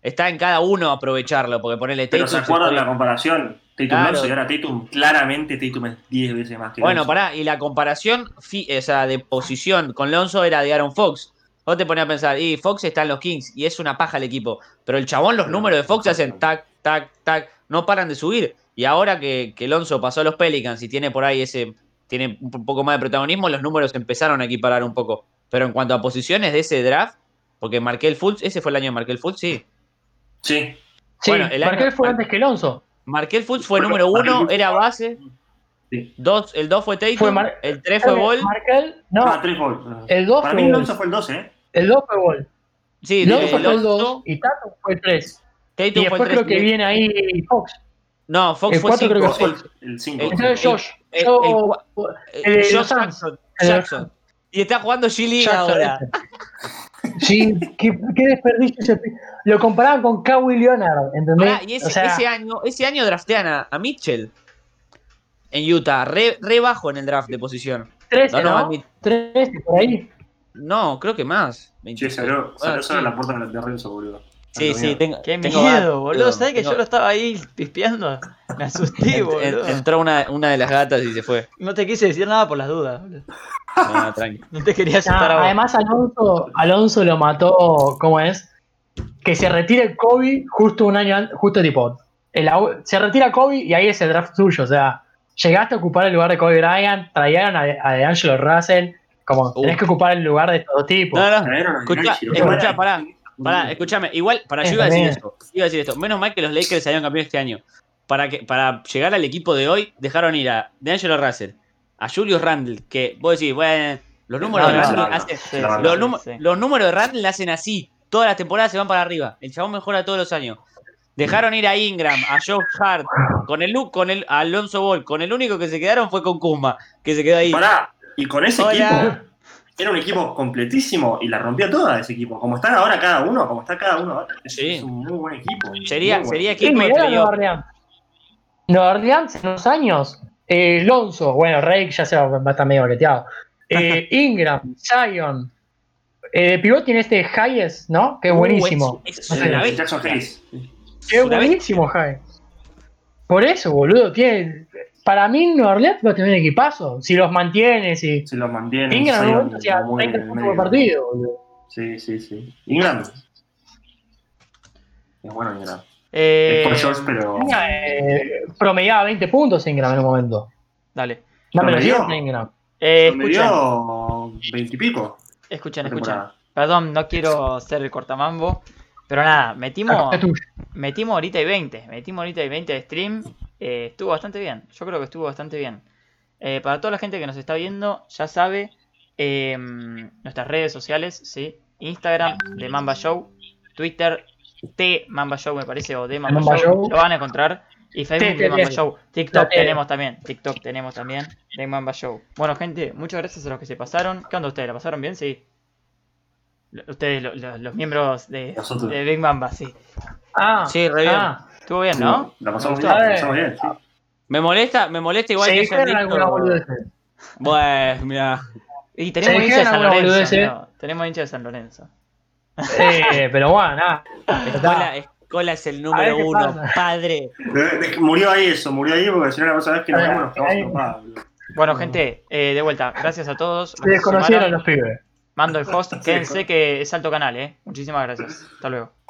D: está en cada uno aprovecharlo, porque ponele
B: Pero se
D: Tatum se
B: acuerdan
D: pone-
B: la comparación. Tatum
D: Claro.
B: Lonzo y ahora Tatum, claramente Tatum es 10 veces más que
D: Bueno,
B: Lonzo.
D: pará, y la comparación fi- o sea, de posición con Lonzo era de Aaron Fox. Vos te pones a pensar, y Fox está en los Kings y es una paja el equipo. Pero el chabón, los números de Fox hacen tac, tac, tac, no paran de subir. Y ahora que, que Lonzo pasó a los Pelicans y tiene por ahí ese, tiene un poco más de protagonismo, los números empezaron a equiparar un poco. Pero en cuanto a posiciones de ese draft, porque Markel Fultz, ese fue el año de Markel Fultz, sí.
B: Sí,
E: Sí,
D: Bueno, el año-
E: Markel fue antes que Alonso.
D: Markel Fultz fue
B: Bueno,
D: número
B: Markel
D: uno,
B: Fultz-
D: era base.
B: Sí.
D: Dos, el 2 fue Tatum,
E: Fue Mar-
D: el 3 fue Ball.
E: Markel,
B: ah,
E: no,
B: tres Ball.
E: el 2
B: Para mí
E: fue
B: Lonzo
E: Ball.
B: fue el 12, ¿eh?
E: El 2 fue Ball.
D: Sí, eh,
E: Lonzo fue el
D: Lonzo,
E: 2 y Tatum fue el 3.
D: Tatum
E: Y
D: fue el
E: después creo
D: tres. Eh,
E: que viene ahí Fox.
D: No, Fox
E: el
D: fue
E: cuatro creo que
D: 5.
B: Fox fue el- el 5.
D: El-
E: Entonces
D: el-
E: Josh.
D: el-
E: yo-
D: eh, el cua-
E: el de los
D: Eh, Jackson.
E: el de los
D: Jackson. Y está jugando G-League
E: Jackson
D: ahora.
E: ese. Sí, qué, qué desperdicio ese pi- Lo comparaban con Kawhi Leonard, ¿entendés?
D: Pará, y ese,
E: o sea,
D: ese año, ese año draftean a, a Mitchell en Utah, re, re bajo en el draft de posición.
E: 13,
D: no, no,
E: ¿no?
D: admit-
E: 13 por ahí.
D: No, creo que más.
B: Che,
D: 26.
B: salió,
D: Ah,
B: salió
D: sí.
B: sobre la puerta de Renzo, boludo.
D: Sí,
B: Tanto
D: sí,
B: miedo.
D: tengo,
A: Qué
D: tengo
A: miedo,
D: gato,
A: boludo. ¿Sabes que
D: tengo-
A: yo lo estaba ahí pispeando? Me asusté,
D: en- en-
A: boludo.
D: entró una, una de las gatas y se fue.
A: No te quise decir nada por las dudas, boludo.
D: No, tranqui.
A: No te quería
E: Nah,
A: asustar a vos.
E: Ah, además, Alonso, Alonso lo mató, ¿cómo es? Que se retire Kobe justo un año antes, justo tipo. el au- se retira Kobe y ahí es el draft suyo. O sea, llegaste a ocupar el lugar de Kobe Bryant, traían a, a DeAngelo Russell. Como tenés que ocupar el lugar de estos tipos.
D: No, no,
B: Trajeron a
D: escuchá,
B: Nash y los-
D: escuchá, pará.
A: Mm.
D: Pará, escúchame, igual, para yo
A: Eh,
E: Es
D: iba a decir
E: verdad.
D: esto. Iba a decir esto. Menos mal que los Lakers salieron campeones este año. Para, que, para llegar al equipo de hoy, dejaron ir a D'Angelo Russell, a Julius Randle, que vos decís, bueno, los números
A: No,
D: de
A: no,
D: Randle
A: no,
D: hacen.
A: Sí,
B: La
A: sí,
B: verdad.
D: Los,
A: sí,
D: num-
A: sí.
D: los números de Randle la hacen así. Todas las temporadas se van para arriba. El chabón mejora todos los años. Dejaron ir a Ingram, a Josh Hart, con el, nu- con el a Alonso Ball. Con el único que se quedaron fue con Kuzma, que se quedó ahí.
B: Pará, y con ese
D: Hola.
B: equipo. Era un equipo completísimo y la rompió toda ese equipo. Como están ahora cada uno, como está cada uno ahora. Es,
D: Sí.
B: es un muy buen equipo.
D: Sería,
B: muy buen
D: sería
E: Sí,
D: equipo de
E: mirá la Nueva
D: playoff.
E: Orleans. Nueva Orleans en los años. Eh, Lonzo, bueno, Rake ya se va, va a estar medio boleteado. Eh, Ingram, Zion. Eh, de pivot tiene este Hayes, ¿no? Que es
D: Uh,
E: buenísimo.
D: es- es
B: equipo.
D: una
B: Eh,
D: bestia.
B: Jackson Hayes.
E: Qué
D: una bestia.
E: buenísimo, Hayes. Por eso, boludo, tiene. Para mí, Nueva Orleans va a tener un equipazo. Si los mantiene, si.
B: Se los mantiene.
E: Ingram,
B: Zion,
E: boludo, hacía
B: muy
E: 30
B: en el
E: puntos por
B: medio.
E: partido, boludo.
B: Sí, sí, sí. Ingram. Es bueno Ingram.
A: Eh,
B: es por George, pero.
E: Tenía, eh, promediaba 20 puntos Ingram en un momento.
A: Dale.
E: Dame los
B: ¿Promedió?
E: 10 Ingram.
A: Eh,
B: Me
A: escuchen,
B: dio 20 y pico.
A: escuchen,
B: la
A: escuchen.
B: temporada.
A: Perdón, no quiero ser el cortamambo. Pero nada, metimos,
E: Es tuyo.
A: metimos ahorita y 20. Metimos ahorita y 20 de stream. Eh, estuvo bastante bien. Yo creo que estuvo bastante bien. Eh, para toda la gente que nos está viendo, ya sabe eh, nuestras redes sociales, ¿sí? Instagram de Mamba Show, Twitter de Mamba Show, me parece, o de Mamba,
E: Mamba
A: Show.
E: Show.
A: Lo van a encontrar. Y Facebook
E: T,
A: de Mamba
E: T.
A: Show. TikTok
E: La T.
A: tenemos también. TikTok tenemos también de Mamba Show. Bueno, gente, muchas gracias a los que se pasaron. ¿Qué onda ustedes? ¿La pasaron bien? Sí. Lo- Ustedes, lo- lo- los miembros de,
B: Nosotros.
A: de Big Mamba, sí.
E: Ah,
D: Sí, re bien.
E: ah.
A: Estuvo bien, ¿no?
B: La
A: Me
B: pasamos
A: gustó.
B: bien,
E: A
B: la
E: ver.
B: pasamos bien. sí.
D: Me molesta, me molesta igual
E: se
D: que hayan
E: dijeron algunas
D: dicho-
E: boludeces.
D: Bueno, mira.
A: Y tenemos
E: Se
A: hincha de San
E: dijeron algunas
A: Lorenzo.
E: boludeces.
A: amigo. Tenemos hincha de San Lorenzo.
E: Eh, pero bueno, nada.
D: Escola, Escola es el
E: A ver
D: número
E: qué
D: uno,
E: pasa.
D: padre.
B: Eh, eh, Murió ahí eso, murió ahí porque si no la próxima vez que nos
E: A ver,
B: vemos nos quedamos
E: ahí-
B: topados, boludo.
A: Bueno, gente, eh, de vuelta. Gracias a todos. los
E: Se
A: que se
E: desconocieron
A: sumaron.
E: los pibes.
A: Mando el host. Quédense que es alto canal, ¿eh? Muchísimas gracias. Hasta luego.